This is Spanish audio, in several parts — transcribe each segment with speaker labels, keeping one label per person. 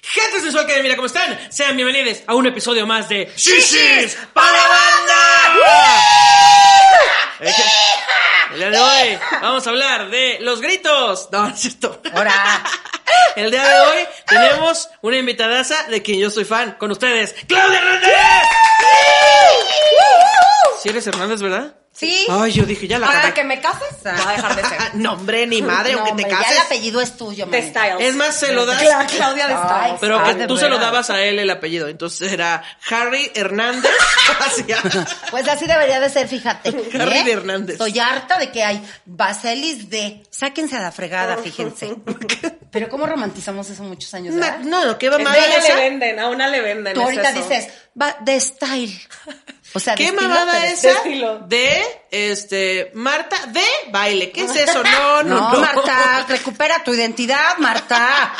Speaker 1: Gente sensual que me mira, ¿cómo están? Sean bienvenidos a un episodio más de
Speaker 2: ¡Shishis
Speaker 1: para banda. El día de hoy vamos a hablar de los gritos. No, no es cierto.
Speaker 2: Ahora,
Speaker 1: El día de hoy tenemos una invitadaza de quien yo soy fan con ustedes, Claudia Hernández. Si eres Hernández, ¿verdad?
Speaker 2: sí,
Speaker 1: Ay, yo dije, ya la
Speaker 2: ahora
Speaker 1: cagué.
Speaker 2: que me cases, va a dejar de ser.
Speaker 1: Ah, No, hombre, ni madre,
Speaker 2: No,
Speaker 1: aunque te
Speaker 2: hombre, Ya el
Speaker 1: cases.
Speaker 2: apellido es tuyo, man.
Speaker 3: de Styles.
Speaker 1: Es más, se lo das.
Speaker 2: Cla- Claudia de
Speaker 3: Ay,
Speaker 2: Styles.
Speaker 1: Pero
Speaker 2: Ah,
Speaker 1: que
Speaker 2: de
Speaker 1: tú se lo
Speaker 2: veras.
Speaker 1: dabas a él el apellido. Entonces era Harry Hernández. Así,
Speaker 2: Pues así debería de ser, fíjate. ¿eh?
Speaker 1: Harry de Hernández.
Speaker 2: Estoy harta de que hay Baselis de. Sáquense a la fregada, fíjense. Pero cómo romantizamos eso muchos años,
Speaker 1: Ma-
Speaker 2: ¿verdad?
Speaker 1: no, no, qué
Speaker 3: A una
Speaker 1: mamada
Speaker 3: le
Speaker 1: esa.
Speaker 3: venden, a una le venden.
Speaker 2: Tú
Speaker 3: es
Speaker 2: ahorita
Speaker 3: eso.
Speaker 2: dices, va, de style. O sea, de
Speaker 1: ¿Qué
Speaker 2: estilo
Speaker 1: mamada
Speaker 2: te-
Speaker 1: esa
Speaker 3: estilo.
Speaker 1: de este Marta de baile? ¿Qué es eso? No, no,
Speaker 2: No,
Speaker 1: no.
Speaker 2: Marta, recupera tu identidad, Marta.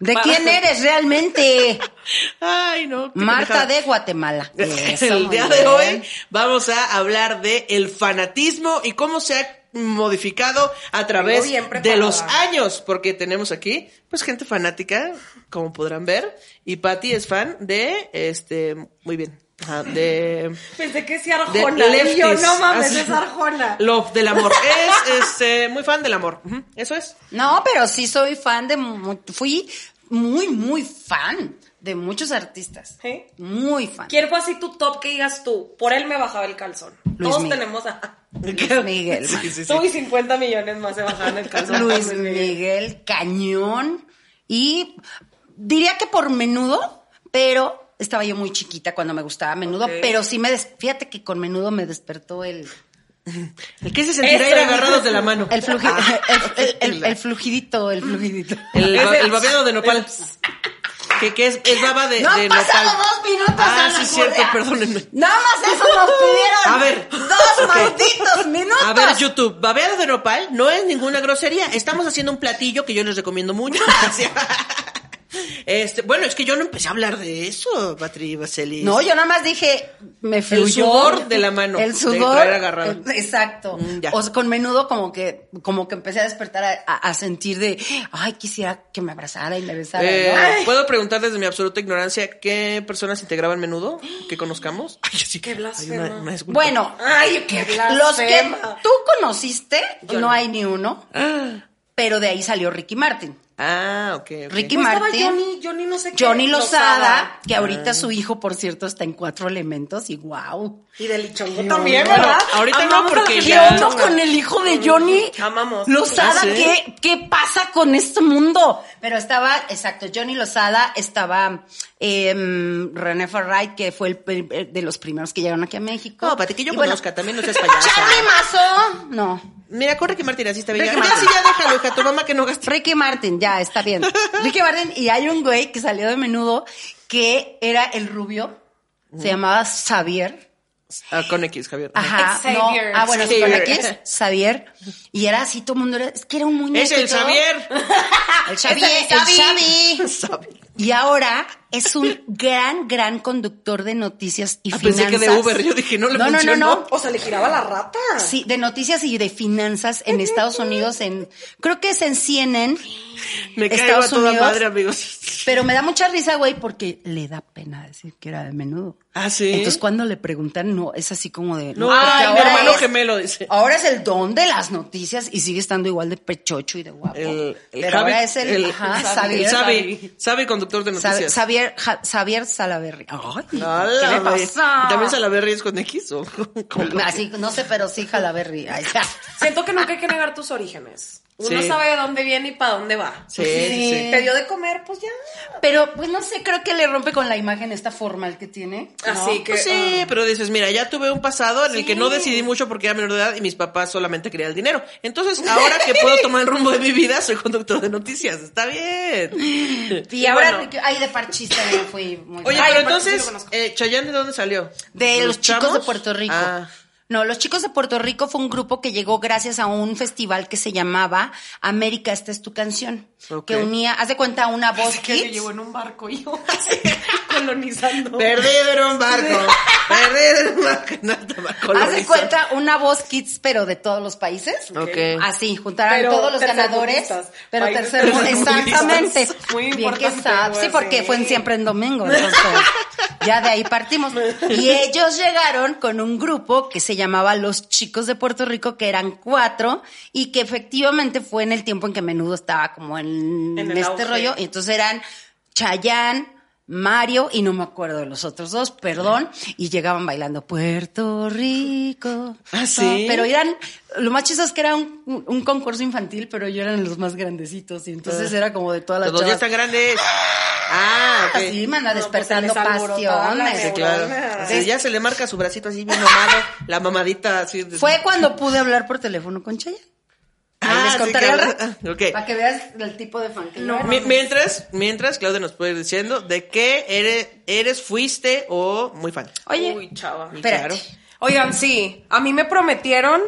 Speaker 2: ¿De
Speaker 1: Ma-
Speaker 2: quién eres realmente?
Speaker 1: Ay, no. qué
Speaker 2: Marta
Speaker 1: pendejada.
Speaker 2: de Guatemala. Eso,
Speaker 1: el
Speaker 2: muy
Speaker 1: día de
Speaker 2: bien.
Speaker 1: hoy vamos a hablar de el fanatismo y cómo se ha modificado a través
Speaker 3: bien preparada.
Speaker 1: de los años, porque tenemos aquí pues gente fanática, como podrán ver, y Patty es fan de este, muy bien, ajá, de
Speaker 3: Pensé que sí
Speaker 1: de
Speaker 3: Arjona. y yo,
Speaker 1: lefties.
Speaker 3: no mames,
Speaker 1: Así.
Speaker 3: es Arjona.
Speaker 1: Lo del amor. Es este, muy fan del amor. Ujú, Eso es.
Speaker 2: No, pero sí soy fan de. mu- Fui muy, muy fan de muchos artistas.
Speaker 3: ¿Sí?
Speaker 2: Muy fan.
Speaker 3: ¿Quién fue así tu top que digas tú? Por él me bajaba el calzón.
Speaker 2: Luis
Speaker 3: Todos
Speaker 2: Miguel.
Speaker 3: tenemos a...
Speaker 2: Luis Miguel, man.
Speaker 1: Sí, sí, sí.
Speaker 3: Tú y 50 millones más se bajaban el calzón.
Speaker 2: Luis Miguel, cañón. Y diría que por menudo, pero estaba yo muy chiquita cuando me gustaba menudo,
Speaker 3: Ok.
Speaker 2: pero sí me. des- Fíjate que con menudo me despertó el.
Speaker 1: ¿El qué se sentirá
Speaker 3: Eso.
Speaker 1: ir agarrados de la mano?
Speaker 2: El, fluji-
Speaker 1: Ah. Mm.
Speaker 2: el, el- el- el flujidito, el flujidito.
Speaker 1: El,
Speaker 3: Ese-
Speaker 1: ba- el babeado de nopal. que, que es, es baba de,
Speaker 2: No han
Speaker 1: de
Speaker 2: pasado
Speaker 1: nopal.
Speaker 2: dos minutos.
Speaker 1: Ah,
Speaker 2: en la
Speaker 1: sí, cierto,
Speaker 2: correa.
Speaker 1: perdónenme.
Speaker 2: Nada más eso nos pidieron.
Speaker 1: A ver.
Speaker 2: Dos
Speaker 1: Ok.
Speaker 2: malditos minutos.
Speaker 1: A ver, YouTube, babeado de nopal no es ninguna grosería. Estamos haciendo un platillo que yo les recomiendo mucho. Así- Este, bueno, es que yo no empecé a hablar de eso, Patri Vaselis.
Speaker 2: No, yo nada más dije, me fluyó.
Speaker 1: sudor de la mano,
Speaker 2: El
Speaker 1: de
Speaker 2: sudor.
Speaker 1: traer agarrado.
Speaker 2: el- exacto.
Speaker 1: Mm, ya.
Speaker 2: O sea, con menudo como que, como que empecé a despertar a, a- a sentir de, ay, quisiera que me abrazara y me besara.
Speaker 1: Eh,
Speaker 2: ¿no? Ay,
Speaker 1: ¿Puedo preguntar desde mi absoluta ignorancia qué personas integraban menudo que conozcamos? Ay, sí.
Speaker 3: Qué
Speaker 1: Hay
Speaker 3: blasfema.
Speaker 1: una- una disculpa.
Speaker 2: Bueno,
Speaker 3: Ay, qué
Speaker 2: los que
Speaker 3: blasfema. Ah.
Speaker 2: tú conociste, no hay ni uno, pero de ahí salió Ricky Martin.
Speaker 1: Ah, ok. ok.
Speaker 2: Ricky
Speaker 3: No Pues estaba
Speaker 2: Martin.
Speaker 3: Johnny, Ah. Johnny no sé qué.
Speaker 2: Johnny Lozada, que ahorita su hijo, por cierto, está en cuatro elementos y wow.
Speaker 3: Y del Lichongo
Speaker 1: Qué
Speaker 3: también,
Speaker 1: horror.
Speaker 3: ¿verdad?
Speaker 1: Ahorita no,
Speaker 3: Amamos a
Speaker 1: porque
Speaker 3: Lichongo.
Speaker 2: ¿Qué
Speaker 1: ya-
Speaker 2: onda con el hijo de Johnny?
Speaker 3: Amamos.
Speaker 2: Lozada,
Speaker 1: Ah, sí.
Speaker 2: ¿qué, ¿qué pasa con este mundo? Pero estaba, exacto, Johnny Lozada, estaba em, René Farray, que fue el, pr- de los primeros que llegaron aquí a México.
Speaker 1: No, Pati, que yo
Speaker 2: Y bueno,
Speaker 1: conozca, también no seas payasa.
Speaker 2: Charly Mazo, no.
Speaker 1: Mira, corre que Martín así está bien.
Speaker 2: Ricky
Speaker 1: Ya,
Speaker 2: Martin.
Speaker 1: sí, ya déjalo, hija, tu mamá que no gaste.
Speaker 2: Ricky Martin, ya, está bien. Ricky Martin, y hay un güey que salió de menudo que era el rubio,
Speaker 1: Mm.
Speaker 2: se llamaba Xavier.
Speaker 1: Ah, con X, Javier.
Speaker 2: Ajá. no.
Speaker 3: Xavier.
Speaker 2: Ah, bueno, sí, con
Speaker 1: Xavier.
Speaker 2: X, Xavier. Y era así, todo el mundo era, es que era un muñeco.
Speaker 1: Es el
Speaker 2: y todo. Ah,
Speaker 1: Javier.
Speaker 2: El Xavier,
Speaker 3: Es el
Speaker 2: el
Speaker 3: Xavi.
Speaker 2: Xavi. Y ahora es un gran, gran conductor de noticias y
Speaker 1: Ah, pensé
Speaker 2: finanzas.
Speaker 1: que de Uber, yo dije, no le
Speaker 2: no, no,
Speaker 1: funcionó.
Speaker 2: no, no.
Speaker 3: O sea, le giraba la rata.
Speaker 2: Sí, de noticias y de finanzas en Estados Unidos, en creo que es en CNN,
Speaker 1: Me caigo a
Speaker 2: Estados
Speaker 1: toda
Speaker 2: Unidos.
Speaker 1: madre, amigos.
Speaker 2: pero me da mucha risa, güey, porque le da pena decir que era de menudo.
Speaker 1: Ah, sí.
Speaker 2: Entonces cuando le preguntan, no, es así como de...
Speaker 1: no,
Speaker 2: porque
Speaker 1: ay, mi
Speaker 2: ahora
Speaker 1: hermano
Speaker 2: es-
Speaker 1: gemelo dice.
Speaker 2: Ahora es el don de las noticias y sigue estando igual de pechocho y de guapo.
Speaker 1: El, el
Speaker 2: Oh, Pero
Speaker 1: Javi-
Speaker 2: ahora es el,
Speaker 1: el,
Speaker 2: ajá,
Speaker 1: el
Speaker 2: Xavier,
Speaker 1: Xavi, Xavi, conductor de
Speaker 2: Xavi-
Speaker 1: noticias.
Speaker 2: Xavier, Ja- Xavier Salaverry. Ay, ¿qué
Speaker 1: Hola,
Speaker 2: le
Speaker 1: güey.
Speaker 2: pasa?
Speaker 1: ¿También Salaberry es con X o con-
Speaker 2: Así, no sé, pero sí Salaverry. Ay, ya.
Speaker 3: Siento que nunca hay que negar tus orígenes. Uno
Speaker 1: Sí.
Speaker 3: sabe de dónde viene y para dónde va.
Speaker 1: Sí, sí, sí.
Speaker 3: Te dio de comer, pues ya.
Speaker 2: Pero, pues no sé, creo que le rompe con la imagen esta formal que tiene. ¿no?
Speaker 3: Así que. ah.
Speaker 1: Pues sí, pero dices, mira, ya tuve un pasado en el que no
Speaker 3: Sí.
Speaker 1: decidí mucho porque era menor de edad y mis papás solamente querían el dinero. Entonces, ahora que puedo tomar el rumbo de mi vida, soy conductor de noticias. Está bien.
Speaker 2: Y ahora,
Speaker 3: bueno.
Speaker 2: ay, de parchista también fui muy
Speaker 1: Oye,
Speaker 3: Ay,
Speaker 1: pero
Speaker 3: aparte sí lo
Speaker 1: entonces,
Speaker 3: conozco.
Speaker 1: eh, Chayanne, ¿de dónde salió?
Speaker 2: De los, chicos de
Speaker 1: chamos?
Speaker 2: Puerto Rico.
Speaker 1: Ah.
Speaker 2: No, los chicos de Puerto Rico fue un grupo que llegó gracias a un festival que se llamaba América, esta es tu canción.
Speaker 1: Ok.
Speaker 2: Que unía, haz de cuenta, una voz
Speaker 3: Así que yo
Speaker 2: kids.
Speaker 3: llevo en un barco y yo así, colonizando.
Speaker 1: Perdido en un barco. Perdido en un barco. No, te va a
Speaker 2: Haz de
Speaker 1: colonizar.
Speaker 2: cuenta una voz kids, pero de todos los países.
Speaker 1: Ok.
Speaker 2: Así, juntaran
Speaker 3: Pero
Speaker 2: todos los ganadores.
Speaker 3: tercermundistas.
Speaker 2: Pero
Speaker 3: Países
Speaker 2: tercer mundo,
Speaker 3: tercermundistas.
Speaker 2: exactamente.
Speaker 3: Muy
Speaker 2: Bien que
Speaker 3: importante,
Speaker 2: está.
Speaker 3: güey,
Speaker 2: Sí, porque
Speaker 3: sí.
Speaker 2: fue en- siempre en domingo. entonces, ya de ahí partimos. Y ellos llegaron con un grupo que se llamaba Los Chicos de Puerto Rico, que eran cuatro, y que efectivamente fue en el tiempo en que menudo estaba como en,
Speaker 3: En el
Speaker 2: este
Speaker 3: auge.
Speaker 2: rollo. Y entonces eran Chayán, Mario y no me acuerdo de los otros dos, perdón, y llegaban bailando Puerto Rico.
Speaker 1: Ah, ¿sí?
Speaker 2: Pero eran, lo más chistoso es que era un, un concurso infantil, pero yo eran los más grandecitos y entonces era como de todas las
Speaker 1: Ah. Todos ya
Speaker 2: chavas.
Speaker 1: están grandes. Ah, ok.
Speaker 2: Así manda
Speaker 3: No, pues, se
Speaker 2: despertando
Speaker 3: les alborotaba la
Speaker 2: pasiones.
Speaker 1: Sí, claro. Así, ya se le marca su bracito así bien mamado, la mamadita así. de-
Speaker 2: Fue cuando pude hablar por teléfono con Chaya.
Speaker 1: Ah,
Speaker 2: les
Speaker 1: sí,
Speaker 2: contaré
Speaker 1: claro.
Speaker 2: al rato.
Speaker 1: Ah, ok.
Speaker 2: Para que veas el tipo de fan que yo era.
Speaker 1: Mi- mientras, mientras, Claudia nos puede ir diciendo de qué eres, eres, fuiste o muy fan.
Speaker 2: Oye,
Speaker 3: Uy, chava.
Speaker 2: espérate.
Speaker 1: claro.
Speaker 3: Oigan, sí, a mí me prometieron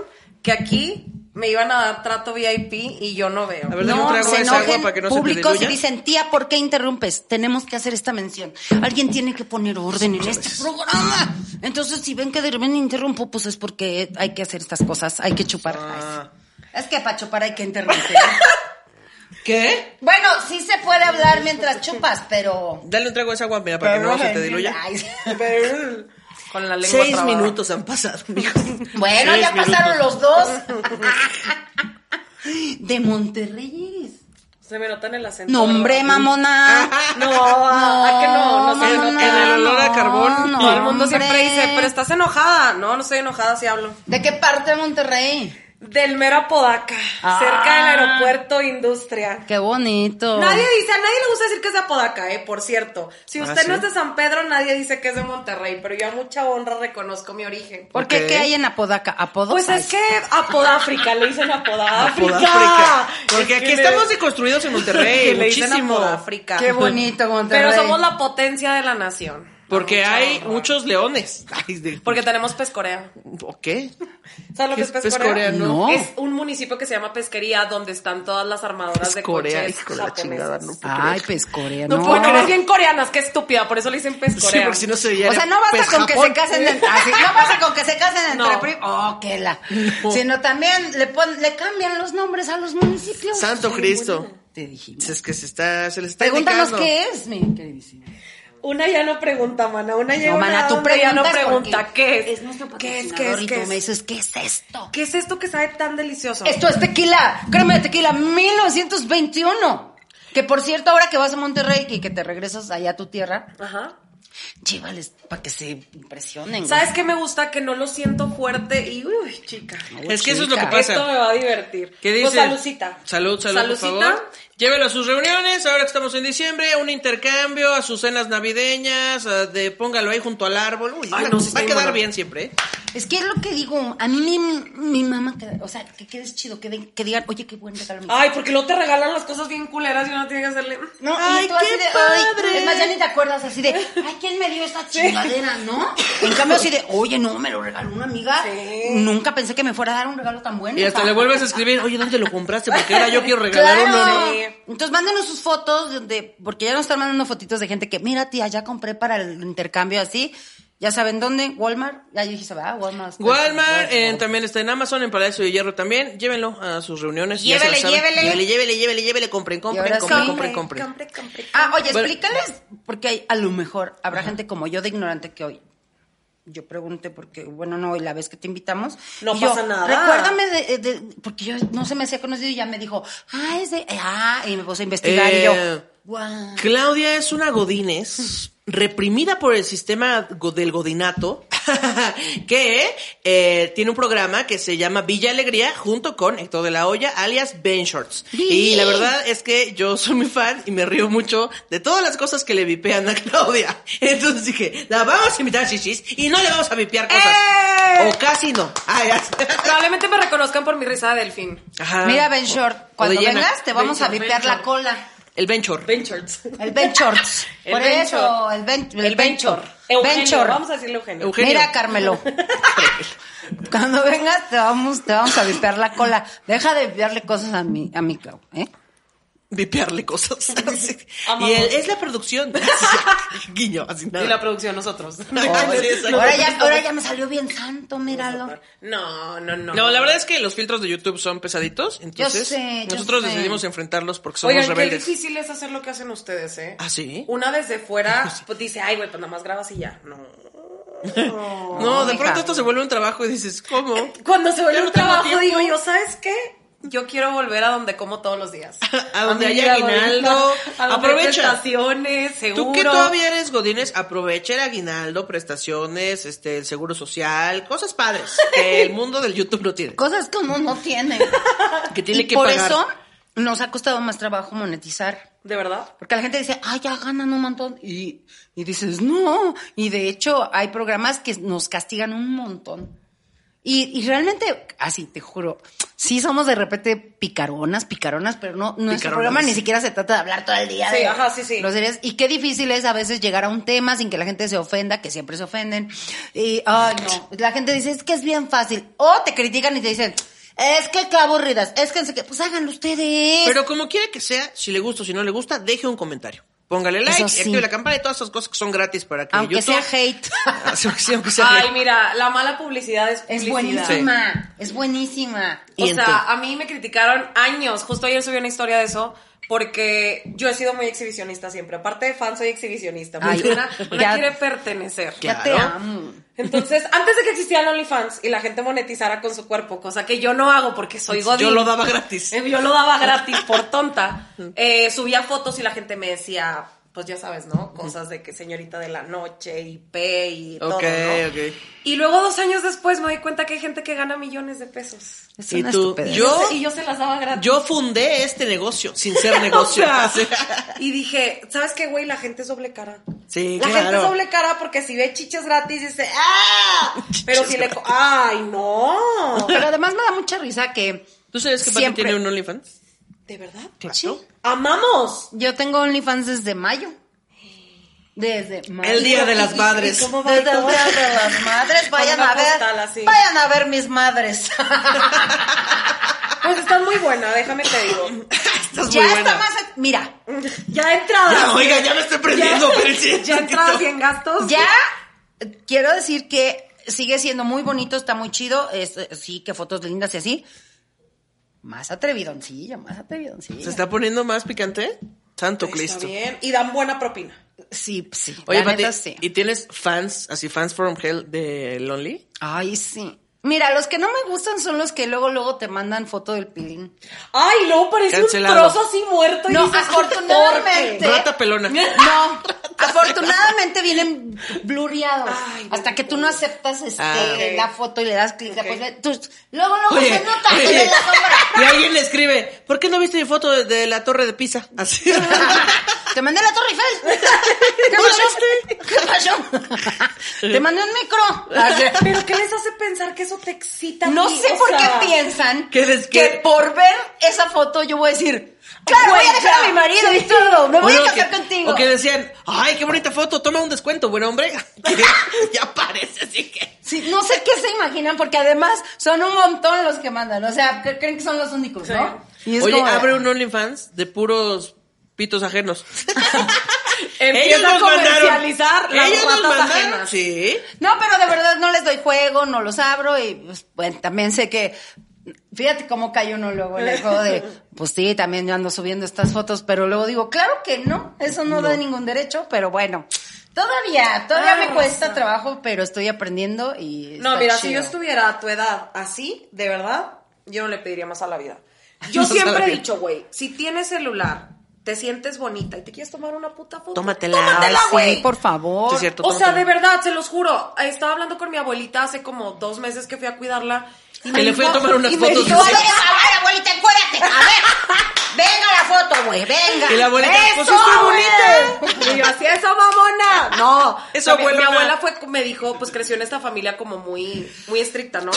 Speaker 3: que aquí me iban a dar trato VIP y yo no veo.
Speaker 1: A ver, dame un
Speaker 2: No,
Speaker 1: trago
Speaker 2: se
Speaker 1: de esa agua
Speaker 2: enojen
Speaker 1: para que no se te
Speaker 2: públicos y
Speaker 1: diluya.
Speaker 2: dicen, tía, ¿por qué interrumpes? Tenemos que hacer esta mención. Alguien tiene que poner orden en este programa. Entonces, si ven que de repente interrumpo, pues es porque hay que hacer estas cosas, hay que chupar.
Speaker 1: Ah.
Speaker 2: Ay, sí. Es que para chupar hay que interrumpir.
Speaker 1: ¿Qué?
Speaker 2: bueno, sí se puede hablar mientras chupas, pero...
Speaker 1: Dale un trago de esa agua, mira, para que no se te diluya.
Speaker 2: Ay, sí.
Speaker 3: Con la lengua
Speaker 1: Seis
Speaker 3: trabada.
Speaker 1: minutos han pasado, mijo.
Speaker 2: Bueno,
Speaker 1: Seis
Speaker 2: ya pasaron
Speaker 1: minutos.
Speaker 2: los dos. De Monterrey eres.
Speaker 3: Se me nota en el acento.
Speaker 2: No,
Speaker 1: Ah,
Speaker 2: hombre, mamona.
Speaker 3: No, ¿a que no? No sé,
Speaker 1: en-
Speaker 3: no,
Speaker 2: mamona,
Speaker 1: en el olor a carbón,
Speaker 2: no,
Speaker 3: Todo el mundo siempre
Speaker 2: hombre.
Speaker 3: dice, pero estás enojada. No, no estoy enojada si hablo.
Speaker 2: ¿De qué parte de Monterrey?
Speaker 3: Del mero Apodaca,
Speaker 2: Ah.
Speaker 3: cerca del aeropuerto Industria.
Speaker 2: Qué bonito.
Speaker 3: Nadie dice, a nadie le gusta decir que es de Apodaca, eh, por cierto. Si
Speaker 1: Ah,
Speaker 3: usted
Speaker 1: ¿sí?
Speaker 3: no es de San Pedro, nadie dice que es de Monterrey, pero yo a mucha honra reconozco mi origen.
Speaker 2: ¿Por qué?
Speaker 1: Ok.
Speaker 2: ¿Qué hay en Apodaca? ¿Apodos?
Speaker 3: Pues es que Apodáfrica, le dicen Apodáfrica.
Speaker 1: Apodáfrica. Porque
Speaker 3: Es que
Speaker 1: aquí
Speaker 3: le-
Speaker 1: estamos deconstruidos en
Speaker 3: que
Speaker 1: Monterrey,
Speaker 3: le dicen
Speaker 1: muchísimo.
Speaker 3: Apodáfrica.
Speaker 2: Qué bonito Monterrey.
Speaker 3: Pero somos la potencia de la nación.
Speaker 1: Porque
Speaker 3: Mucha
Speaker 1: hay
Speaker 3: honra.
Speaker 1: muchos leones. Ay, de-
Speaker 3: Porque tenemos Pescorea.
Speaker 1: ¿O qué?
Speaker 3: ¿Sabes
Speaker 1: ¿Qué
Speaker 3: lo que es
Speaker 1: es Pescorea?
Speaker 3: Pescorea?
Speaker 2: No.
Speaker 3: Es un municipio que se llama Pesquería, donde están todas las armadoras de
Speaker 1: Corea,
Speaker 3: coches
Speaker 1: hijo de la chingada,
Speaker 3: japonesas.
Speaker 1: no puedo
Speaker 2: Ay, pues,
Speaker 1: creer.
Speaker 2: pescorea, no.
Speaker 3: No, porque más bien coreanas, qué estúpida, por eso le dicen
Speaker 1: Sí,
Speaker 3: Pescorea.
Speaker 1: porque si no se
Speaker 2: O sea, no basta
Speaker 1: Pues,
Speaker 2: con que se casen en- así, no basta con que se casen entre
Speaker 3: No.
Speaker 2: primos. Oh, que la. Sino también le pon- le cambian los nombres a los municipios.
Speaker 1: Santo Cristo.
Speaker 2: Te dijimos.
Speaker 1: Es que se está, se les está
Speaker 2: Pregúntanos
Speaker 1: indicando.
Speaker 2: qué es, mi queridísimo.
Speaker 3: Una ya no pregunta, mana, una ya
Speaker 2: No,
Speaker 3: una
Speaker 2: mana, tú
Speaker 3: onda ya
Speaker 2: preguntas
Speaker 3: no
Speaker 2: porque
Speaker 3: pregunta qué es.
Speaker 2: Es nuestro
Speaker 3: ¿Qué es?
Speaker 2: patrocinador
Speaker 3: ¿Qué es?
Speaker 2: y
Speaker 3: ¿Qué
Speaker 2: tú me
Speaker 3: es?
Speaker 2: dices, ¿qué es esto?
Speaker 3: ¿Qué es esto que sabe tan delicioso?
Speaker 2: Esto es tequila, créeme de tequila 1921. Que por cierto, ahora que vas a Monterrey y que te regresas allá a tu tierra,
Speaker 3: Ajá.
Speaker 2: llévales para que se impresionen. güey.
Speaker 3: ¿Sabes qué me gusta? Que no lo siento fuerte y uy, chica.
Speaker 1: Es que eso es lo que
Speaker 2: Chica.
Speaker 1: pasa.
Speaker 3: Esto me va a divertir.
Speaker 1: ¿Qué
Speaker 3: Pues,
Speaker 1: dice?
Speaker 3: salucita.
Speaker 1: Salud, salud, por
Speaker 3: Salucita.
Speaker 1: favor. Llévelo a sus reuniones, ahora que estamos en diciembre, a un intercambio, a sus cenas navideñas, a de póngalo ahí junto al árbol. Uy,
Speaker 3: Ay,
Speaker 1: va-
Speaker 3: no, sí está
Speaker 1: va a
Speaker 3: bien
Speaker 1: quedar
Speaker 3: bueno.
Speaker 1: bien siempre, ¿eh?
Speaker 2: Es que es lo que digo, a mí mi, mi mamá, que- o sea, que quedes chido, que, den- que digan, oye, qué buen regalo. me
Speaker 3: Ay, porque luego te regalan las cosas bien culeras y uno tiene que hacerle. mm.
Speaker 2: No,
Speaker 1: Ay,
Speaker 2: y tú así
Speaker 1: qué
Speaker 2: de, ay,
Speaker 1: padre.
Speaker 2: Es más, ya ni te acuerdas así de, ay, ¿quién me dio esta chingadera, no? En cambio, así de, oye, no, me lo regaló una amiga.
Speaker 3: Sí.
Speaker 2: Nunca pensé que me fuera a dar un regalo tan bueno.
Speaker 1: Y hasta
Speaker 2: pa".
Speaker 1: le vuelves a escribir, oye, ¿dónde lo compraste? Porque ahora yo quiero regalar
Speaker 2: Claro.
Speaker 1: uno, ¿no?
Speaker 3: Sí.
Speaker 2: Entonces, mándenos sus fotos, de- de- porque ya nos están mandando fotitos de gente que, mira, tía, ya compré para el intercambio así. Ya saben dónde, Walmart. Ya yo dije, ¿verdad? Walmart.
Speaker 1: Walmart eh, también está en Amazon, en Palacio de Hierro también. Llévenlo a sus reuniones. ya se
Speaker 2: Llévele,
Speaker 1: lo saben.
Speaker 2: llévele.
Speaker 1: Llévele, llévele, llévele, llévele, compren, compren,
Speaker 2: ahora
Speaker 1: compren,
Speaker 2: sí.
Speaker 1: compren,
Speaker 3: compre,
Speaker 1: compren.
Speaker 3: compre, compre.
Speaker 2: Ah, oye,
Speaker 1: Bueno.
Speaker 2: explícales, porque hay- a lo mejor habrá gente como yo de ignorante que hoy yo pregunté porque, bueno, no, y la vez que te invitamos.
Speaker 3: No
Speaker 2: y yo,
Speaker 3: pasa nada.
Speaker 2: Recuérdame de, eh, de- porque yo no se me hacía conocido y ya me dijo, ah, es de, eh, ah, y me puse a investigar y
Speaker 1: Eh,
Speaker 2: yo, guau.
Speaker 1: Claudia es una godines reprimida por el sistema go- del godinato que eh, tiene un programa que se llama Villa Alegría junto con Héctor de la Hoya, alias Ben Shorts. Y la verdad es que yo soy muy fan y me río mucho de todas las cosas que le vipean a Claudia. Entonces dije, la vamos a invitar a Chichis y no le vamos a vipear cosas.
Speaker 3: ¡Eh!
Speaker 1: O casi no. Ay, ay.
Speaker 3: Probablemente me reconozcan por mi risa de delfín.
Speaker 1: Ajá.
Speaker 2: Mira, Ben Short, cuando
Speaker 1: O de Jenna.
Speaker 2: vengas te vamos
Speaker 3: Ben
Speaker 2: a
Speaker 3: Short,
Speaker 2: vipear
Speaker 3: Ben
Speaker 2: la
Speaker 3: Short.
Speaker 2: cola.
Speaker 1: El Venture.
Speaker 3: Ventures.
Speaker 2: El Ben Shorts.
Speaker 3: El
Speaker 2: Por
Speaker 3: Ben
Speaker 2: eso,
Speaker 3: Short.
Speaker 2: el Ben, el
Speaker 3: El
Speaker 2: Ben
Speaker 3: Venture.
Speaker 2: Short.
Speaker 3: Eugenio.
Speaker 2: Ben Short.
Speaker 3: Vamos a decirle Eugenio.
Speaker 1: Eugenio.
Speaker 2: Mira, Carmelo. Cuando vengas te vamos, te vamos a vipear la cola. Deja de vipearle cosas a mi, a mi Clau, ¿eh?
Speaker 1: Vipearle cosas. Así.
Speaker 3: Amamos.
Speaker 1: y él es la producción. Guiño, así nada.
Speaker 3: Y la producción, nosotros.
Speaker 1: Sí, exacto.
Speaker 2: Ahora ya, ahora ya me salió bien santo, míralo.
Speaker 3: No, no, no.
Speaker 1: No, la verdad es que los filtros de YouTube son pesaditos, entonces
Speaker 2: sé, yo
Speaker 1: nosotros
Speaker 2: sé.
Speaker 1: decidimos enfrentarlos porque somos
Speaker 3: Oigan, qué
Speaker 1: rebeldes.
Speaker 3: difícil es hacer lo que hacen ustedes, ¿eh?
Speaker 1: ¿Ah, sí?
Speaker 3: Una desde fuera pues, dice, ay, güey, pues nada más grabas y ya. No.
Speaker 1: no, de
Speaker 2: hija.
Speaker 1: pronto esto se vuelve un trabajo y dices, ¿cómo?
Speaker 3: Cuando se vuelve
Speaker 1: Yo no
Speaker 3: un
Speaker 1: tengo
Speaker 3: trabajo,
Speaker 1: tiempo.
Speaker 3: digo yo, ¿sabes qué? Yo quiero volver a donde como todos los días.
Speaker 1: A donde
Speaker 3: mi
Speaker 1: haya
Speaker 3: vida
Speaker 1: aguinaldo.
Speaker 3: bonita, A donde
Speaker 1: Aprovecha.
Speaker 3: hay prestaciones, seguro.
Speaker 1: Tú que todavía eres Godines, aprovecha el aguinaldo, prestaciones, este, el seguro social, cosas padres que el mundo del YouTube no tiene.
Speaker 2: Cosas que uno no tiene.
Speaker 1: Que tiene
Speaker 2: y
Speaker 1: que
Speaker 2: por
Speaker 1: pagar.
Speaker 2: eso nos ha costado más trabajo monetizar.
Speaker 3: ¿De verdad?
Speaker 2: Porque la gente dice, ay, ya ganan un montón. Y, y dices, no. Y de hecho, hay programas que nos castigan un montón. Y, y realmente, así te juro, sí somos de repente picaronas, picaronas, pero no, nuestro
Speaker 1: Picaronas.
Speaker 2: programa ni siquiera se trata de hablar todo el día.
Speaker 3: Sí,
Speaker 2: de
Speaker 3: ajá, sí, sí.
Speaker 2: groserías. Y qué difícil es a veces llegar a un tema sin que la gente se ofenda, que siempre se ofenden. Y, ay, no. La gente dice, es que es bien fácil. O te critican y te dicen, es que qué aburridas, es que, no sé qué". pues háganlo ustedes.
Speaker 1: Pero como quiera que sea, si le gusta o si no le gusta, deje un comentario. Póngale
Speaker 2: Eso
Speaker 1: like,
Speaker 2: sí.
Speaker 1: active la campana y todas esas cosas que son gratis para que
Speaker 2: aunque
Speaker 1: YouTube...
Speaker 2: sea hate.
Speaker 1: hate. aunque sea
Speaker 3: Ay,
Speaker 1: hate.
Speaker 3: mira, la mala publicidad es publicidad.
Speaker 2: Es buenísima, es buenísima.
Speaker 1: Y
Speaker 3: O
Speaker 1: entonces-
Speaker 3: sea, a mí me criticaron años. Justo ayer subí una historia de eso. Porque yo he sido muy exhibicionista siempre. Aparte de fan, soy exhibicionista. porque
Speaker 2: Ay,
Speaker 3: una, una
Speaker 2: ya-
Speaker 3: quiere pertenecer.
Speaker 2: Ya te
Speaker 1: Claro.
Speaker 2: amo.
Speaker 3: Entonces, antes de que existieran OnlyFans y la gente monetizara con su cuerpo, cosa que yo no hago porque soy godín.
Speaker 1: Yo lo daba gratis.
Speaker 3: Eh, Yo lo daba gratis por tonta. Eh, subía fotos y la gente me decía, pues ya sabes, ¿no? Cosas de que señorita de la noche y P y todo,
Speaker 1: Ok,
Speaker 3: ¿no?
Speaker 1: ok.
Speaker 3: Y luego dos años después me doy cuenta que hay gente que gana millones de pesos.
Speaker 2: Es
Speaker 1: Y
Speaker 2: una
Speaker 1: tú,
Speaker 2: estupidez.
Speaker 1: yo-
Speaker 3: Y yo se las daba gratis.
Speaker 1: Yo fundé este negocio sin ser negocio.
Speaker 3: O sea,
Speaker 1: Sí.
Speaker 3: y dije, ¿sabes qué, güey? La gente es doble cara.
Speaker 1: Sí,
Speaker 3: La gente
Speaker 1: claro.
Speaker 3: es doble cara porque si ve chiches gratis dice, ¡ah! Pero si le... co- ¡Ay, no!
Speaker 2: Pero además me da mucha risa que
Speaker 1: ¿Tú sabes que Pati
Speaker 2: Siempre.
Speaker 1: tiene un OnlyFans?
Speaker 3: ¿De verdad?
Speaker 2: Sí.
Speaker 3: ¡Amamos!
Speaker 2: yo tengo OnlyFans desde mayo. Desde mayo.
Speaker 1: El Día de las
Speaker 2: Y- y-
Speaker 1: Madres.
Speaker 2: y cómo va Desde el Día de las Madres, vayan
Speaker 3: una
Speaker 2: a ver.
Speaker 3: postal así.
Speaker 2: Vayan a ver mis madres.
Speaker 3: Pues está muy buena, déjame te digo.
Speaker 1: Estás
Speaker 2: ya
Speaker 1: muy
Speaker 2: está
Speaker 1: buena.
Speaker 2: más. Mira,
Speaker 3: Ya entradas.
Speaker 1: Ya, oiga, ya me estoy prendiendo, pero sí,
Speaker 3: Ya entradas y en gastos.
Speaker 2: ya eh, quiero decir que sigue siendo muy bonito, está muy chido. es, eh, sí, que fotos lindas y así. Más atrevidoncillo, más atrevidoncillo.
Speaker 1: ¿Se está poniendo más picante? Santo
Speaker 3: Está
Speaker 1: Cristo.
Speaker 3: bien. Y dan buena propina.
Speaker 2: Sí, p- sí.
Speaker 1: Oye,
Speaker 2: la
Speaker 1: Pati,
Speaker 2: neta, sí.
Speaker 1: ¿y tienes fans, así fans from hell de Lonely?
Speaker 2: Ay, sí. Mira, los que no me gustan son los que luego, luego te mandan foto del pilín.
Speaker 3: Ay, luego parece
Speaker 1: Cancelado.
Speaker 3: un trozo así muerto. Y
Speaker 2: No,
Speaker 3: dices,
Speaker 2: afortunadamente.
Speaker 3: "¿Por qué?".
Speaker 1: Rata pelona.
Speaker 2: No, afortunadamente vienen blurriados.
Speaker 3: Ay,
Speaker 2: hasta que tú no aceptas este,
Speaker 1: Ah,
Speaker 3: ok.
Speaker 2: la foto y le das clic. a
Speaker 3: Ok.
Speaker 2: poner- tú- luego, luego se nota que
Speaker 1: oye.
Speaker 2: eres la sombra.
Speaker 1: Y alguien le escribe, ¿por qué no viste mi foto de, de la torre de Pisa? Así.
Speaker 2: Te mandé la Torre Eiffel. ¿Qué pasó? ¿Qué pasó? Te mandé un micro. Así.
Speaker 3: Pero ¿qué les hace pensar que eso te excita?
Speaker 2: No
Speaker 3: amigo?
Speaker 2: sé
Speaker 3: O
Speaker 2: por qué
Speaker 3: sea,
Speaker 2: piensan
Speaker 1: ¿Qué des-
Speaker 2: que
Speaker 1: qué?
Speaker 2: por ver esa foto yo voy a decir, claro, voy
Speaker 3: Güey,
Speaker 2: a dejar a
Speaker 3: ya.
Speaker 2: mi marido y todo, me voy
Speaker 1: Bueno,
Speaker 2: a casar
Speaker 1: que-
Speaker 2: contigo.
Speaker 1: O que decían, ay, qué bonita foto, toma un descuento, buen hombre. ya parece, así que.
Speaker 2: Sí, no sé qué se imaginan, porque además son un montón los que mandan. O sea, cre- creen que son los únicos, ¿no? Y es
Speaker 1: Oye,
Speaker 2: como de-
Speaker 1: abre un OnlyFans de puros pitos ajenos.
Speaker 3: Empieza a comercializar las
Speaker 1: ellos nos
Speaker 3: ratas
Speaker 1: mandaron,
Speaker 3: ajenas.
Speaker 1: Sí.
Speaker 2: No, pero de verdad no les doy juego, no los abro y pues, bueno, también sé que. Fíjate cómo cae uno luego en el juego de, pues sí, también yo ando subiendo estas fotos, pero luego digo, claro que no, eso no, da ningún derecho, pero bueno, todavía, todavía
Speaker 3: Ah,
Speaker 2: me cuesta
Speaker 3: no.
Speaker 2: trabajo, pero estoy aprendiendo y...
Speaker 3: No,
Speaker 2: está
Speaker 3: mira, si
Speaker 2: chido.
Speaker 3: yo estuviera a tu edad así, de verdad, yo no le pediría más a la vida. Yo
Speaker 1: Más a la
Speaker 3: siempre he
Speaker 1: vida.
Speaker 3: dicho, güey, si tienes celular te sientes bonita y te quieres tomar una puta foto.
Speaker 1: Tómatela.
Speaker 3: Tómatela,
Speaker 1: Ay,
Speaker 3: güey.
Speaker 2: Sí, por favor.
Speaker 1: Sí, es cierto.
Speaker 3: O sea,
Speaker 1: tómatela.
Speaker 3: de verdad, se los juro. eh, Estaba hablando con mi abuelita hace como dos meses que fui a cuidarla. Y
Speaker 1: Que le fui a tomar unas
Speaker 3: y me
Speaker 1: fotos.
Speaker 3: dijo,
Speaker 2: No, venga, a ver, abuelita, encuérdate. A ver. Venga la foto, güey, venga.
Speaker 1: Y la abuelita, pues sí
Speaker 3: ¡Eso,
Speaker 1: estoy
Speaker 3: ¡Ah, güey!
Speaker 1: bonita.
Speaker 3: Y yo, así eso, mamona. No.
Speaker 1: Eso,
Speaker 3: mi- Mi
Speaker 1: abuelona.
Speaker 3: abuela fue, me dijo, pues creció en esta familia como muy, muy estricta, ¿no?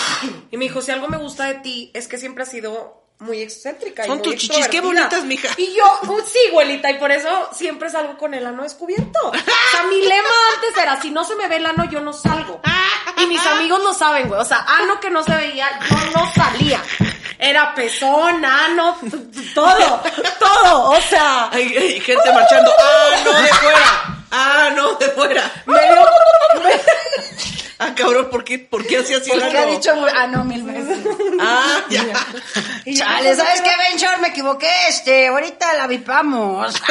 Speaker 3: Y me dijo, si algo me gusta de ti es que siempre has sido muy excéntrica. y
Speaker 1: Son
Speaker 3: muy
Speaker 1: tus chichis, qué
Speaker 3: extrovertida".
Speaker 1: bonitas, mija.
Speaker 3: Y yo, "Uh, sí, abuelita, y por eso siempre salgo con el ano descubierto. O sea, mi lema antes era, si no se me ve el ano, yo no salgo. Y mis amigos lo saben, güey. O sea, ano que no se veía, yo no salía. Era pezón, ano, t- t- todo, todo. O sea,
Speaker 1: Hay, hay gente marchando. ¡Ah, no, de fuera! ¡Ah, no, de fuera!
Speaker 3: me dio...
Speaker 1: Ah, cabrón, ¿por qué, por qué hacía así el
Speaker 2: Porque ha
Speaker 1: ano?
Speaker 2: dicho, ah, no, mil veces.
Speaker 1: Ah, ya.
Speaker 3: Y yo,
Speaker 2: Chale, ¿sabes qué, Venture? Me equivoqué, este, ahorita la vipamos.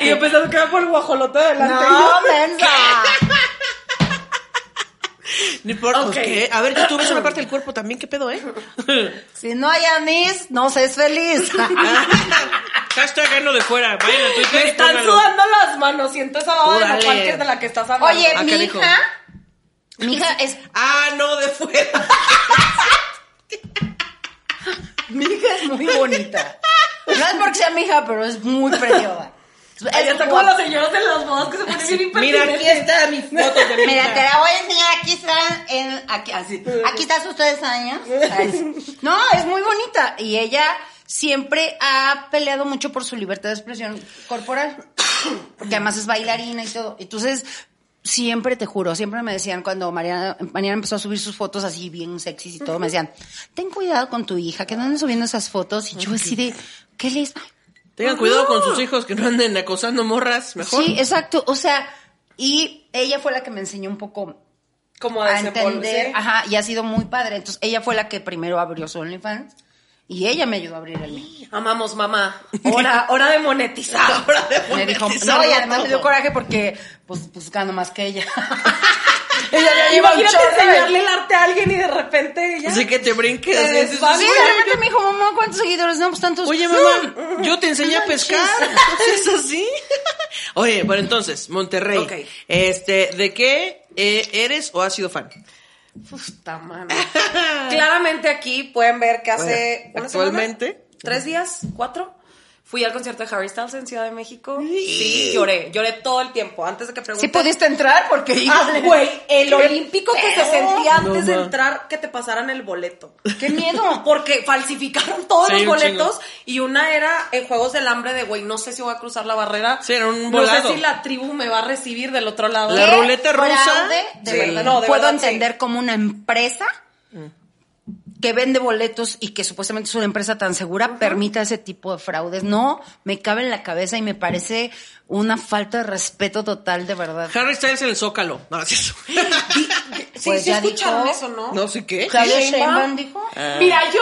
Speaker 3: Y yo pensando que era por el guajolote delante.
Speaker 2: No, mensa.
Speaker 1: No importa, pues,
Speaker 3: Ok.
Speaker 1: ¿qué? A ver, que tú ves una parte del cuerpo también, ¿qué pedo, eh?
Speaker 2: Si no hay anís, no se es feliz. Ah,
Speaker 1: Hashtag ano de fuera. Vayan a Twitter
Speaker 3: Me
Speaker 1: y
Speaker 3: están
Speaker 1: pónganlo.
Speaker 3: sudando las manos. Siento esa baba de
Speaker 1: Órale.
Speaker 3: nopal que es de la que estás hablando.
Speaker 2: Oye,
Speaker 1: Ah,
Speaker 2: mi
Speaker 1: canijo.
Speaker 2: hija, mi hija es,
Speaker 1: ¡Ah, no, de fuera!
Speaker 2: mi hija es muy bonita. No es porque sea mi hija, pero es muy preciosa.
Speaker 3: Ay,
Speaker 2: Es
Speaker 3: está como
Speaker 2: guapa.
Speaker 3: las señoras de las bodas que se ponen bien
Speaker 1: Mira,
Speaker 3: impertinentes.
Speaker 1: aquí está mi foto de mi
Speaker 2: Mira,
Speaker 1: hija.
Speaker 2: te la voy a enseñar. Aquí están, en, aquí, así. aquí están sus tres años. Así. No, es muy bonita. Y ella siempre ha peleado mucho por su libertad de expresión corporal. Porque además es bailarina y todo. Entonces, siempre te juro, siempre me decían cuando Mariana, Mariana empezó a subir sus fotos así bien sexys y todo, me decían, ten cuidado con tu hija, que no anden subiendo esas fotos. Y yo así de, ¿qué les
Speaker 1: Tengan cuidado con sus hijos que no anden acosando morras, mejor.
Speaker 2: Sí, exacto. O sea, y ella fue la que me enseñó un poco
Speaker 3: Como
Speaker 2: a
Speaker 3: de ese polvo,
Speaker 2: entender,
Speaker 3: sí.
Speaker 2: ajá, y ha sido muy padre. Entonces, ella fue la que primero abrió su OnlyFans y ella me ayudó a abrir el mío.
Speaker 3: Amamos, mamá. Hora, hora de monetizar.
Speaker 1: Ahora de
Speaker 2: Me dijo,
Speaker 1: monetizar
Speaker 2: no, y
Speaker 1: la
Speaker 2: además me dio
Speaker 1: foto.
Speaker 2: coraje porque, pues, buscando más que ella. ella ya lleva un
Speaker 3: Imagínate
Speaker 2: chorro.
Speaker 3: enseñarle
Speaker 2: de-
Speaker 3: el arte a alguien y de repente ella...
Speaker 1: Así que te brinques.
Speaker 3: Te
Speaker 1: así, así,
Speaker 3: desvalidas.
Speaker 2: Sí,
Speaker 1: así.
Speaker 2: de repente me dijo, mamá, ¿cuántos seguidores? No, pues tantos.
Speaker 1: Oye, mamá, yo te enseñé a pescar. ¿Es así? Oye, pero entonces, Monterrey.
Speaker 3: Ok.
Speaker 1: Este, ¿de qué eh, eres o has sido fan?
Speaker 3: Puta madre. Claramente aquí pueden ver que hace
Speaker 1: Bueno,
Speaker 3: una semana,
Speaker 1: actualmente.
Speaker 3: tres días, cuatro. Fui al concierto de Harry Styles en Ciudad de México. Sí, lloré, lloré todo el tiempo. Antes de que
Speaker 2: Si
Speaker 3: pregunten.
Speaker 2: pudiste entrar porque,
Speaker 3: Ah,
Speaker 2: híjole,
Speaker 3: güey, el
Speaker 2: qué
Speaker 3: olímpico que se
Speaker 2: pedo.
Speaker 3: sentía antes
Speaker 1: No,
Speaker 3: de
Speaker 1: ma.
Speaker 3: entrar que te pasaran el boleto.
Speaker 2: Qué miedo.
Speaker 3: Porque falsificaron todos
Speaker 1: Sí,
Speaker 3: los
Speaker 1: un
Speaker 3: boletos y una era en Juegos del Hambre de, güey, no sé si voy a cruzar la barrera.
Speaker 1: Sí, era un
Speaker 3: No
Speaker 1: volado.
Speaker 3: sé si la tribu me va a recibir del otro lado. ¿Eh?
Speaker 1: La
Speaker 2: Qué
Speaker 1: ruleta rusa.
Speaker 2: fraude, de
Speaker 1: Sí.
Speaker 2: verdad.
Speaker 3: No, de
Speaker 2: Puedo
Speaker 3: verdad, Mm.
Speaker 2: entender como una empresa que vende boletos y que supuestamente es una empresa tan segura permita ese tipo de fraudes. No, me cabe en la cabeza y me parece una falta de respeto total, de verdad.
Speaker 1: Harry Styles en el Zócalo. No, no es cierto.
Speaker 3: Sí,
Speaker 2: Pues
Speaker 3: sí
Speaker 2: ya
Speaker 3: escucharon
Speaker 2: dijo.
Speaker 3: eso, ¿no?
Speaker 1: No sé qué.
Speaker 2: Claudia
Speaker 3: Sheinbaum.
Speaker 2: Sheinbaum dijo.
Speaker 3: Mira, yo,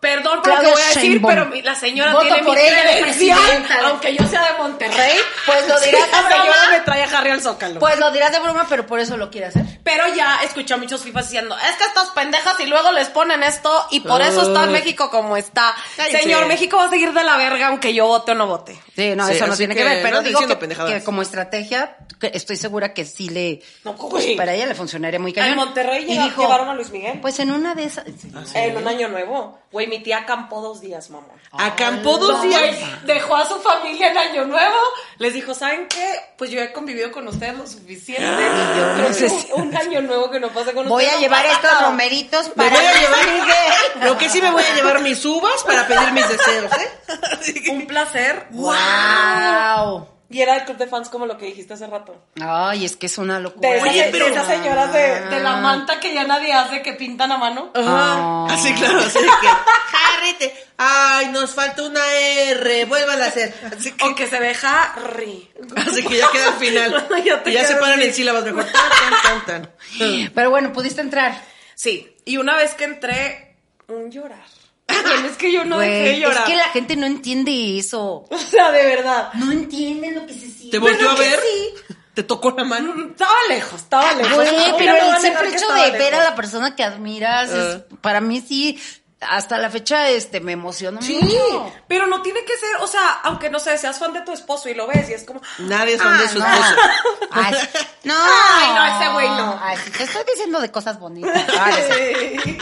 Speaker 3: perdón por lo que
Speaker 2: Claudia
Speaker 3: voy a decir,
Speaker 2: Sheinbaum.
Speaker 3: pero mi- la señora
Speaker 2: Voto
Speaker 3: tiene mi
Speaker 2: por ella de
Speaker 3: credencial,
Speaker 2: presidenta.
Speaker 3: aunque yo sea de Monterrey.
Speaker 2: Pues lo dirás de
Speaker 3: la señora
Speaker 2: broma.
Speaker 3: me trae a Harry al Zócalo.
Speaker 2: Pues lo dirás de broma, pero por eso lo quiere hacer.
Speaker 3: pero ya escuché a muchos fifas diciendo, es que estas pendejas y luego les ponen esto y por eso está
Speaker 1: Ay.
Speaker 3: México como está.
Speaker 1: Cállense.
Speaker 3: Señor, México va a seguir de la verga aunque yo vote o no vote.
Speaker 2: Sí, no,
Speaker 1: Sí,
Speaker 2: eso no
Speaker 1: así
Speaker 2: tiene que,
Speaker 1: que
Speaker 2: ver, pero
Speaker 1: no
Speaker 2: digo
Speaker 1: diciendo
Speaker 2: que,
Speaker 1: pendejadas.
Speaker 2: que como estrategia que estoy segura que sí le... pues,
Speaker 3: No, güey.
Speaker 2: Para ella le funcionaría muy cañón.
Speaker 3: En Monterrey
Speaker 2: Y
Speaker 3: llega-
Speaker 2: dijo,
Speaker 3: llevaron a Luis Miguel. Ah,
Speaker 2: Pues en una de esas...
Speaker 3: En un año nuevo. Güey, mi tía acampó dos días, mamá.
Speaker 1: Acampó dos
Speaker 3: Güey,
Speaker 1: días.
Speaker 3: dejó a su familia en Año Nuevo, les dijo, ¿saben qué? Pues yo he convivido con ustedes lo suficiente.
Speaker 2: yo
Speaker 3: Creo
Speaker 2: no
Speaker 3: que
Speaker 2: sé.
Speaker 3: un, un Año Nuevo que no pasa con
Speaker 2: Voy
Speaker 3: ustedes.
Speaker 2: a
Speaker 3: no
Speaker 2: llevar
Speaker 3: pasa
Speaker 2: estos
Speaker 3: nada".
Speaker 2: romeritos
Speaker 1: Me
Speaker 2: para
Speaker 1: voy a llevar.
Speaker 2: Luis Miguel.
Speaker 1: Lo que sí me voy a llevar mis uvas para pedir mis deseos, ¿eh?
Speaker 3: Un placer.
Speaker 2: Wow.
Speaker 3: Y era el club de fans como lo que dijiste hace rato.
Speaker 2: Ay, es que es una locura.
Speaker 3: De, esas-
Speaker 1: Oye,
Speaker 3: de
Speaker 1: pero-
Speaker 3: esas señoras de, de la manta que ya nadie hace, que pintan a mano.
Speaker 1: Ajá.
Speaker 2: Ah.
Speaker 1: Así, claro, así de que. Harry, te- Ay, nos falta una R. Vuélvala a hacer. Así que,
Speaker 3: O que se ve Harry.
Speaker 1: así que ya queda al final.
Speaker 3: Ya te
Speaker 1: y ya se
Speaker 3: quedas
Speaker 1: paran
Speaker 3: bien.
Speaker 1: en sílabas mejor. Tan, tan, tan, tan.
Speaker 2: Pero bueno, pudiste entrar.
Speaker 3: Sí, y una vez que entré, un llorar. Bueno, es que yo no dejé de
Speaker 2: Güey, es
Speaker 3: llorar.
Speaker 2: que la gente no entiende eso.
Speaker 3: O sea, de verdad.
Speaker 2: No entiende lo que se siente.
Speaker 1: ¿Te volteó a
Speaker 3: que
Speaker 1: ver?
Speaker 3: sí.
Speaker 1: ¿Te tocó la mano?
Speaker 3: Estaba lejos, estaba lejos.
Speaker 2: Güey,
Speaker 3: Ahora
Speaker 2: pero
Speaker 3: no van a
Speaker 2: el simple
Speaker 3: negar que
Speaker 2: hecho
Speaker 3: estaba
Speaker 2: de ver a
Speaker 3: lejos.
Speaker 1: Ah.
Speaker 2: la persona que admiras, es- para mí sí, hasta la fecha este, me emociona
Speaker 3: Sí,
Speaker 2: mucho.
Speaker 3: pero no tiene que ser, o sea, aunque no sé, seas fan de tu esposo y lo ves y es como, "Ah,
Speaker 1: Nadie es fan Ah, de su
Speaker 2: no.
Speaker 1: esposo.
Speaker 2: Ay, no.
Speaker 3: Ay, no, ese güey no.
Speaker 2: Ay, sí, te estoy diciendo de cosas bonitas. Ay, sí.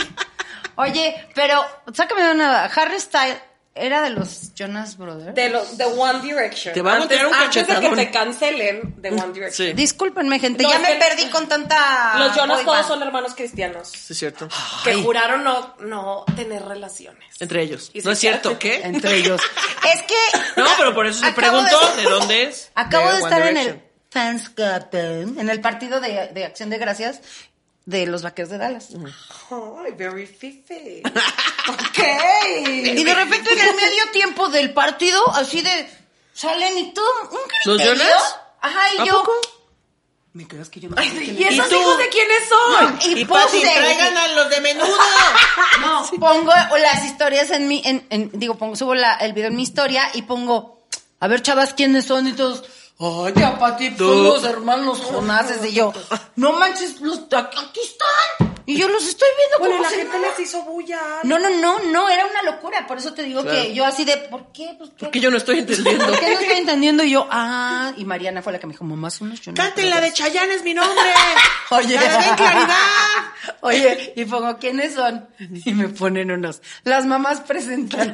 Speaker 2: Oye, pero sácame de una. Harry Styles era de los Jonas Brothers.
Speaker 3: de los de One Direction.
Speaker 1: Te van a
Speaker 3: antes,
Speaker 1: tirar un
Speaker 3: antes de que
Speaker 1: cachetadón.
Speaker 3: te cancelen de One Direction.
Speaker 1: Sí,
Speaker 2: Discúlpenme, gente,
Speaker 3: No,
Speaker 2: ya
Speaker 3: es
Speaker 2: me
Speaker 3: que-
Speaker 2: perdí con tanta.
Speaker 3: Los Jonas
Speaker 2: boy
Speaker 3: todos
Speaker 2: band.
Speaker 3: son hermanos cristianos
Speaker 1: sí es cierto.
Speaker 3: que juraron no, no tener relaciones.
Speaker 1: Entre ellos.
Speaker 3: Y
Speaker 1: No
Speaker 3: se
Speaker 1: es cierto,
Speaker 3: quedan-
Speaker 1: ¿qué?
Speaker 2: Entre ellos. Es que.
Speaker 1: No, pero por eso se
Speaker 2: Acabo
Speaker 1: preguntó de, dónde es.
Speaker 2: Acabo de
Speaker 1: One
Speaker 2: estar en el
Speaker 1: Direction.
Speaker 2: Thanksgiving, en el partido de, de Acción de Gracias de los Vaqueros de Dallas.
Speaker 3: Ay, very fifi. ok.
Speaker 2: Y de repente en el medio tiempo del partido, así de. Salen y todo. Un
Speaker 1: ¿Los
Speaker 2: griterío.
Speaker 1: Jonas?
Speaker 2: Ajá, y
Speaker 1: ¿A
Speaker 2: yo.
Speaker 1: poco?
Speaker 2: ¿Me crees que yo no
Speaker 3: ¿Y
Speaker 1: ¿Y
Speaker 3: esos
Speaker 1: tú?
Speaker 3: hijos de quiénes son?
Speaker 2: y
Speaker 1: Y Pati,
Speaker 2: puse.
Speaker 1: traigan a los de menudo.
Speaker 2: No, pongo las historias en mi, en, en- digo, pongo, subo la- el video en mi historia y pongo, a ver, chavas, ¿quiénes son? Y todos, ay, ya, Pati, son
Speaker 1: Tú.
Speaker 2: los hermanos Jonases. Y yo, no manches, los, aquí, aquí están. Y yo los estoy viendo
Speaker 3: Bueno,
Speaker 2: como
Speaker 3: la
Speaker 2: si
Speaker 3: gente
Speaker 2: nada.
Speaker 3: les hizo bulla.
Speaker 2: No, no, no, no, era una locura. Por eso te digo
Speaker 1: Claro.
Speaker 2: que yo así de, ¿por qué? Pues, ¿qué?
Speaker 1: Que yo no estoy entendiendo.
Speaker 2: ¿Por qué no estoy entendiendo? Y yo, ah, y Mariana fue la que me dijo, mamá, son los Jonas.
Speaker 1: Cántenla de Chayanne es mi nombre.
Speaker 2: Oye,
Speaker 1: Para ver claridad.
Speaker 2: Oye, y pongo, ¿quiénes son? Y me ponen unos. Las mamás presentan.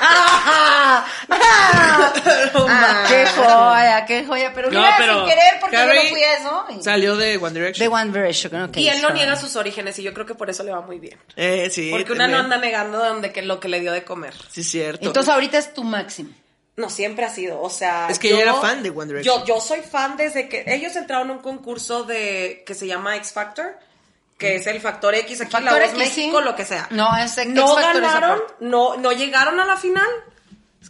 Speaker 2: ¡Ah! ¡Ah! Ah, ¡Qué joya, qué joya! Pero mira, sin querer, porque yo no fui a eso. Y-
Speaker 1: Salió de One
Speaker 2: The
Speaker 1: Direction.
Speaker 2: One Direction, ok.
Speaker 3: Y él no
Speaker 2: sorry.
Speaker 3: niega sus orígenes y yo creo que por eso le va muy bien.
Speaker 1: Eh, sí.
Speaker 3: Porque una no
Speaker 1: también.
Speaker 3: anda negando donde que lo que le dio de comer.
Speaker 1: Sí, es cierto.
Speaker 2: Entonces ahorita es tu máximo.
Speaker 3: No, siempre ha sido, o sea...
Speaker 1: Es que ella era fan de One Direction.
Speaker 3: Yo, yo soy fan desde que ellos entraron a un concurso de que se llama X Factor, que
Speaker 1: Mm.
Speaker 3: es el Factor X aquí en la
Speaker 2: Factor
Speaker 3: Voz
Speaker 2: X, sí.
Speaker 3: México, lo que sea.
Speaker 2: No, es X
Speaker 3: No
Speaker 2: Factor esa
Speaker 3: ganaron,
Speaker 2: parte.
Speaker 3: no, no llegaron a la final,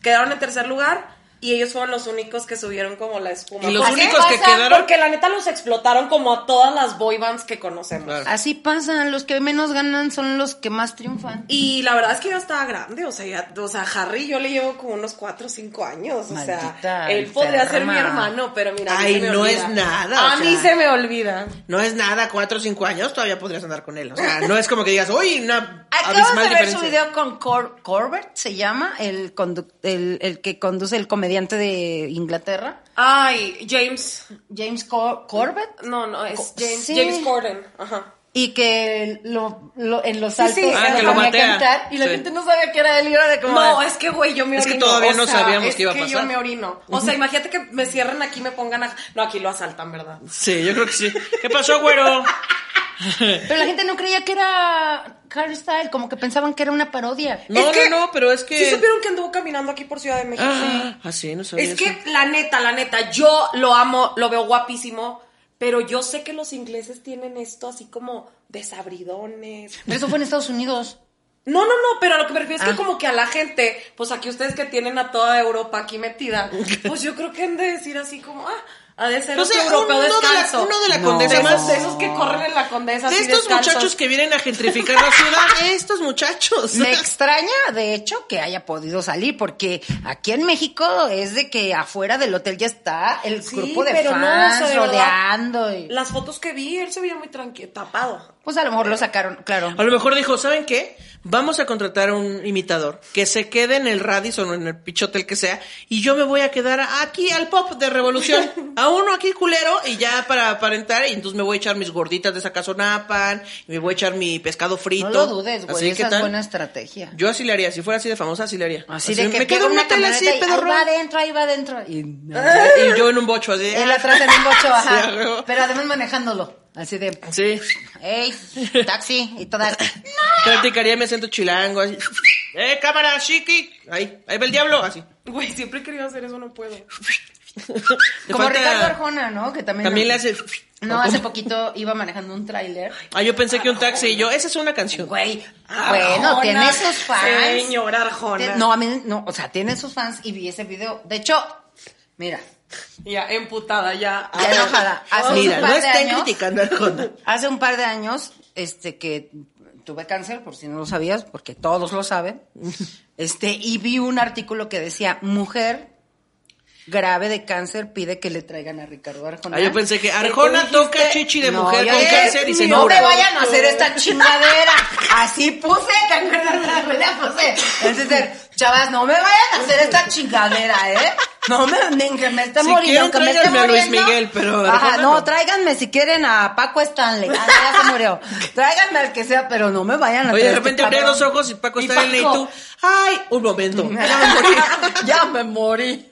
Speaker 3: quedaron en tercer lugar y ellos fueron los únicos que subieron como la espuma.
Speaker 1: Y los
Speaker 3: ¿Por qué?
Speaker 1: únicos que
Speaker 2: pasa?
Speaker 1: quedaron.
Speaker 3: Porque la neta los explotaron como a todas las boy bands que conocemos.
Speaker 1: Claro.
Speaker 2: Así pasa, los que menos ganan son los que más triunfan.
Speaker 3: Y la verdad es que yo estaba grande, o sea, ya- o sea, Harry yo le llevo como unos 4 o 5 años, o
Speaker 2: Maldita
Speaker 3: sea, él podría ser mi
Speaker 2: enferma.
Speaker 3: hermano, pero mira, a mí
Speaker 1: Ay,
Speaker 3: se me
Speaker 1: no
Speaker 3: olvida.
Speaker 1: es nada,
Speaker 3: A
Speaker 1: o
Speaker 3: mí
Speaker 1: sea.
Speaker 3: se me olvida.
Speaker 1: No es nada, cuatro o cinco años todavía podrías andar con él. O sea, no es como que digas, uy, una
Speaker 2: Acabas de
Speaker 1: abismal
Speaker 2: ver
Speaker 1: diferencia.
Speaker 2: su video con Cor- Corbett, se llama, el, condu- el, el que conduce el comediante de Inglaterra.
Speaker 3: Ay, James,
Speaker 2: James Cor- Corbett.
Speaker 3: no, no, es
Speaker 2: Co-
Speaker 3: James,
Speaker 2: sí.
Speaker 3: James Corden, ajá.
Speaker 2: Y que lo, lo- en los
Speaker 3: Sí,
Speaker 2: altos
Speaker 3: sí. Ah,
Speaker 2: se
Speaker 3: que
Speaker 2: lo
Speaker 3: lo
Speaker 2: ponía a
Speaker 1: batea.
Speaker 2: cantar y la
Speaker 1: Sí.
Speaker 2: gente no sabía que era él y era de como...
Speaker 3: No, es que güey, yo me
Speaker 1: Es
Speaker 3: orino.
Speaker 1: que todavía
Speaker 3: o
Speaker 1: no
Speaker 3: sea,
Speaker 1: sabíamos
Speaker 3: es
Speaker 1: que iba a
Speaker 3: que yo
Speaker 1: pasar.
Speaker 3: me orino. O sea, imagínate que me cierren aquí y me pongan a... No, aquí lo asaltan, ¿verdad?
Speaker 1: Sí, yo creo que sí. ¿Qué pasó, güero?
Speaker 2: Pero la gente no creía que era Harry Styles, como que pensaban que era una parodia.
Speaker 1: No,
Speaker 3: Es
Speaker 1: no,
Speaker 3: que-
Speaker 1: no, pero es que.
Speaker 3: ¿Sí supieron que anduvo caminando aquí por Ciudad de México?
Speaker 1: Ah, así, no sabía.
Speaker 3: Es
Speaker 1: eso.
Speaker 3: que la neta, la neta, yo lo amo, lo veo guapísimo, pero yo sé que los ingleses tienen esto así como desabridones.
Speaker 2: Pero eso fue en Estados Unidos.
Speaker 3: No, no, no, pero a lo que me refiero es
Speaker 2: Ah.
Speaker 3: que como que a la gente, pues aquí ustedes que tienen a toda Europa aquí metida, pues yo creo que han de decir así como, ah, ha de ser
Speaker 1: O sea,
Speaker 3: otro europeo
Speaker 1: uno de la-
Speaker 3: descalzo.
Speaker 1: uno de la
Speaker 3: No.
Speaker 1: condesa
Speaker 3: de
Speaker 1: más-
Speaker 3: esos, de esos que corren en la condesa.
Speaker 1: De
Speaker 3: así
Speaker 1: estos
Speaker 3: descalzos.
Speaker 1: muchachos que vienen a gentrificar la ciudad, estos muchachos.
Speaker 2: Me extraña, de hecho, que haya podido salir, porque aquí en México es de que afuera del hotel ya está el
Speaker 3: Sí,
Speaker 2: grupo de
Speaker 3: pero no, o
Speaker 2: fans
Speaker 3: sea, de verdad,
Speaker 2: rodeando. y-
Speaker 3: Las fotos que vi, él se veía muy tranquilo, tapado.
Speaker 2: Pues a lo mejor lo sacaron, claro.
Speaker 1: A lo mejor dijo, ¿saben qué? Vamos a contratar a un imitador que se quede en el Radisson o en el pichote, el que sea, y yo me voy a quedar aquí al pop de revolución, a uno aquí culero, y ya para aparentar, y entonces me voy a echar mis gorditas de sacazonapan, y me voy a echar mi pescado frito.
Speaker 2: No lo dudes,
Speaker 1: Así,
Speaker 2: güey.
Speaker 1: ¿qué
Speaker 2: Esa es
Speaker 1: tal?
Speaker 2: buena estrategia.
Speaker 1: Yo así le haría, si fuera así de famosa, así le haría.
Speaker 2: Así, de que
Speaker 1: me quedo en una tele así,
Speaker 2: camioneta y,
Speaker 1: pedorrón,
Speaker 2: Ahí va adentro, ahí va adentro. Y no.
Speaker 1: y yo en un bocho así.
Speaker 2: él atrás en un bocho, ajá.
Speaker 1: Sí, a huevo.
Speaker 2: pero además manejándolo. Así de,
Speaker 1: Sí,
Speaker 2: ¡Ey! Taxi. Y todas.
Speaker 1: practicaría mi acento chilango, así. ¡Eh, cámara, chiqui! Ahí, ahí va el diablo, así.
Speaker 3: Güey, siempre he querido hacer eso, no puedo.
Speaker 1: Le
Speaker 2: Como
Speaker 1: falta-
Speaker 2: Ricardo Arjona, ¿no? Que también.
Speaker 1: También le hace.
Speaker 2: No, hace poquito iba manejando un tráiler.
Speaker 1: Ah, yo pensé que un taxi y yo, esa es una canción.
Speaker 2: Güey, bueno,
Speaker 3: Arjona,
Speaker 2: tiene sus fans.
Speaker 3: Señor Arjona.
Speaker 2: Ti- No, a mí, no, o sea, tiene sus fans y vi ese video. De hecho, mira,
Speaker 3: Ya, emputada, ya.
Speaker 2: Ya enojada. Hace
Speaker 1: oh, Mira,
Speaker 2: un
Speaker 1: no
Speaker 2: par de
Speaker 1: estén
Speaker 2: años-
Speaker 1: criticando a Arjona.
Speaker 2: hace un par de años, este, que tuve cáncer, por si no lo sabías, porque todos lo saben, este, y vi un artículo que decía, mujer grave de cáncer pide que le traigan a Ricardo Arjona.
Speaker 1: Ah, yo pensé que Arjona
Speaker 2: Tú dijiste-
Speaker 1: toca chichi de
Speaker 2: No,
Speaker 1: mujer
Speaker 2: ya
Speaker 1: con
Speaker 2: ves,
Speaker 1: cáncer y se
Speaker 2: No
Speaker 1: cura.
Speaker 2: me vayan a hacer esta chingadera. Así puse, ¿te acuerdas de la abuela? Puse. Entonces, eh, chavas, no me vayan a hacer esta chingadera, ¿eh? No me, ni que me esté
Speaker 1: Si quieren,
Speaker 2: muriendo, que me esté
Speaker 1: tráiganme a
Speaker 2: muriendo.
Speaker 1: Luis Miguel, pero
Speaker 2: Ajá,
Speaker 1: Arjona
Speaker 2: no,
Speaker 1: no.
Speaker 2: tráiganme si quieren a Paco Stanley. Ah, no, ya se murió. Tráiganme al que sea, pero no me vayan a
Speaker 1: Oye,
Speaker 2: traer
Speaker 1: de repente
Speaker 2: este
Speaker 1: abría
Speaker 2: cabrón.
Speaker 1: los ojos y Paco
Speaker 2: Y
Speaker 1: está en y
Speaker 2: Paco.
Speaker 1: tú. ¡Ay! Un momento. Ya me morí.
Speaker 2: ya me morí.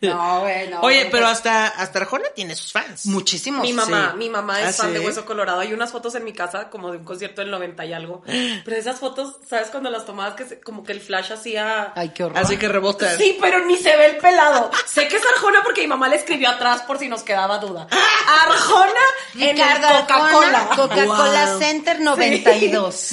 Speaker 2: No, güey, no.
Speaker 1: Oye,
Speaker 2: güey.
Speaker 1: pero hasta, hasta Arjona tiene sus fans.
Speaker 2: Muchísimos.
Speaker 3: Mi mamá, mi mamá es
Speaker 1: Ah, ¿sí?
Speaker 3: fan de Hueso Colorado. Hay unas fotos en mi casa como de un concierto del 90 y algo. Pero esas fotos, ¿sabes? Cuando las tomabas, que se- como que el flash hacía...
Speaker 2: Ay, qué horror.
Speaker 1: Así que rebota.
Speaker 3: Sí, pero ni se ve el pelado. Sé que es Arjona porque mi mamá le escribió atrás por si nos quedaba duda. Arjona en el
Speaker 2: Ricardo Coca-Cola.
Speaker 3: Coca-Cola.
Speaker 2: Coca-Cola
Speaker 1: Wow.
Speaker 2: Center 92.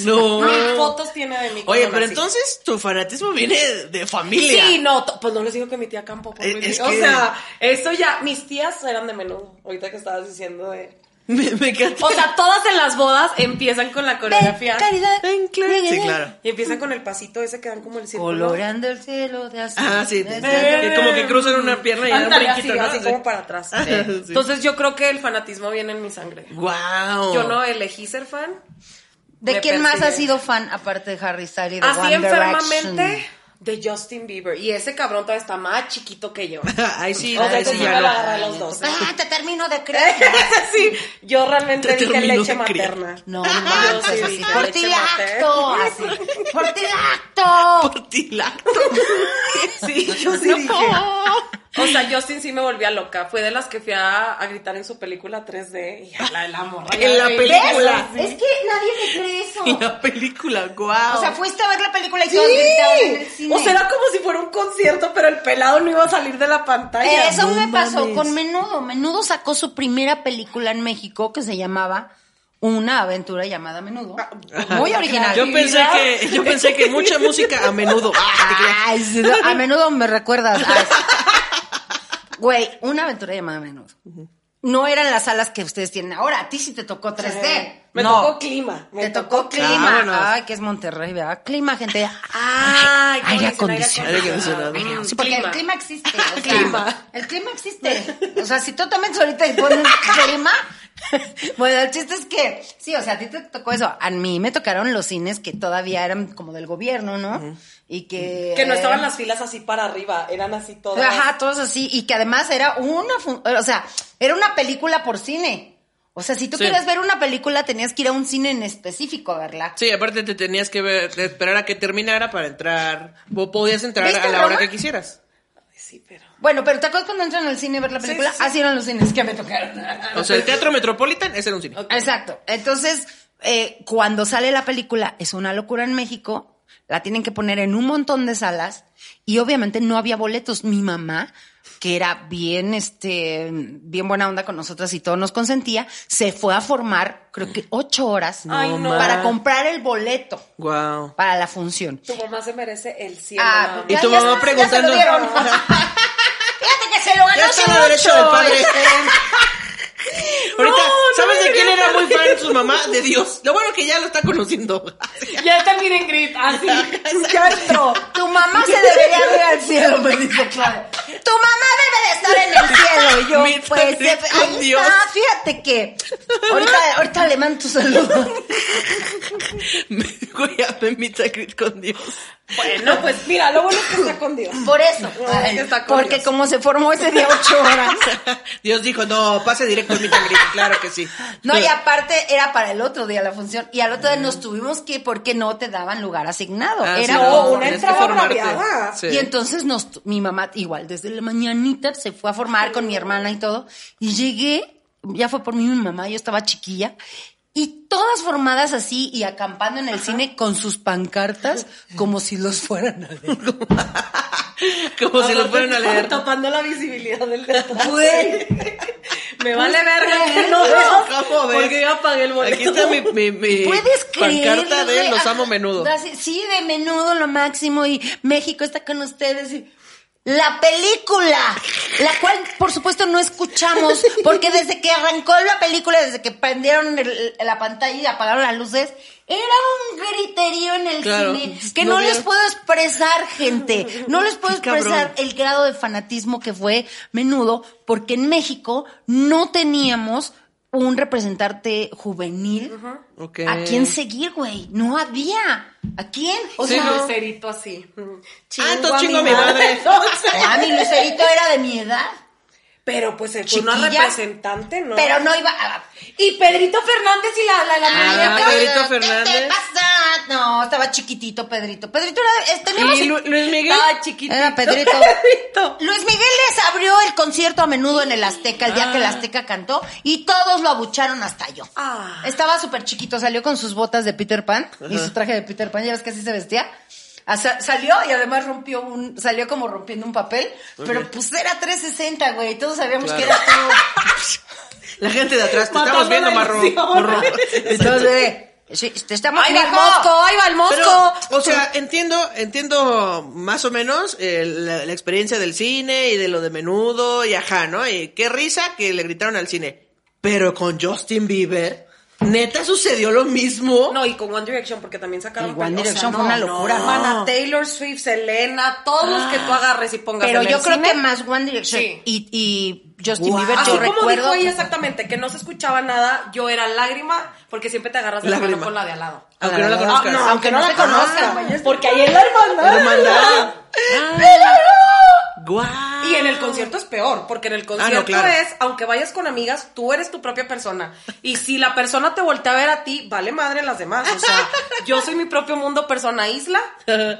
Speaker 1: No.
Speaker 3: Mil Ah, fotos tiene de mí. cuando
Speaker 1: Oye, pero
Speaker 3: nací.
Speaker 1: entonces tu fanatismo viene de familia.
Speaker 3: Sí, no, to- pues no les digo que mi tía Campo. por
Speaker 1: Eh,
Speaker 3: Luis
Speaker 1: es
Speaker 3: Miguel.
Speaker 1: que-
Speaker 3: O sea, eso ya, mis tías eran de menudo. Ahorita que estabas diciendo de...
Speaker 1: Me, me encanta.
Speaker 3: O sea, todas en las bodas empiezan con la coreografía.
Speaker 2: Caridad.
Speaker 1: Ven, claro. Sí, claro.
Speaker 3: Y empiezan con el pasito ese que dan como el círculo.
Speaker 2: Coloreando el cielo de azul.
Speaker 1: Ah, sí.
Speaker 2: de-
Speaker 1: que como que cruzan una pierna y dan un
Speaker 3: Ándale,
Speaker 1: brinquito,
Speaker 3: así,
Speaker 1: ¿no?
Speaker 3: así como para atrás.
Speaker 1: Sí.
Speaker 3: Entonces yo creo que el fanatismo viene en mi sangre.
Speaker 1: Wow.
Speaker 3: Yo no elegí ser fan.
Speaker 2: ¿De
Speaker 3: Me
Speaker 2: quién más
Speaker 3: persigue.
Speaker 2: has sido fan aparte de Harry Styles y de
Speaker 3: Así
Speaker 2: One
Speaker 3: enfermamente
Speaker 2: Direction?
Speaker 3: de Justin Bieber. Y ese cabrón todavía está más chiquito que yo.
Speaker 1: Ahí sí,
Speaker 3: O sea,
Speaker 1: ahí
Speaker 3: te
Speaker 1: sí ya
Speaker 3: sube la-
Speaker 1: no.
Speaker 3: agarra los dos.
Speaker 2: Ah, te termino de creer.
Speaker 3: sí, yo realmente
Speaker 1: Te
Speaker 3: dije
Speaker 1: terminó
Speaker 3: leche
Speaker 1: de criar.
Speaker 3: materna.
Speaker 2: No,
Speaker 3: Yo
Speaker 2: manches,
Speaker 3: sí
Speaker 2: así.
Speaker 3: dije
Speaker 2: Por
Speaker 3: leche
Speaker 2: ti
Speaker 3: materna.
Speaker 2: lacto, así. Por ti lacto.
Speaker 1: Por ti, la-
Speaker 3: Sí, yo sí dije. O sea, Justin sí me volvía loca. Fue de las que fui a, a gritar en su película 3D. Y a la de la morra.
Speaker 1: En la película.
Speaker 2: Es que nadie me cree eso.
Speaker 1: En la película, wow.
Speaker 2: O sea, fuiste a ver la película y
Speaker 3: Sí.
Speaker 2: todos gritaban en el cine.
Speaker 3: O sea, era como si fuera un concierto, pero el pelado no iba a salir de la pantalla.
Speaker 2: Eh, Eso
Speaker 1: no
Speaker 2: me pasó
Speaker 1: mames.
Speaker 2: con Menudo. Menudo sacó su primera película en México que se llamaba Una aventura llamada Menudo. Muy original.
Speaker 1: yo pensé que, yo pensé que mucha música a menudo. Ah, te creas.
Speaker 2: Ay, sí, no, a menudo me recuerdas. Ay, sí. Güey, una aventura llamada Menudo. No eran las salas que ustedes tienen ahora. A ti sí te tocó 3D.
Speaker 3: Me
Speaker 2: No,
Speaker 3: tocó clima. me
Speaker 2: Te tocó clima.
Speaker 1: Vámonos.
Speaker 2: Ay, que es Monterrey, ¿verdad? Clima, gente.
Speaker 3: Ay, ¿cómo
Speaker 2: Aire
Speaker 3: dicen?
Speaker 2: acondicionado.
Speaker 1: Aire acondicionado.
Speaker 3: Mm,
Speaker 2: Sí, porque
Speaker 3: clima.
Speaker 2: el clima existe. o sea,
Speaker 3: Clima.
Speaker 2: El clima existe. O sea, si tú te metes ahorita y pones clima. Bueno, el chiste es que, sí, o sea, a ti te tocó eso. A mí me tocaron los cines que todavía eran como del gobierno, ¿no? Y que.
Speaker 3: Que no estaban
Speaker 2: eh,
Speaker 3: las filas así para arriba, eran así todas.
Speaker 2: Ajá, todos así. Y que además era una. fun- O sea, era una película por cine. O sea, si tú
Speaker 1: Sí.
Speaker 2: querías ver una película, tenías que ir a un cine en específico a verla.
Speaker 1: Sí, aparte te tenías que ver, esperar a que terminara para entrar. Vos podías entrar
Speaker 2: ¿Viste
Speaker 1: a la
Speaker 2: Roma?
Speaker 1: hora que quisieras.
Speaker 3: Sí, pero.
Speaker 2: Bueno, pero ¿te acuerdas cuando entran al cine a ver la película?
Speaker 3: sí, sí.
Speaker 2: Así eran los cines que me tocaron.
Speaker 1: O sea, el Teatro Metropolitan, ese era un cine.
Speaker 2: Exacto. Entonces, eh, cuando sale la película, es una locura en México. La tienen que poner en un montón de salas. Y obviamente no había boletos. Mi mamá, que era bien, este, bien buena onda con nosotras y todo nos consentía, se fue a formar, creo que ocho horas
Speaker 3: Ay, no.
Speaker 2: para comprar el boleto
Speaker 1: Wow.
Speaker 2: para la función.
Speaker 3: Tu mamá se merece el cielo.
Speaker 2: Ah,
Speaker 3: mamá.
Speaker 1: Y
Speaker 2: ya-
Speaker 1: tu
Speaker 2: ya
Speaker 1: mamá
Speaker 2: se- ya se lo
Speaker 1: preguntando.
Speaker 2: dieron. Fíjate que
Speaker 3: Ah,
Speaker 2: se lo ganó
Speaker 1: Ya está
Speaker 2: Chinocho.
Speaker 1: la derecha del padre. Ahorita,
Speaker 3: ¿eh? no
Speaker 1: ¿sabes
Speaker 3: me
Speaker 1: de quién
Speaker 3: quería
Speaker 1: era muy fan su mamá? De Dios. Lo bueno que ya lo está conociendo.
Speaker 3: Ya está miren grit, así. ya entró.
Speaker 2: Tu mamá se debería ir al cielo, me dice Clara. Tu mamá debe de estar en el cielo. Y yo,
Speaker 1: Mira,
Speaker 2: pues,
Speaker 1: Dios,
Speaker 2: jefe, ahí
Speaker 1: con Dios.
Speaker 2: está, fíjate que. Ahorita, ahorita le mando tu saludo.
Speaker 1: Me voy a ver mi sacrit con Dios.
Speaker 3: Bueno, pues mira, lo bueno es que está con Dios.
Speaker 2: Por eso.
Speaker 3: Ay, que está con
Speaker 2: porque
Speaker 3: Dios.
Speaker 2: como se formó ese día ocho horas.
Speaker 1: Dios dijo, no, pase directo a mi sacrit. Claro que sí.
Speaker 2: No, y aparte era para el otro día la función. Y al otro día nos tuvimos que ir porque no te daban lugar asignado.
Speaker 1: Ah,
Speaker 2: era
Speaker 1: sí,
Speaker 3: no,
Speaker 2: o-
Speaker 3: una
Speaker 1: tienes que
Speaker 3: entrada
Speaker 1: formarte.
Speaker 3: braviada.
Speaker 1: Sí.
Speaker 2: Y entonces nos, tu- mi mamá, igual desde la mañanita se fue a formar con mi hermana y todo. Y llegué, ya fue por mí mi mamá, yo estaba chiquilla. Y todas formadas así y acampando en el cine con sus pancartas como si los fueran a leer.
Speaker 1: Como si lo fueran a leer.
Speaker 3: Tapando la visibilidad del de atrás.
Speaker 2: Güey.
Speaker 3: Me vale verga que no veo.
Speaker 1: ¿Cómo ves?
Speaker 3: Porque yo apagué el boleto.
Speaker 1: Aquí está mi, mi, mi
Speaker 2: ¿Puedes creer?
Speaker 1: pancarta de
Speaker 2: güey?
Speaker 1: Los
Speaker 2: Ajá.
Speaker 1: Amo Menudo.
Speaker 2: Así- sí, de menudo lo máximo y México está con ustedes. y- La película, la cual por supuesto no escuchamos, porque desde que arrancó la película, desde que prendieron el- la pantalla y apagaron las luces, Era un griterío en el
Speaker 1: Claro,
Speaker 2: cine que
Speaker 1: no
Speaker 2: no,
Speaker 1: había-
Speaker 2: les puedo expresar, gente. No les puedo
Speaker 1: Qué cabrón.
Speaker 2: expresar el grado de fanatismo que fue menudo, porque en México no teníamos un representante juvenil
Speaker 1: Ok.
Speaker 2: a quién seguir, güey. No había. ¿A quién? O
Speaker 3: O
Speaker 1: Sí,
Speaker 3: sea,
Speaker 1: no.
Speaker 3: Lucerito así. Mm.
Speaker 1: Ah, entonces chingo a mi madre. Ah,
Speaker 3: Entonces,
Speaker 2: a mi Lucerito era de mi edad,
Speaker 3: pero pues el una
Speaker 2: Chiquilla.
Speaker 3: representante, ¿no?
Speaker 2: pero no iba a...
Speaker 3: Y Pedrito Fernández y la, la, la
Speaker 1: Ah,
Speaker 3: muñeca.
Speaker 1: Pedrito
Speaker 2: ¿Qué
Speaker 1: Fernández.
Speaker 2: te pasa? No, estaba chiquitito Pedrito. Pedrito era... es- teníamos-
Speaker 1: ¿Y Lu- Luis Miguel?
Speaker 3: Estaba chiquitito.
Speaker 2: Era Pedrito.
Speaker 3: Pedrito.
Speaker 2: Luis Miguel les abrió el concierto a menudo en el Azteca, el día
Speaker 1: Ah.
Speaker 2: que el Azteca cantó, y todos lo abucharon hasta yo.
Speaker 3: Ah.
Speaker 2: Estaba súper chiquito, salió con sus botas de Peter Pan y su traje de Peter Pan, ya ves que así se vestía. Ah, sa- salió y además rompió un, salió como rompiendo un papel, pero pues era 360, güey, y todos sabíamos que era
Speaker 1: Claro.
Speaker 2: todo.
Speaker 1: La gente de atrás, te
Speaker 3: Matando
Speaker 1: estamos viendo,
Speaker 3: la
Speaker 1: marrón.
Speaker 3: ilusión.
Speaker 1: Morro.
Speaker 2: Entonces, eh, sí, te estamos
Speaker 3: Ahí va el
Speaker 2: mijo.
Speaker 3: mosco, ahí va el mosco.
Speaker 1: Pero, o sea, entiendo, entiendo más o menos eh, la, la experiencia del cine y de lo de menudo y ajá, ¿no? Y qué risa que le gritaron al cine. Pero con Justin Bieber, neta sucedió lo mismo.
Speaker 3: No, y con One Direction, porque también sacaron.
Speaker 2: El One
Speaker 3: o sea,
Speaker 2: Direction
Speaker 3: no,
Speaker 2: fue una
Speaker 3: no, Ah.
Speaker 2: locura. Ah.
Speaker 3: Hermana, Taylor Swift, Selena, todos los que tú agarres y pongas
Speaker 2: Pero
Speaker 3: en
Speaker 2: yo
Speaker 3: el
Speaker 2: creo
Speaker 3: cine.
Speaker 2: que más One Direction
Speaker 3: Sí.
Speaker 2: y, y Justin
Speaker 1: Wow.
Speaker 2: Bieber,
Speaker 3: Así
Speaker 2: yo
Speaker 3: como
Speaker 2: recuerdo.
Speaker 3: dijo ella exactamente, que no se escuchaba nada, yo era lágrima, porque siempre te agarras de la mano
Speaker 1: Lágrima.
Speaker 3: con la de al lado.
Speaker 1: Aunque no la
Speaker 2: Ah,
Speaker 1: conozcas.
Speaker 2: no, aunque no la conozcan, güey, es-
Speaker 3: Porque ahí es la hermandad.
Speaker 1: Hermandad. Guau.
Speaker 3: Ah. Y en el concierto es peor, porque en
Speaker 2: Ah,
Speaker 3: el concierto
Speaker 1: claro.
Speaker 3: es, aunque vayas con amigas, tú eres tu propia persona. Y si la persona te voltea a ver a ti, vale madre las demás. O sea, yo soy mi propio mundo, persona isla,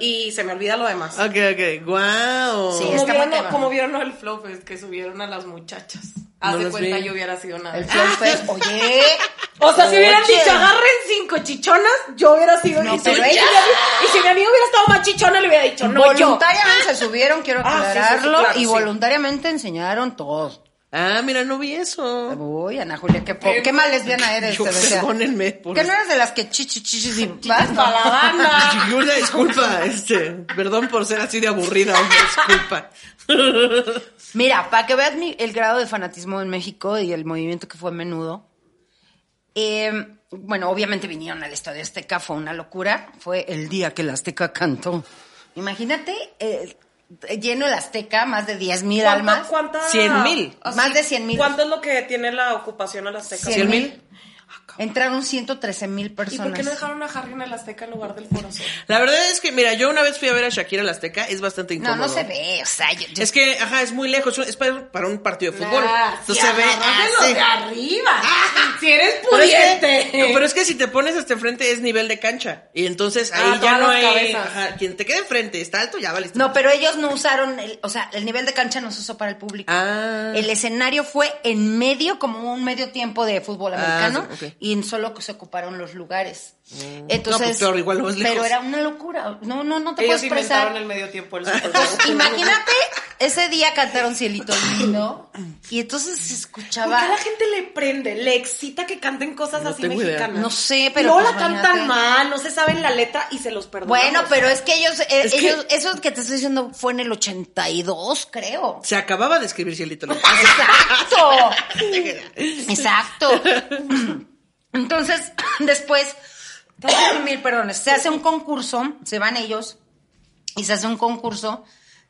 Speaker 3: y se me olvida lo demás.
Speaker 1: Ok, ok, guau.
Speaker 2: Sí,
Speaker 3: Como
Speaker 2: está
Speaker 3: vieron,
Speaker 2: macabro.
Speaker 3: como vieron el flow fest que subieron a las muchachas. Haz
Speaker 1: No
Speaker 3: de
Speaker 1: los
Speaker 3: cuenta
Speaker 1: vi.
Speaker 3: yo hubiera sido una. de
Speaker 2: El
Speaker 3: ellas.
Speaker 2: Flow Fest, oye.
Speaker 3: Ah. O sea, si hubieran
Speaker 2: Oye.
Speaker 3: dicho, agarren cinco chichonas, yo hubiera sido.
Speaker 2: No,
Speaker 3: y, si,
Speaker 2: pero
Speaker 3: y si
Speaker 2: ella-
Speaker 3: mi amigo- y si mi amigo hubiera estado más chichona, le hubiera dicho, no, yo.
Speaker 2: voluntariamente se subieron, quiero
Speaker 3: Ah, sí, sí, sí,
Speaker 2: aclararlo,
Speaker 3: claro,
Speaker 2: y
Speaker 3: sí.
Speaker 2: voluntariamente enseñaron todo.
Speaker 1: Ah, mira, no vi eso.
Speaker 2: Uy, Ana Julia, qué, po-
Speaker 3: Eh,
Speaker 2: qué mal lesbiana eres.
Speaker 1: Yo,
Speaker 2: te decía.
Speaker 1: perdónenme por-
Speaker 2: Que no eres de las que chichi, chichis y vas
Speaker 3: para la banda.
Speaker 1: Y Una disculpa, este, perdón por ser así de aburrida, una disculpa.
Speaker 2: Mira, para que veas mi- el grado de fanatismo en México y el movimiento que fue a menudo. eh, bueno, obviamente vinieron al Estadio Azteca, fue una locura. Fue el día que el Azteca cantó. Imagínate, eh, lleno el Azteca, más de 10.000 mil
Speaker 3: ¿Cuánto-
Speaker 2: almas.
Speaker 3: cuánta-
Speaker 1: Cien mil.
Speaker 3: así-
Speaker 2: Más de cien mil.
Speaker 3: ¿Cuánto es lo que tiene la ocupación a la Azteca?
Speaker 1: ¿Cien
Speaker 2: Cien
Speaker 1: mil?
Speaker 2: Entraron 113 mil
Speaker 3: ¿Y
Speaker 2: personas.
Speaker 3: por qué no dejaron a Harry en el Azteca en lugar del Foro Sol?
Speaker 1: La verdad es que, mira, yo una vez fui a ver a Shakira al Azteca, es bastante
Speaker 2: No,
Speaker 1: incómodo.
Speaker 2: no se ve, o sea, yo- yo-
Speaker 1: Es que, ajá, es muy lejos, es para, para un partido de fútbol.
Speaker 2: Ah,
Speaker 1: Entonces se ve así.
Speaker 3: de arriba. Si eres
Speaker 1: Pero es,
Speaker 3: pudiente.
Speaker 1: que, pero es que si te pones hasta enfrente es nivel de cancha. Y entonces
Speaker 3: Ah,
Speaker 1: ahí ya
Speaker 3: todas
Speaker 1: no
Speaker 3: las
Speaker 1: hay.
Speaker 3: cabezas.
Speaker 1: Ajá, quien te quede enfrente está alto, ya vale.
Speaker 2: No, pero ellos no usaron, el- o sea, el nivel de cancha no se usó para el público.
Speaker 1: Ah.
Speaker 2: El escenario fue en medio, como un medio tiempo de fútbol
Speaker 1: Ah,
Speaker 2: americano,
Speaker 1: sí, ok.
Speaker 2: y en solo se ocuparon los lugares.
Speaker 1: No,
Speaker 2: Entonces,
Speaker 1: pues, peor, igual no es lejos.
Speaker 2: pero era una locura. No, no, no te
Speaker 3: Ellos
Speaker 2: puedo expresar.
Speaker 3: inventaron el medio tiempo el Super Bowl.
Speaker 2: Entonces, imagínate, ese día cantaron Cielito Lindo, y entonces se
Speaker 3: ¿Por qué
Speaker 2: escuchaba.
Speaker 3: a la gente le prende? Le excita que canten cosas
Speaker 1: No
Speaker 3: así
Speaker 1: tengo idea.
Speaker 3: mexicanas.
Speaker 2: No sé, pero
Speaker 3: Luego la
Speaker 2: pues, imagínate.
Speaker 3: cantan mal, no se saben la letra y se los perdonamos.
Speaker 2: Bueno, pero es que ellos, eh,
Speaker 1: Es que-
Speaker 2: ellos, eso que te estoy diciendo fue en el 82, creo.
Speaker 1: Se acababa de escribir Cielito. Loco.
Speaker 2: Exacto. Exacto. Entonces, después, mil perdones, se hace un concurso, se van ellos y se hace un concurso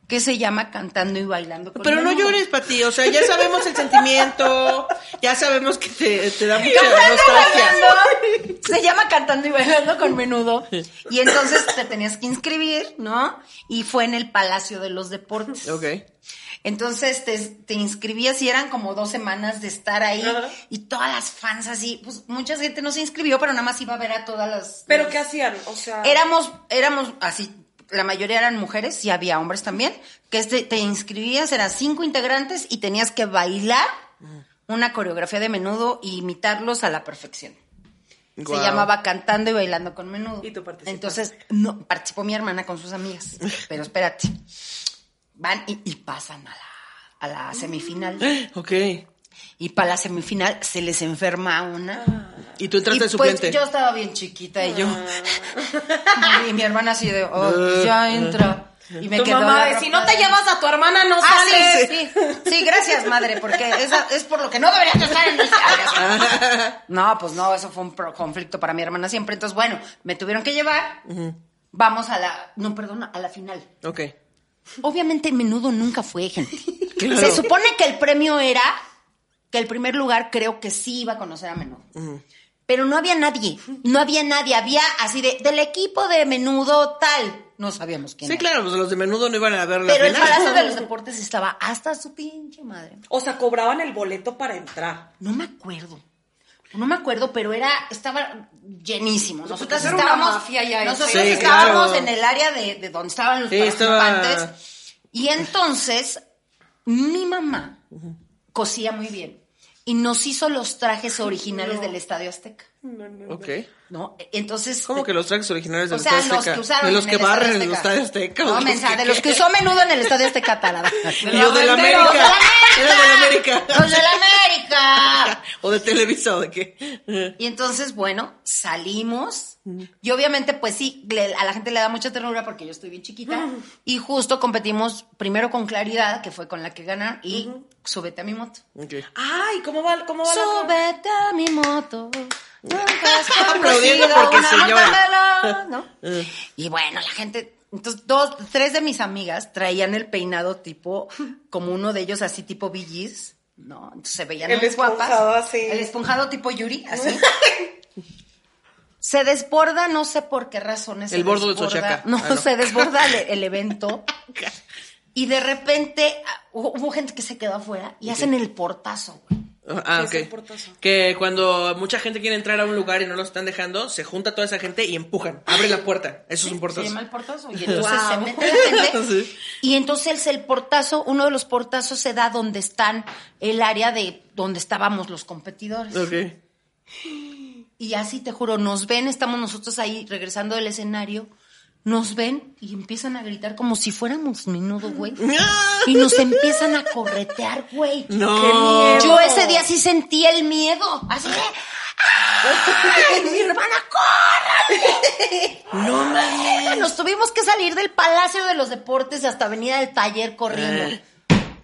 Speaker 2: que se llama Cantando y Bailando. con
Speaker 1: Pero no
Speaker 2: Menudo.
Speaker 1: llores, Pati. O sea, ya sabemos el sentimiento. Ya sabemos que te, te da mucha
Speaker 2: Cantando y
Speaker 1: nostalgia.
Speaker 2: Bailando. Se llama Cantando y Bailando con Menudo. Y entonces te tenías que inscribir, ¿no? Y fue en el Palacio de los Deportes.
Speaker 1: Ok.
Speaker 2: Entonces te, te inscribías y eran como dos semanas de estar ahí
Speaker 3: Ajá.
Speaker 2: y todas las fans así, pues mucha gente no se inscribió, pero nada más iba a ver a todas las...
Speaker 3: ¿Pero
Speaker 2: las-
Speaker 3: qué hacían? O sea...
Speaker 2: Éramos, éramos así, la mayoría eran mujeres y había hombres también, que este- te inscribías, eran cinco integrantes y tenías que bailar una coreografía de menudo e imitarlos a la perfección.
Speaker 1: Guau.
Speaker 2: Se llamaba Cantando y Bailando con Menudo.
Speaker 3: Y tú participaste.
Speaker 2: Entonces, no, participó mi hermana con sus amigas. Pero espérate. Van y, y pasan a la, a la semifinal.
Speaker 3: Ah.
Speaker 1: Ok.
Speaker 2: Y para la semifinal se les enferma una.
Speaker 3: Ah.
Speaker 1: Y tú entraste
Speaker 2: Y,
Speaker 1: de
Speaker 2: pues,
Speaker 1: suplente.
Speaker 2: yo estaba bien chiquita y yo. y mi hermana así de, "Oh, ya entra. Y me
Speaker 3: Ah. tu
Speaker 2: quedó
Speaker 3: mamá
Speaker 2: la
Speaker 3: de,
Speaker 2: ropa
Speaker 3: si no te llevas a tu hermana, no
Speaker 2: Ah,
Speaker 3: sales.
Speaker 2: sí, sí. Sí, gracias, madre, porque esa es por lo que no deberías de estar en mi casa. No, pues no, eso fue un pro- conflicto para mi hermana siempre. Entonces, bueno, me tuvieron que llevar. Vamos a la. No, perdona, a la final.
Speaker 1: Ok.
Speaker 2: Obviamente, menudo nunca fue, gente.
Speaker 1: Claro.
Speaker 2: Se supone que el premio era que el primer lugar creo que sí iba a conocer a menudo. Pero no había nadie. No había nadie. Había así de. Del equipo de menudo tal. No sabíamos quién
Speaker 1: Sí,
Speaker 2: era.
Speaker 1: claro, pues los de menudo no iban a ver la
Speaker 2: Pero el
Speaker 1: final.
Speaker 2: Palacio de los Deportes estaba hasta su pinche madre.
Speaker 3: O sea, cobraban el boleto para entrar.
Speaker 2: No me acuerdo. No me acuerdo, pero era, estaba llenísimo. Nosotros
Speaker 3: era una
Speaker 2: estábamos,
Speaker 3: mafia ya hecha.
Speaker 2: nosotros
Speaker 1: Sí,
Speaker 2: estábamos
Speaker 1: claro.
Speaker 2: en el área de, de donde estaban los
Speaker 1: Sí, estaba-
Speaker 2: participantes. Y entonces, mi mamá cosía muy bien. Y nos hizo los trajes originales del Estadio Azteca.
Speaker 1: Ok.
Speaker 2: ¿No? Entonces.
Speaker 1: ¿Cómo que los trajes originales del
Speaker 2: O sea,
Speaker 1: Estadio
Speaker 2: los
Speaker 1: Azteca?
Speaker 2: que usaron
Speaker 1: de los
Speaker 2: en
Speaker 1: que
Speaker 2: el Estadio
Speaker 1: barren en el Estadio Azteca. o
Speaker 2: No,
Speaker 1: los
Speaker 2: mensa,
Speaker 1: que-
Speaker 2: de los que usó menudo en el Estadio Azteca, tarada.
Speaker 1: Y los de la América. Era
Speaker 3: Los
Speaker 1: de la
Speaker 2: ¡Los
Speaker 1: América.
Speaker 2: de la América!
Speaker 1: O de Televisa o de qué.
Speaker 2: Y entonces, bueno, salimos. Y obviamente, pues sí, le- a la gente le da mucha ternura porque yo estoy bien chiquita. Y justo competimos primero con Claridad, que fue con la que ganaron, y súbete a mi moto.
Speaker 1: Ok.
Speaker 3: Ay, ¿cómo va, cómo va la
Speaker 2: Súbete a mi moto. Nunca has
Speaker 1: Aplaudiendo
Speaker 2: conocido
Speaker 1: porque
Speaker 2: una
Speaker 1: señora.
Speaker 2: montaña, ¿no? Y bueno, la gente. Entonces, dos, tres de mis amigas traían el peinado tipo, como uno de ellos así tipo Billys, ¿no? Entonces se veían
Speaker 3: El
Speaker 2: muy
Speaker 3: esponjado
Speaker 2: guapas.
Speaker 3: así.
Speaker 2: El esponjado tipo Yuri, así. se desborda, no sé por qué razones. se
Speaker 1: El bordo de
Speaker 2: desborda.
Speaker 1: Xochaca.
Speaker 2: No,
Speaker 1: Ah, no.
Speaker 2: se desborda el, el evento. Y de repente ah, hubo, hubo gente que se quedó afuera y hacen el portazo, güey.
Speaker 1: Ah,
Speaker 3: ¿Qué es el
Speaker 1: ok.
Speaker 3: portazo?
Speaker 1: Que cuando mucha gente quiere entrar a un lugar y no lo están dejando, se junta toda esa gente y empujan. Abre la puerta. Eso es un
Speaker 2: Se
Speaker 1: portazo.
Speaker 2: llama el portazo. Y entonces
Speaker 3: Wow.
Speaker 2: se mete la gente.
Speaker 1: Sí.
Speaker 2: Y entonces el portazo, uno de los portazos se da donde están el área de donde estábamos los competidores.
Speaker 1: Ok.
Speaker 2: Y así te juro, nos ven, estamos nosotros ahí regresando del escenario, nos ven y empiezan a gritar como si fuéramos menudo, güey. Y nos empiezan a corretear, güey.
Speaker 1: No.
Speaker 3: Qué miedo.
Speaker 2: Yo ese día sí sentí el miedo, así de, ¡ay, mi hermana,
Speaker 1: No mames.
Speaker 2: Bueno, Nos tuvimos que salir del Palacio de los Deportes hasta Avenida del Taller
Speaker 3: Eh.
Speaker 2: corriendo.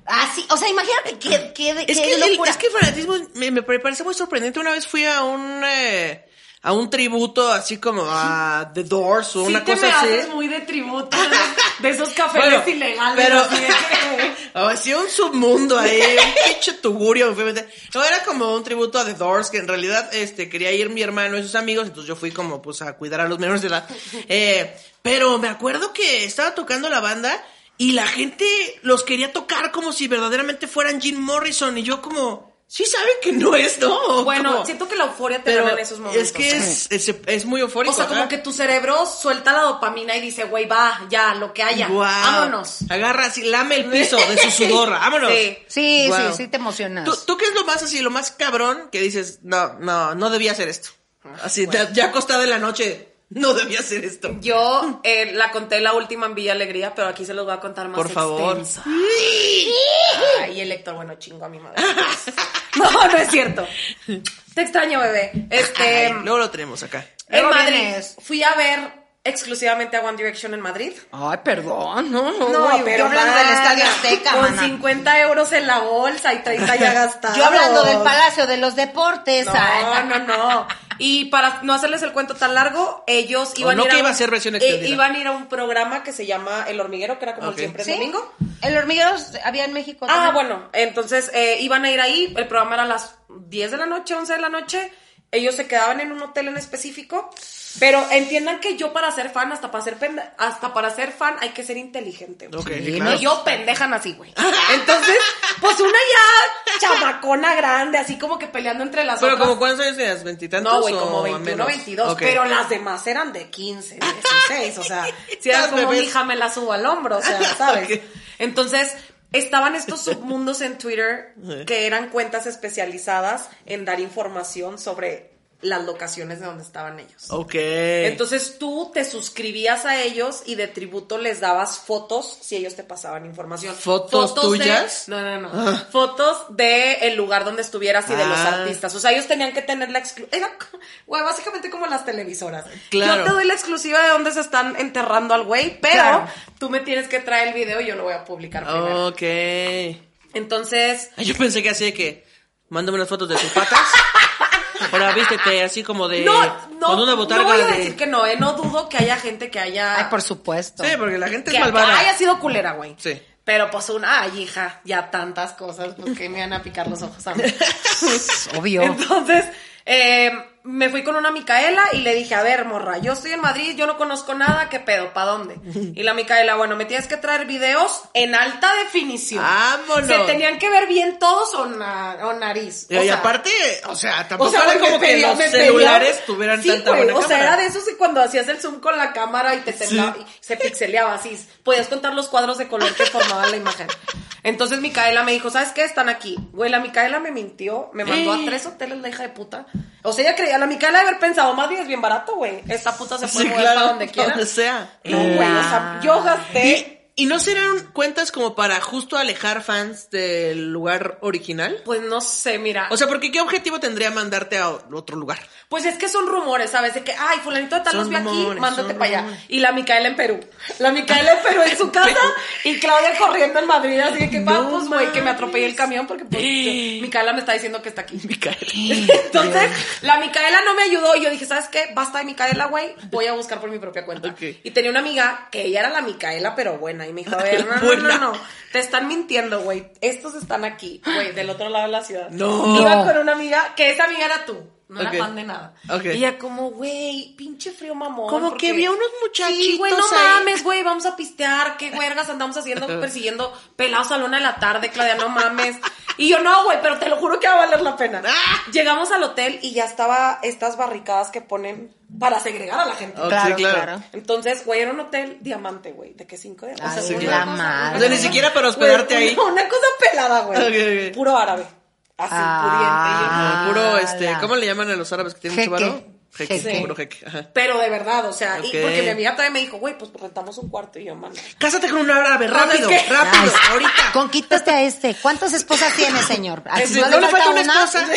Speaker 2: Así, o sea, imagínate qué, qué,
Speaker 1: Es
Speaker 2: qué
Speaker 1: que, el,
Speaker 2: locura.
Speaker 1: es que el fanatismo me, me parece muy sorprendente. Una vez fui a un eh, a un tributo así como a The Doors o
Speaker 3: Sí
Speaker 1: una
Speaker 3: te me
Speaker 1: cosa así.
Speaker 3: haces muy de tributo de, esos- de esos cafés
Speaker 1: Bueno,
Speaker 3: ilegales.
Speaker 1: pero
Speaker 3: así de que-
Speaker 1: hacía Oh, un submundo ahí, un pinche tugurio. me fui a meter. No, era como un tributo a The Doors, que en realidad este quería ir mi hermano y sus amigos, entonces yo fui como pues a cuidar a los menores de edad. Eh, pero me acuerdo que estaba tocando la banda y la gente los quería tocar como si verdaderamente fueran Jim Morrison y yo como, sí saben que no es, ¿no?
Speaker 3: bueno,
Speaker 1: Como-
Speaker 3: siento que la euforia te
Speaker 1: pero
Speaker 3: gana en esos momentos. ¿eh?
Speaker 1: es que es, es, es muy eufórico.
Speaker 3: O sea, como
Speaker 1: ajá.
Speaker 3: que tu cerebro suelta la dopamina y dice, güey, va, ya, lo que haya.
Speaker 1: Guau.
Speaker 3: Vámonos.
Speaker 1: Agarra así, lame el piso de su sudor. Vámonos.
Speaker 3: Sí.
Speaker 2: Sí,
Speaker 1: Guau.
Speaker 2: sí, sí te emocionas.
Speaker 1: ¿Tú, tú qué es lo más así, lo más cabrón que dices, no, no, no debía hacer esto?
Speaker 3: Ah,
Speaker 1: Así, ya- ya acostada en la noche, no debía hacer esto.
Speaker 3: Yo eh, la conté la última en Villa Alegría, pero aquí se los voy a contar más
Speaker 1: Por favor.
Speaker 3: extensa. Ay, el Héctor, bueno, chingo a mi madre. No, no es cierto. Te extraño, bebé. Este,
Speaker 1: Ay, luego lo tenemos acá.
Speaker 3: en
Speaker 2: luego
Speaker 3: Madrid,
Speaker 2: vienes.
Speaker 3: fui a ver exclusivamente a One Direction en Madrid.
Speaker 2: Ay, perdón, no, no. yo
Speaker 3: pero
Speaker 2: hablando del
Speaker 3: vaya,
Speaker 2: Estadio Azteca,
Speaker 3: Con
Speaker 2: mana.
Speaker 3: 50 euros en la bolsa y 30 ya gastados.
Speaker 2: Yo hablando del Palacio de los Deportes. ah, ay,
Speaker 3: No, no, no. Y para no hacerles el cuento tan largo, ellos iban
Speaker 1: no,
Speaker 3: a ir
Speaker 1: que
Speaker 3: a
Speaker 1: iba
Speaker 3: un-
Speaker 1: a ser versión
Speaker 3: eh,
Speaker 1: extendida.
Speaker 3: iban a ir a un programa que se llama El Hormiguero, que era como el
Speaker 1: Ok.
Speaker 3: siempre es
Speaker 2: ¿Sí?
Speaker 3: domingo.
Speaker 2: El hormiguero había en México.
Speaker 3: Ah,
Speaker 2: también.
Speaker 3: bueno, entonces eh, iban a ir ahí, el programa era a las 10 de la noche, 11 de la noche, ellos se quedaban en un hotel en específico, pero entiendan que yo para ser fan, hasta para ser, pende- hasta para ser fan hay que ser inteligente. güey.
Speaker 1: Ok,
Speaker 2: Sí,
Speaker 1: claro.
Speaker 3: Y yo pendejan así, güey. Entonces, pues una ya chamacona grande, así como que peleando entre las
Speaker 1: Pero
Speaker 3: otras.
Speaker 1: como cuántos años tenías, veintitantos
Speaker 3: No, güey,
Speaker 1: o
Speaker 3: como 21,
Speaker 1: menos?
Speaker 3: 22.
Speaker 1: Ok. Ah,
Speaker 3: Pero las demás eran de 15, 16. O sea, si era
Speaker 1: Las
Speaker 3: como mi
Speaker 1: bebés.
Speaker 3: hija me la subo al hombro, o sea, ¿sabes?
Speaker 1: Ok.
Speaker 3: Entonces, estaban estos submundos en Twitter que eran cuentas especializadas en dar información sobre las locaciones de donde estaban ellos.
Speaker 1: Ok.
Speaker 3: Entonces tú te suscribías a ellos y de tributo les dabas fotos si ellos te pasaban información.
Speaker 1: ¿Fotos
Speaker 3: de-
Speaker 1: tuyas?
Speaker 3: no, no, no. Fotos de el lugar donde estuvieras y de los
Speaker 1: Ah.
Speaker 3: artistas. O sea, ellos tenían que tener la exclusiva. Era, co- güey, básicamente como las televisoras.
Speaker 1: Claro.
Speaker 3: Yo te doy la exclusiva de dónde se están enterrando al güey, pero
Speaker 2: Claro.
Speaker 3: tú me tienes que traer el video y yo lo voy a
Speaker 1: Oh.
Speaker 3: publicar primero.
Speaker 1: Ok. Ay,
Speaker 3: Entonces,
Speaker 1: Yo pensé que así de que mándame unas fotos de tus patas. Ahora vístete así como de.
Speaker 3: no, no,
Speaker 1: con una botarga
Speaker 3: no voy a
Speaker 1: de.
Speaker 3: decir que no, eh, no dudo que haya gente que haya...
Speaker 2: Ay, por supuesto.
Speaker 1: Sí, porque la gente
Speaker 3: que
Speaker 1: es malvada.
Speaker 3: haya sido culera, güey.
Speaker 1: Sí.
Speaker 3: Pero pues una, ay, hija, ya tantas cosas, pues que me van a picar los ojos a mí.
Speaker 2: Obvio.
Speaker 3: Entonces, eh, me fui con una Micaela y le dije, a ver, morra, yo estoy en Madrid, yo no conozco nada, ¿qué pedo? ¿Para dónde? Y la Micaela, bueno, me tienes que traer videos en alta definición.
Speaker 1: ¡Vámonos!
Speaker 3: Se tenían que ver bien todos o, na- o nariz.
Speaker 1: Y,
Speaker 3: O sea,
Speaker 1: aparte, o sea,
Speaker 3: o
Speaker 1: tampoco
Speaker 3: sea,
Speaker 1: era
Speaker 3: güey,
Speaker 1: como
Speaker 3: me
Speaker 1: que
Speaker 3: pedía-
Speaker 1: los
Speaker 3: me pedía-
Speaker 1: celulares tuvieran
Speaker 3: Sí,
Speaker 1: tanta
Speaker 3: güey,
Speaker 1: buena
Speaker 3: O sea,
Speaker 1: cámara.
Speaker 3: era de esos que cuando hacías el zoom con la cámara y te temblaba, y se pixeleaba así. Podías contar los cuadros de color que formaban la imagen. Entonces Micaela me dijo, ¿sabes qué? Están aquí. Güey, la Micaela me mintió, me mandó a tres hoteles la hija de puta. O sea, ella creía, la Micaela de haber pensado, más bien es bien barato, güey. Esta puta se
Speaker 1: Sí,
Speaker 3: puede mover
Speaker 1: claro,
Speaker 3: para donde quiera.
Speaker 1: donde sea. Eh,
Speaker 3: No, güey, o sea, yo gasté...
Speaker 1: ¿Y, y no serán cuentas como para justo alejar fans del lugar original?
Speaker 3: Pues no sé, mira.
Speaker 1: O sea, porque ¿qué objetivo tendría mandarte a otro lugar?
Speaker 3: Pues es que son rumores, ¿sabes? De que, ay, fulanito de tal
Speaker 1: Son
Speaker 3: los vi aquí,
Speaker 1: rumores,
Speaker 3: mándate
Speaker 1: son
Speaker 3: para allá.
Speaker 1: rumores.
Speaker 3: Y la Micaela en Perú. La Micaela en Perú en su casa y Claudia corriendo en Madrid, así de que,
Speaker 1: No
Speaker 3: vamos, güey, que me
Speaker 1: mames.
Speaker 3: atropellé el camión porque pues,
Speaker 1: Eh.
Speaker 3: Micaela me está diciendo que está aquí.
Speaker 1: Micaela.
Speaker 3: Entonces, la Micaela no me ayudó y yo dije, ¿sabes qué? Basta de Micaela, güey, voy a buscar por mi propia cuenta.
Speaker 1: Ok.
Speaker 3: Y tenía una amiga que ella era la Micaela, pero buena, y me dijo, a ver, no, no,
Speaker 1: Buena.
Speaker 3: no, no, te están mintiendo, güey, estos están aquí, güey, del otro lado de la ciudad.
Speaker 1: No.
Speaker 3: Iba con una amiga, que esa amiga era tú, no
Speaker 1: Ok.
Speaker 3: era fan de nada.
Speaker 1: Ok.
Speaker 3: Y ella como, güey, pinche frío mamón.
Speaker 1: Como
Speaker 3: porque-
Speaker 1: que vi a unos
Speaker 3: Sí, güey, no
Speaker 1: muchachitos ahí.
Speaker 3: mames, güey, vamos a pistear, qué huergas andamos haciendo, persiguiendo pelados a la una de la tarde, Claudia, no mames. Y yo, no, güey, pero te lo juro que va a valer la pena.
Speaker 1: Ah.
Speaker 3: Llegamos al hotel y ya estaba estas barricadas que ponen para segregar a la gente.
Speaker 1: Ok,
Speaker 2: Claro,
Speaker 1: Oh, claro.
Speaker 2: claro.
Speaker 3: Entonces, güey, era un hotel diamante, güey, de que cinco de
Speaker 2: Ay,
Speaker 1: sí,
Speaker 3: una
Speaker 1: claro.
Speaker 3: cosa-
Speaker 2: madre.
Speaker 1: O sea, ni siquiera para hospedarte
Speaker 3: Güey,
Speaker 1: ahí.
Speaker 3: Una, una cosa pelada, güey.
Speaker 1: Ok, ok.
Speaker 3: Puro árabe. Así, pudiente. y yo, no,
Speaker 2: Ah,
Speaker 1: puro, este,
Speaker 2: la-
Speaker 1: ¿cómo le llaman a los árabes que tienen
Speaker 2: Jeque.
Speaker 1: mucho varo? Jeque,
Speaker 2: Jeque.
Speaker 1: puro jeque. Ajá.
Speaker 3: Pero de verdad, o sea,
Speaker 1: Ok.
Speaker 3: y porque mi amiga también me dijo, güey, pues rentamos un cuarto y yo, mano.
Speaker 1: Cásate con un árabe, rápido,
Speaker 3: Así pues que-
Speaker 2: Ay,
Speaker 1: rápido, ahorita.
Speaker 2: Conquítate a este. ¿Cuántas esposas tiene, señor? ¿A
Speaker 1: Ese,
Speaker 2: si no, le falta una?
Speaker 1: esposa.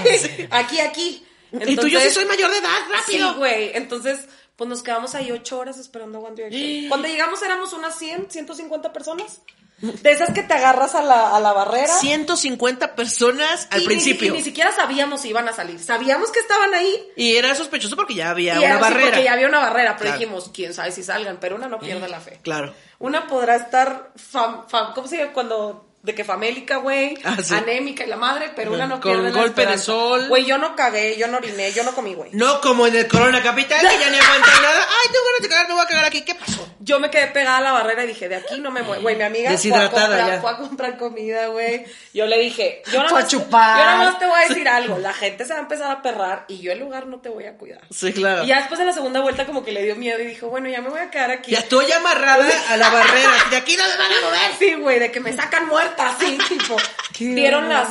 Speaker 3: aquí, aquí.
Speaker 1: y tú, yo sí
Speaker 3: Entonces-
Speaker 1: soy mayor de edad, rápido.
Speaker 3: Sí, güey. Entonces, pues nos quedamos ahí ocho horas esperando One Direction. Cuando llegamos éramos unas 100, 150 personas. De esas que te agarras a la, a la barrera.
Speaker 1: 150 personas al
Speaker 3: Y ni-
Speaker 1: principio.
Speaker 3: y Ni, siquiera sabíamos si iban a salir. Sabíamos que estaban ahí.
Speaker 1: Y era sospechoso porque ya había
Speaker 3: y
Speaker 1: una
Speaker 3: era así
Speaker 1: barrera.
Speaker 3: Porque ya había una barrera, pero
Speaker 1: Claro.
Speaker 3: dijimos, quién sabe si salgan, pero una no pierde la fe.
Speaker 1: Claro.
Speaker 3: Una podrá estar fam, fam- ¿cómo se llama? Cuando, de que famélica, güey,
Speaker 1: Ah, sí.
Speaker 3: anémica y la madre, pero una no
Speaker 1: Con
Speaker 3: pierde la
Speaker 1: golpe de
Speaker 3: esperanza.
Speaker 1: sol.
Speaker 3: Güey, yo no cagué, yo no oriné, yo no comí, güey.
Speaker 1: No como en el Corona Capital, que ya ni aguanta nada. Ay, tengo ganas de cagar, me voy a cagar aquí. ¿Qué pasó?
Speaker 3: Yo me quedé pegada a la barrera y dije, de aquí no me muevo. Güey, mi amiga
Speaker 1: Deshidratada
Speaker 3: fue a comprar,
Speaker 1: ya.
Speaker 3: fue a comprar comida, güey. Yo le dije, yo nada,
Speaker 2: Fue a
Speaker 3: más,
Speaker 2: chupar.
Speaker 3: yo nada más te voy a decir algo. La gente se va a empezar a perrar y yo el lugar no te voy a cuidar.
Speaker 1: Sí, claro.
Speaker 3: Y ya después de la segunda vuelta como que le dio miedo y dijo, bueno, ya me voy a quedar aquí.
Speaker 1: Ya estoy amarrada a la barrera. De aquí no me van a mover.
Speaker 3: Sí, güey, de que me sacan muerta, así, tipo.
Speaker 2: Qué
Speaker 3: Vieron las...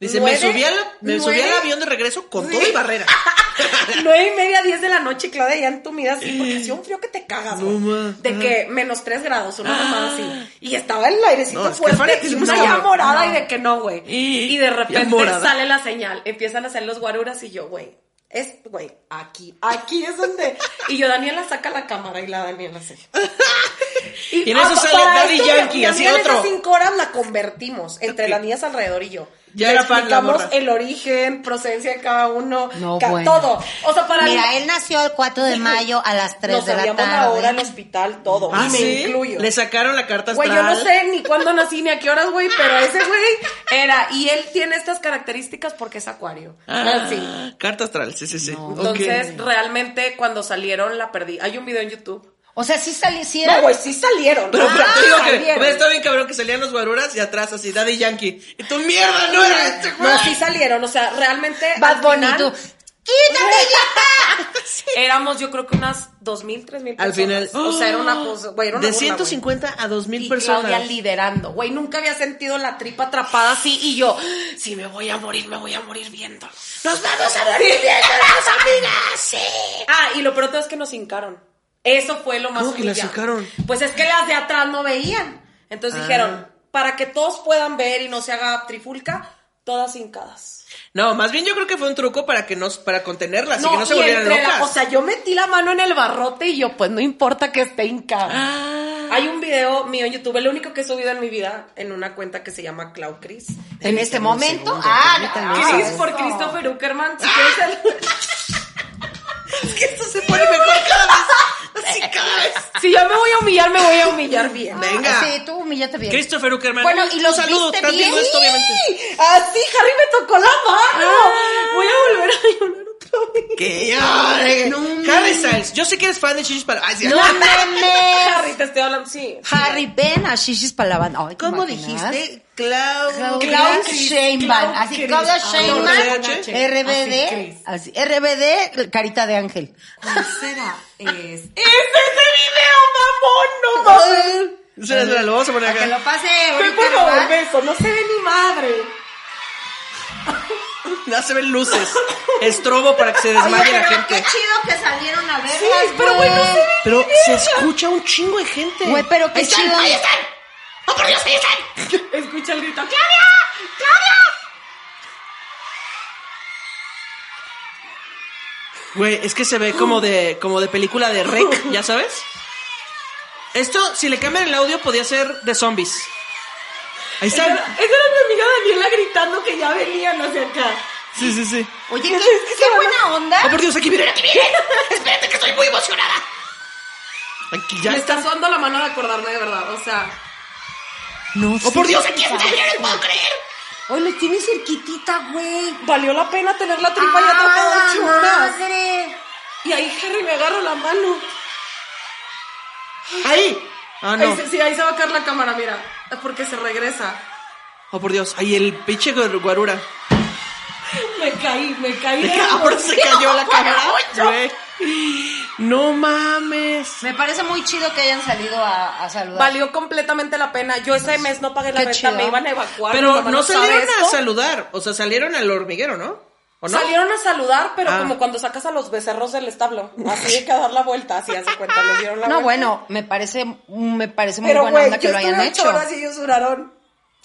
Speaker 1: Dice,
Speaker 3: nueve-
Speaker 1: me, subí, a la- me subí
Speaker 3: nueve-
Speaker 1: al avión de regreso con
Speaker 3: Sí.
Speaker 1: todo y barrera.
Speaker 3: Nueve y media, diez de la noche, y Claudia ya entumida así, porque hacía un frío que te cagas,
Speaker 1: No,
Speaker 3: güey.
Speaker 1: ma.
Speaker 3: De que menos tres grados, una mamada así. Y estaba el airecito
Speaker 1: No, es que
Speaker 3: fuerte y
Speaker 1: fanatismo,
Speaker 3: una
Speaker 1: no,
Speaker 3: ya
Speaker 1: no.
Speaker 3: morada y de que no, güey.
Speaker 1: Y-
Speaker 3: Y de
Speaker 1: ya
Speaker 3: repente
Speaker 1: morada.
Speaker 3: sale la señal, empiezan a hacer los guaruras y yo, güey, es, güey, aquí, aquí es donde... Y yo, Daniela, saca la cámara y la Daniela así.
Speaker 1: Y en eso
Speaker 3: pa-
Speaker 1: sale
Speaker 3: para
Speaker 1: Daddy
Speaker 3: esto, mi-
Speaker 1: Yankee,
Speaker 3: mi
Speaker 1: así
Speaker 3: amiga en
Speaker 1: otro.
Speaker 3: esas cinco horas la convertimos entre
Speaker 1: Ok.
Speaker 3: las niñas alrededor y yo.
Speaker 1: Ya
Speaker 3: Le
Speaker 1: era fan la
Speaker 3: explicamos
Speaker 1: morra.
Speaker 3: el origen, procedencia de cada uno,
Speaker 2: No,
Speaker 3: ca-
Speaker 2: bueno.
Speaker 3: todo. O sea, para el-
Speaker 2: Mira, él nació el 4 de mayo a las 3
Speaker 3: nos
Speaker 2: de la
Speaker 3: sabíamos
Speaker 2: tarde.
Speaker 3: la hora, el hospital, todo.
Speaker 1: Ah,
Speaker 3: y Oh, me
Speaker 1: ¿sí?
Speaker 3: incluyo.
Speaker 1: Le sacaron la carta astral.
Speaker 3: Güey, yo no sé ni cuándo nací ni a qué horas, güey, pero ese güey era. Y él tiene estas características porque es acuario.
Speaker 1: Ah,
Speaker 3: Así.
Speaker 1: Carta astral, sí, sí, sí. Ok.
Speaker 3: Entonces, realmente, cuando salieron, la perdí. Hay un video en YouTube.
Speaker 2: O sea, sí salí, sí era.
Speaker 3: No, güey, sí salieron.
Speaker 1: Pero
Speaker 3: Ah,
Speaker 1: te digo que
Speaker 3: salieron.
Speaker 1: pues, está bien cabrón que salían los guaruras y atrás así, Daddy Yankee. Y tu mierda, no era este güey.
Speaker 3: No, sí salieron, o sea, realmente.
Speaker 2: Bad
Speaker 3: al
Speaker 2: Bunny,
Speaker 3: final-
Speaker 2: tú. ¡Quítate, idiota!
Speaker 3: Éramos, yo creo que unas 2.000, 3.000
Speaker 1: Al
Speaker 3: personas.
Speaker 1: final. ¡Oh!
Speaker 3: O sea, era una cosa. güey, era una
Speaker 1: De
Speaker 3: burla, güey.
Speaker 1: 150 a 2000
Speaker 3: Y Claudia
Speaker 1: personas.
Speaker 3: liderando. Güey, nunca había sentido la tripa atrapada así. Y yo, si me voy a morir, me voy a morir viendo.
Speaker 1: Nos vamos a morir de las amigas.
Speaker 3: Ah, y lo pronto es que nos hincaron. Eso fue lo más
Speaker 1: ¿Cómo que las
Speaker 3: humillante.
Speaker 1: hincaron?
Speaker 3: Pues es que las de atrás no veían. Entonces
Speaker 1: Ah.
Speaker 3: dijeron, para que todos puedan ver y no se haga trifulca, todas hincadas.
Speaker 1: No, más bien yo creo que fue un truco para que nos, para contenerlas y que no se
Speaker 3: y
Speaker 1: volvieran
Speaker 3: entre la-
Speaker 1: locas.
Speaker 3: o sea, yo metí la mano en el barrote y yo, pues no importa que esté hincada. Hay un video mío en YouTube, el único que he subido en mi vida, en una cuenta que se llama Clau Cris.
Speaker 2: En este momento.
Speaker 1: segundo,
Speaker 2: Ah,
Speaker 1: permítame.
Speaker 3: Cris
Speaker 1: eso.
Speaker 3: por Christopher Uckerman. Si quieres el-
Speaker 1: es que esto se pone mejor cada vez. Así cada vez.
Speaker 3: Si yo me voy a humillar, me voy a humillar bien.
Speaker 1: Venga.
Speaker 2: Sí, tú humillate bien.
Speaker 1: Christopher Uckerman.
Speaker 2: Bueno, y los
Speaker 1: un saludo.
Speaker 2: viste
Speaker 1: Estás
Speaker 2: bien.
Speaker 1: viendo esto, obviamente.
Speaker 3: Así, Harry me tocó la mano. Voy a volver a llorar otra vez.
Speaker 1: Que llore.
Speaker 2: No,
Speaker 1: Harry Styles. Yo sé que eres fan de Chichis para. Ay, sí. Ah,
Speaker 2: No mames.
Speaker 3: Harry, te estoy hablando. Sí.
Speaker 2: Harry, ven a Shishis para la banda. Ay, ¿te
Speaker 1: ¿Cómo
Speaker 2: imaginas?
Speaker 1: dijiste? Clau.
Speaker 2: Claudia
Speaker 3: Chris,
Speaker 2: Sheinbaum.
Speaker 3: Clau
Speaker 2: Así,
Speaker 3: Chris.
Speaker 2: Claudia
Speaker 3: Ah,
Speaker 2: Sheinbaum.
Speaker 1: no, con H.
Speaker 2: RBD. Así, RBD, carita de ángel.
Speaker 4: será? Es-
Speaker 3: ¡Es ese video, mamón! ¡No mames!
Speaker 1: Espera, espera, lo vamos a poner
Speaker 4: Para que
Speaker 1: acá.
Speaker 4: lo pase
Speaker 3: Fue
Speaker 4: ahorita,
Speaker 3: por favor,
Speaker 4: ¿verdad?
Speaker 3: beso. No se ve ni madre.
Speaker 1: No se ven luces. Estrobo para que se desmaye
Speaker 4: Oye,
Speaker 1: la
Speaker 4: pero qué
Speaker 1: gente.
Speaker 4: chido que salieron a verlas,
Speaker 3: Sí, pero
Speaker 4: güey.
Speaker 3: bueno, se ve.
Speaker 1: Pero se escucha un chingo de gente.
Speaker 2: Güey, pero qué
Speaker 1: Ahí están,
Speaker 2: chido.
Speaker 1: ahí están. ¡Oh, por Dios, ahí están!
Speaker 3: Escucha el grito. ¡Claudia!
Speaker 1: Güey, es que se ve como de, como de película de Rec, ¿ya sabes? Esto, si le cambian el audio, podía ser de zombies. Ahí
Speaker 3: Esa
Speaker 1: están.
Speaker 3: era esa era mi amiga Daniela gritando que ya venían hacia acá.
Speaker 1: Sí, sí, sí.
Speaker 2: Oye, qué, qué buena onda.
Speaker 1: ¡Oh, por Dios, aquí vienen, aquí vienen! ¡Espérate que estoy muy emocionada! Aquí ya
Speaker 3: Me
Speaker 1: está.
Speaker 3: está sudando la mano de acordarme de verdad. O sea,
Speaker 2: No,
Speaker 1: ¡Oh, por Dios, aquí está! ¡Ya no puedo creer!
Speaker 2: Hoy lo tienes cerquitita, güey.
Speaker 3: valió la pena tener la tripa ya
Speaker 2: ¡Ah,
Speaker 3: atrapada
Speaker 2: la
Speaker 3: ocho horas.
Speaker 2: madre!
Speaker 3: Y ahí Harry me agarra la mano.
Speaker 1: ¡Ahí! Ah,
Speaker 3: Ahí
Speaker 1: no.
Speaker 3: se- sí, ahí se va a caer la cámara, mira. Porque se regresa.
Speaker 1: ¡Oh, por Dios! Ahí el pinche guar- guarura.
Speaker 3: Me caí, me caí. de
Speaker 1: Ahora se
Speaker 3: emoción.
Speaker 1: cayó la cámara.
Speaker 3: Ocho.
Speaker 1: Güey. No mames.
Speaker 2: Me parece muy chido que hayan salido a, a saludar.
Speaker 3: Valió completamente la pena. Yo ese mes no pagué la
Speaker 2: Qué
Speaker 3: renta,
Speaker 2: chido.
Speaker 3: me iban a evacuar. mi
Speaker 1: Pero
Speaker 3: mamá
Speaker 1: no
Speaker 3: sabe
Speaker 1: salieron a
Speaker 3: esto.
Speaker 1: saludar. O sea, salieron al hormiguero, ¿no? ¿O no?
Speaker 3: Salieron a saludar, pero
Speaker 1: Ah.
Speaker 3: como cuando sacas a los becerros del establo. Así hay que dar la vuelta, así hace cuenta, les dieron la
Speaker 2: No,
Speaker 3: vuelta.
Speaker 2: bueno, me parece, me parece muy
Speaker 3: pero
Speaker 2: buena
Speaker 3: güey,
Speaker 2: onda que
Speaker 3: yo
Speaker 2: lo hayan
Speaker 3: estuve ocho
Speaker 2: hecho.
Speaker 3: horas y ellos duraron.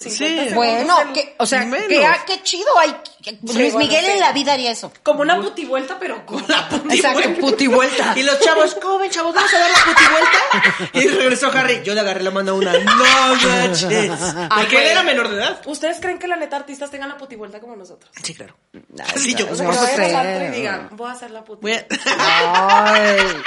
Speaker 3: 50
Speaker 1: Sí.
Speaker 2: Bueno,
Speaker 3: segundos en-
Speaker 2: que, o sea,
Speaker 1: Menos.
Speaker 2: que, ah, qué chido. Ay, que- Luis
Speaker 3: bueno,
Speaker 2: Miguel
Speaker 3: sí.
Speaker 2: en la vida haría eso.
Speaker 3: Como una putivuelta, pero con la
Speaker 2: Exacto, puti vuelta.
Speaker 1: Y los chavos, ¿cómo ven, chavos? Vamos a dar la putivuelta. Y regresó Harry. Yo le agarré la mano a una. No manches.
Speaker 2: Ah,
Speaker 1: Porque él
Speaker 3: güey.
Speaker 1: era menor de edad.
Speaker 3: ¿Ustedes creen que la neta artistas tengan la putivuelta como nosotros?
Speaker 1: Sí, claro.
Speaker 2: Ay,
Speaker 1: Sí, yo
Speaker 2: no,
Speaker 1: creo
Speaker 3: O sea,
Speaker 1: que
Speaker 3: que
Speaker 1: sí.
Speaker 3: vayan al
Speaker 2: creo.
Speaker 3: antro y digan, voy a hacer la
Speaker 1: Voy
Speaker 3: putivuelta.
Speaker 1: a-
Speaker 2: Ay.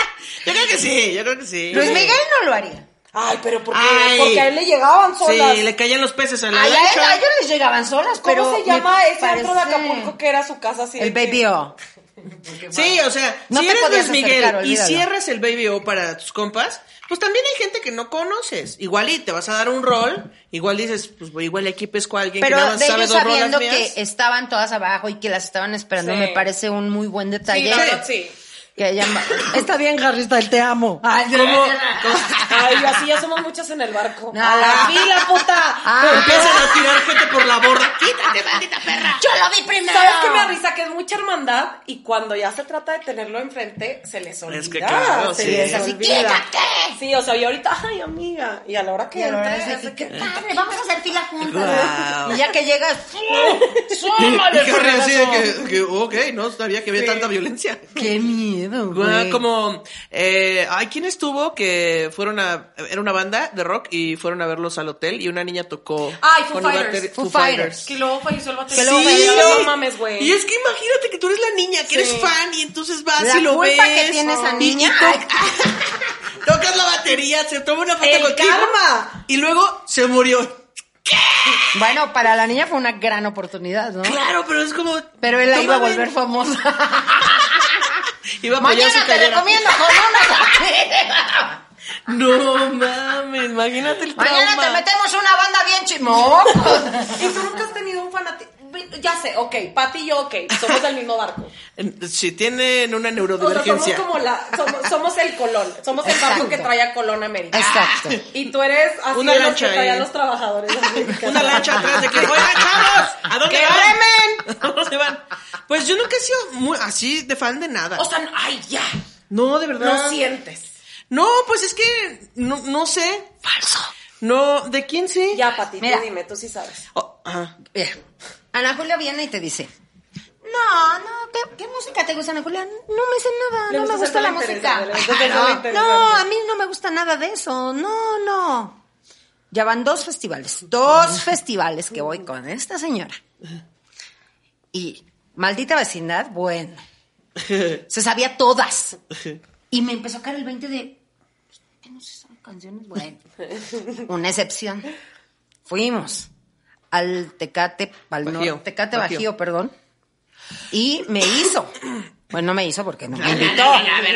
Speaker 1: Yo creo que sí, yo creo que sí.
Speaker 2: Luis Miguel no lo haría.
Speaker 3: Ay, pero porque,
Speaker 1: Ay.
Speaker 3: porque a él le llegaban solas.
Speaker 1: Sí, le caían los peces a la
Speaker 2: Ay, a, él- a
Speaker 1: lancha.
Speaker 2: ellos les llegaban solas,
Speaker 3: ¿Cómo
Speaker 2: pero.
Speaker 3: se llama
Speaker 2: me
Speaker 3: ese antro de
Speaker 2: parece-
Speaker 3: Acapulco que era su casa? Así de
Speaker 2: El
Speaker 3: que-
Speaker 2: Baby O.
Speaker 1: Sí, o sea,
Speaker 2: No
Speaker 1: si
Speaker 2: te
Speaker 1: eres
Speaker 2: podías
Speaker 1: Luis Miguel
Speaker 2: acercar,
Speaker 1: y
Speaker 2: olvídalo.
Speaker 1: cierras el Baby O para tus compas, pues también hay gente que no conoces. Igual y te vas a dar un rol, igual dices, pues voy, igual y aquí pesco a alguien
Speaker 2: Pero
Speaker 1: que nada más
Speaker 2: de
Speaker 1: sabe
Speaker 2: ellos
Speaker 1: dos rolas
Speaker 2: sabiendo
Speaker 1: mías.
Speaker 2: que estaban todas abajo y que las estaban esperando,
Speaker 3: Sí.
Speaker 2: me parece un muy buen
Speaker 3: Sí,
Speaker 2: detalle.
Speaker 3: la verdad, sí.
Speaker 2: Que hayan- Está bien, Harry Styles, te amo. Ay,
Speaker 1: ¿Cómo?
Speaker 3: Ay, así ya somos muchas en el barco.
Speaker 2: No.
Speaker 3: A la fila, puta.
Speaker 2: Ah.
Speaker 1: Empiezan a tirar gente por la borda. ¡Quítate, maldita perra!
Speaker 2: Yo lo vi primero.
Speaker 3: ¿Sabes qué me da risa? Que es mucha hermandad y cuando ya se trata de tenerlo enfrente, se les olvida.
Speaker 1: que claro,
Speaker 3: se
Speaker 1: sí.
Speaker 3: les
Speaker 1: Es
Speaker 2: así,
Speaker 3: olvida.
Speaker 2: "Quítate".
Speaker 3: Sí, o sea, y ahorita, ay, amiga. Y a la hora que
Speaker 2: Y a la hora
Speaker 3: entra,
Speaker 2: de
Speaker 3: hace
Speaker 2: decir,
Speaker 3: que-
Speaker 2: qué padre, vamos a hacer fila juntas.
Speaker 1: Guau.
Speaker 2: Y ya que llegas,
Speaker 1: Y
Speaker 2: ¡súmale,
Speaker 1: Harry así de
Speaker 2: fregazo!
Speaker 1: que, que, ok, no sabía que había tanta violencia.
Speaker 2: Qué miedo,
Speaker 1: Güey,
Speaker 2: güey.
Speaker 1: Como, eh, ay, ¿quién estuvo que fueron a, era una banda de rock y fueron a verlos al hotel y una niña tocó
Speaker 3: Ay, Foo
Speaker 1: con el
Speaker 3: Fighters,
Speaker 1: bateri-
Speaker 2: Foo
Speaker 1: Foo
Speaker 2: Fighters.
Speaker 1: Fighters.
Speaker 3: Que luego falleció el
Speaker 2: Que
Speaker 3: baterista.
Speaker 2: luego
Speaker 3: Sí,
Speaker 2: falleció.
Speaker 3: No mames, güey.
Speaker 1: Y es que imagínate que tú eres la niña, que eres
Speaker 3: Sí.
Speaker 1: fan y entonces vas
Speaker 2: La
Speaker 1: y lo
Speaker 2: culpa
Speaker 1: ves.
Speaker 2: que tiene esa
Speaker 1: y-
Speaker 2: niña.
Speaker 1: y to- tocas la batería, se toma una foto
Speaker 3: El
Speaker 1: contigo.
Speaker 3: karma.
Speaker 1: Y luego se murió.
Speaker 2: Bueno, para la niña fue una gran oportunidad, ¿no?
Speaker 1: Claro, pero es como.
Speaker 2: Pero él la
Speaker 1: no
Speaker 2: iba a
Speaker 1: mames.
Speaker 2: volver famosa.
Speaker 1: Iba a apoyar
Speaker 2: Mañana
Speaker 1: su
Speaker 2: te
Speaker 1: carrera.
Speaker 2: recomiendo con una.
Speaker 1: No mames, imagínate el trauma.
Speaker 2: Mañana te metemos una banda bien chimón.
Speaker 3: ¿Y tú nunca has tenido un fanático? ya sé, ok, Pati y yo, ok, somos del mismo barco.
Speaker 1: Si tienen una
Speaker 3: O sea, somos
Speaker 1: neurodivergencia.
Speaker 3: como la, somos, somos el Colón, somos el barco
Speaker 2: Exacto.
Speaker 3: que trae a Colón a América.
Speaker 2: Exacto.
Speaker 3: Y tú eres así
Speaker 1: Una
Speaker 3: de los
Speaker 1: lancha
Speaker 3: que trae a
Speaker 1: ahí.
Speaker 3: los trabajadores. americanos.
Speaker 1: Una lancha atrás de que, oigan, chavos, ¿a dónde
Speaker 3: ¡Que
Speaker 1: van? ¿A dónde van? Pues yo nunca he sido muy, así de fan de nada.
Speaker 3: O sea, no- ay, ya,
Speaker 1: no, de verdad.
Speaker 3: no sientes.
Speaker 1: No, pues es que no, no sé. Falso. No, ¿de quién sí?
Speaker 3: Ya, Pati,
Speaker 2: Mira.
Speaker 3: tú dime, tú sí sabes.
Speaker 1: Oh, ajá.
Speaker 2: Mira, Ana Julia viene y te dice. No, no, ¿qué, qué música te gusta, Ana Julia? No me sé nada,
Speaker 3: Le
Speaker 2: no me
Speaker 3: gusta
Speaker 2: gusta la
Speaker 3: hacerla
Speaker 2: música.
Speaker 3: interesante, le gusta hacerla
Speaker 2: Ah, no,
Speaker 3: interesante.
Speaker 2: no, a mí no me gusta nada de eso, no, no. Ya van dos festivales, dos festivales que voy con esta señora. Y maldita vecindad, bueno, se sabía todas. Y me empezó a caer el 20 de, "Pues, no sé, son canciones, bueno, una excepción. Fuimos al Tecate, al
Speaker 1: Bajío,
Speaker 2: Tecate
Speaker 1: Bajío.
Speaker 2: Bajío, perdón. Y me hizo. Bueno, no me hizo porque no me invitó.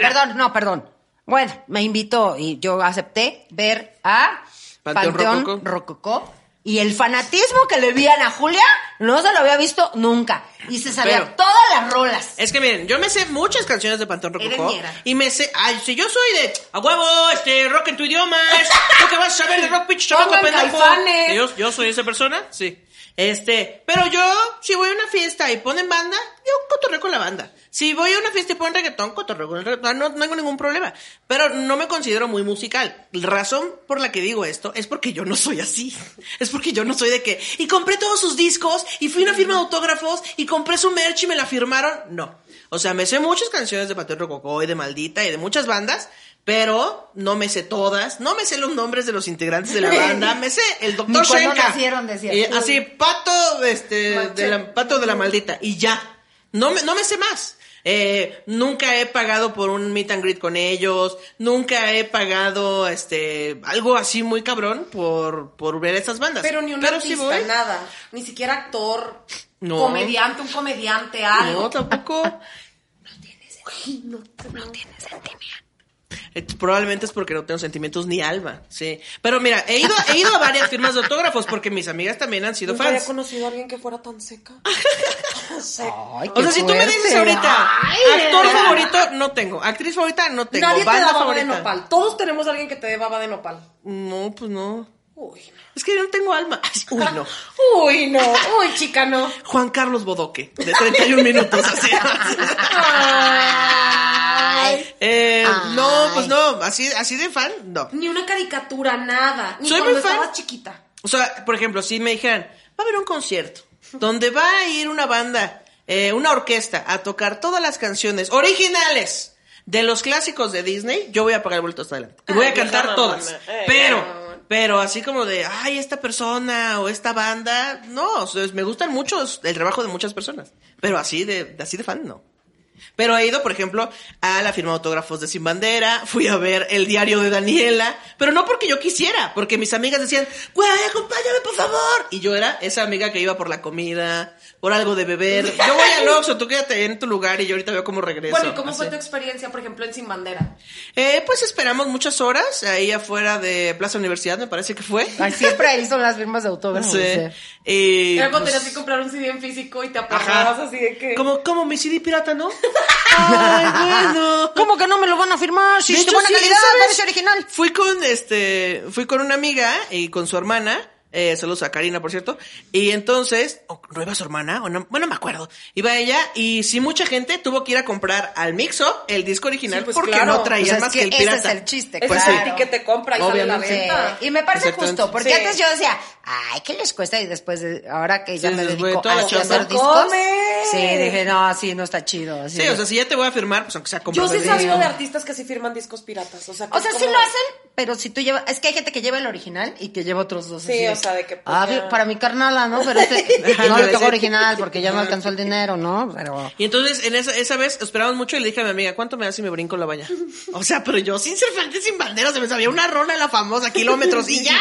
Speaker 2: Perdón, no, perdón. Bueno, me invitó y yo acepté ver a
Speaker 1: Panteón
Speaker 2: Panteón,
Speaker 1: Rococó.
Speaker 2: Rococó. Y el fanatismo que le vi a Ana Julia no se lo había visto nunca. Y se sabía
Speaker 1: Pero-
Speaker 2: todas las rolas.
Speaker 1: Es que miren, yo me sé muchas canciones de Panteón Rococó.
Speaker 2: Eres ñera.
Speaker 1: Y me sé, ay, si yo soy de, a huevo, este, rock en tu idioma, es- tú que vas a saber de rock pitch, chamaco
Speaker 3: Pongan
Speaker 1: pendejo.
Speaker 3: caifanes.
Speaker 1: Yo, yo soy esa persona, sí. Este, pero yo, si voy a una fiesta y ponen banda, yo cotorreo con la banda. Si voy a una fiesta y ponen reggaetón, cotorreo con el reggaetón, no, no tengo ningún problema. Pero no me considero muy musical. La razón por la que digo esto es porque yo no soy así. Es porque yo no soy de que, y compré todos sus discos, y fui a una firma de autógrafos, y compré su merch y me la firmaron. No. O sea, me sé muchas canciones de Patrón Rococó y de Maldita y de muchas bandas, pero no me sé todas, no me sé los nombres de los integrantes de la banda, me sé el doctor
Speaker 2: Ni cuando
Speaker 1: Shenka.
Speaker 2: nacieron, decías.
Speaker 1: Y así, pato, este, de la, pato de la maldita, y ya. No me, no me sé más. Eh, nunca he pagado por un meet and greet con ellos, nunca he pagado, este, algo así muy cabrón por, por ver esas bandas.
Speaker 3: Pero ni un
Speaker 1: sí
Speaker 3: artista,
Speaker 1: voy.
Speaker 3: nada. Ni siquiera actor,
Speaker 1: No.
Speaker 3: comediante, un comediante, algo.
Speaker 1: No, tampoco. No tienes sentimientos. Eh, Probablemente es porque no tengo sentimientos ni alma, sí. Pero mira, he ido, he ido a varias firmas de autógrafos porque mis amigas también han sido
Speaker 3: Nunca había
Speaker 1: fans.
Speaker 3: conocido a alguien que fuera tan seca. Tan seca.
Speaker 2: Ay,
Speaker 1: O sea,
Speaker 2: qué
Speaker 1: si tú me dices
Speaker 2: fuerte.
Speaker 1: ahorita,
Speaker 3: Ay,
Speaker 1: actor
Speaker 3: de verdad.
Speaker 1: favorito, no tengo. Actriz favorita, no tengo.
Speaker 3: Nadie te da
Speaker 1: Banda
Speaker 3: baba de
Speaker 1: favorita.
Speaker 3: nopal. Todos tenemos a alguien que te dé baba de nopal.
Speaker 1: no, pues no.
Speaker 3: Uy, no.
Speaker 1: Es que yo no tengo alma. Ay, Uy, no.
Speaker 3: Uy, no. Uy, chica, no.
Speaker 1: Juan Carlos Bodoque, de 31 minutos, así. Eh, no, pues no, así, así de fan, no.
Speaker 3: Ni una caricatura, nada. Ni
Speaker 1: Soy
Speaker 3: cuando
Speaker 1: muy fan.
Speaker 3: estabas chiquita.
Speaker 1: O sea, por ejemplo, si me dijeran, va a haber un concierto donde va a ir una banda, eh, una orquesta, a tocar todas las canciones originales de los clásicos de Disney, yo voy a pagar el boleto hasta adelante. Y voy a
Speaker 3: Ay, vieja
Speaker 1: cantar
Speaker 3: mamona.
Speaker 1: todas.
Speaker 3: Ay,
Speaker 1: Pero,
Speaker 3: vieja mamona.
Speaker 1: pero así como de, ay, esta persona o esta banda, no, o sea, me gustan mucho el trabajo de muchas personas. Pero así de, de- así de fan, no. Pero he ido, por ejemplo, a la firma de autógrafos de Sin Bandera, fui a ver el diario de Daniela, pero no porque yo quisiera, porque mis amigas decían, güey, acompáñame, por favor. Y yo era esa amiga que iba por la comida, por algo de beber. Yo voy al Oxxo, tú quédate en tu lugar y yo ahorita veo cómo regreso.
Speaker 3: Bueno, ¿y cómo fue
Speaker 1: Así.
Speaker 3: tu experiencia, por ejemplo, en Sin Bandera?
Speaker 1: Eh, pues esperamos muchas horas ahí afuera de Plaza Universidad, me parece que fue.
Speaker 2: Ay, siempre ahí son las firmas de autógrafos.
Speaker 1: Sí.
Speaker 2: eh.
Speaker 1: Y,
Speaker 3: Era cuando
Speaker 1: pues,
Speaker 3: tenías que comprar un CD en físico y te
Speaker 1: ajá.
Speaker 3: apagabas así de que...
Speaker 1: Como, como mi CD pirata, ¿no? Ay, bueno.
Speaker 2: ¿Cómo que no me lo van a firmar? Si
Speaker 1: De
Speaker 2: es de
Speaker 1: hecho,
Speaker 2: buena
Speaker 1: sí,
Speaker 2: calidad,
Speaker 1: ¿sabes?
Speaker 2: parece original.
Speaker 1: Fui con este, fui con una amiga y con su hermana. Eh, saludos a Karina, por cierto. Y entonces, o ¿no iba su hermana? O no, bueno, no me acuerdo. Iba ella y sí, mucha gente tuvo que ir a comprar al Mixo el disco original
Speaker 3: Sí, pues,
Speaker 1: porque
Speaker 3: claro.
Speaker 1: no traía
Speaker 2: Pues es
Speaker 1: más que,
Speaker 2: que
Speaker 1: el
Speaker 2: ese
Speaker 1: pirata.
Speaker 2: es el chiste,
Speaker 3: Es
Speaker 1: Pues
Speaker 2: claro.
Speaker 1: sí.
Speaker 3: el ticket que te compra y
Speaker 1: Obviamente.
Speaker 3: sale a la venta.
Speaker 2: Sí, Y me parece
Speaker 1: Exactamente.
Speaker 2: justo, porque
Speaker 3: Sí.
Speaker 2: antes yo decía, ay, ¿qué les cuesta? Y después, de- ahora que ya
Speaker 1: Sí,
Speaker 2: me
Speaker 1: les voy
Speaker 2: dedico
Speaker 1: toda
Speaker 2: a
Speaker 1: la chamba.
Speaker 2: hacer discos,
Speaker 3: ¡Come!
Speaker 2: sí, dije, no, sí, no está chido. así
Speaker 1: Sí,
Speaker 2: de-
Speaker 1: o sea, si ya te voy a firmar, pues aunque sea
Speaker 3: Yo
Speaker 1: comprado
Speaker 3: sí he
Speaker 1: el
Speaker 3: sabido
Speaker 1: disco.
Speaker 3: de artistas que sí firman discos piratas. O sea, que
Speaker 2: o sea,
Speaker 3: es
Speaker 2: sí
Speaker 3: como-
Speaker 2: lo hacen, pero si tú llevas, es que hay gente que lleva el original y que lleva otros dos.
Speaker 3: Sí,
Speaker 2: así
Speaker 3: o sea, de que, pues,
Speaker 2: "Ah,
Speaker 3: ya".
Speaker 2: para mi carnala, ¿no? Pero este no le
Speaker 1: Parece-
Speaker 2: tocó original porque ya no alcanzó el dinero, ¿no? Pero...
Speaker 1: Y entonces, en esa, esa vez, esperamos mucho y le dije a mi amiga, ¿cuánto me das si me brinco la valla? O sea, pero yo, sin ser frente, sin bandera, se me sabía una rola de la famosa, kilómetros, y ya.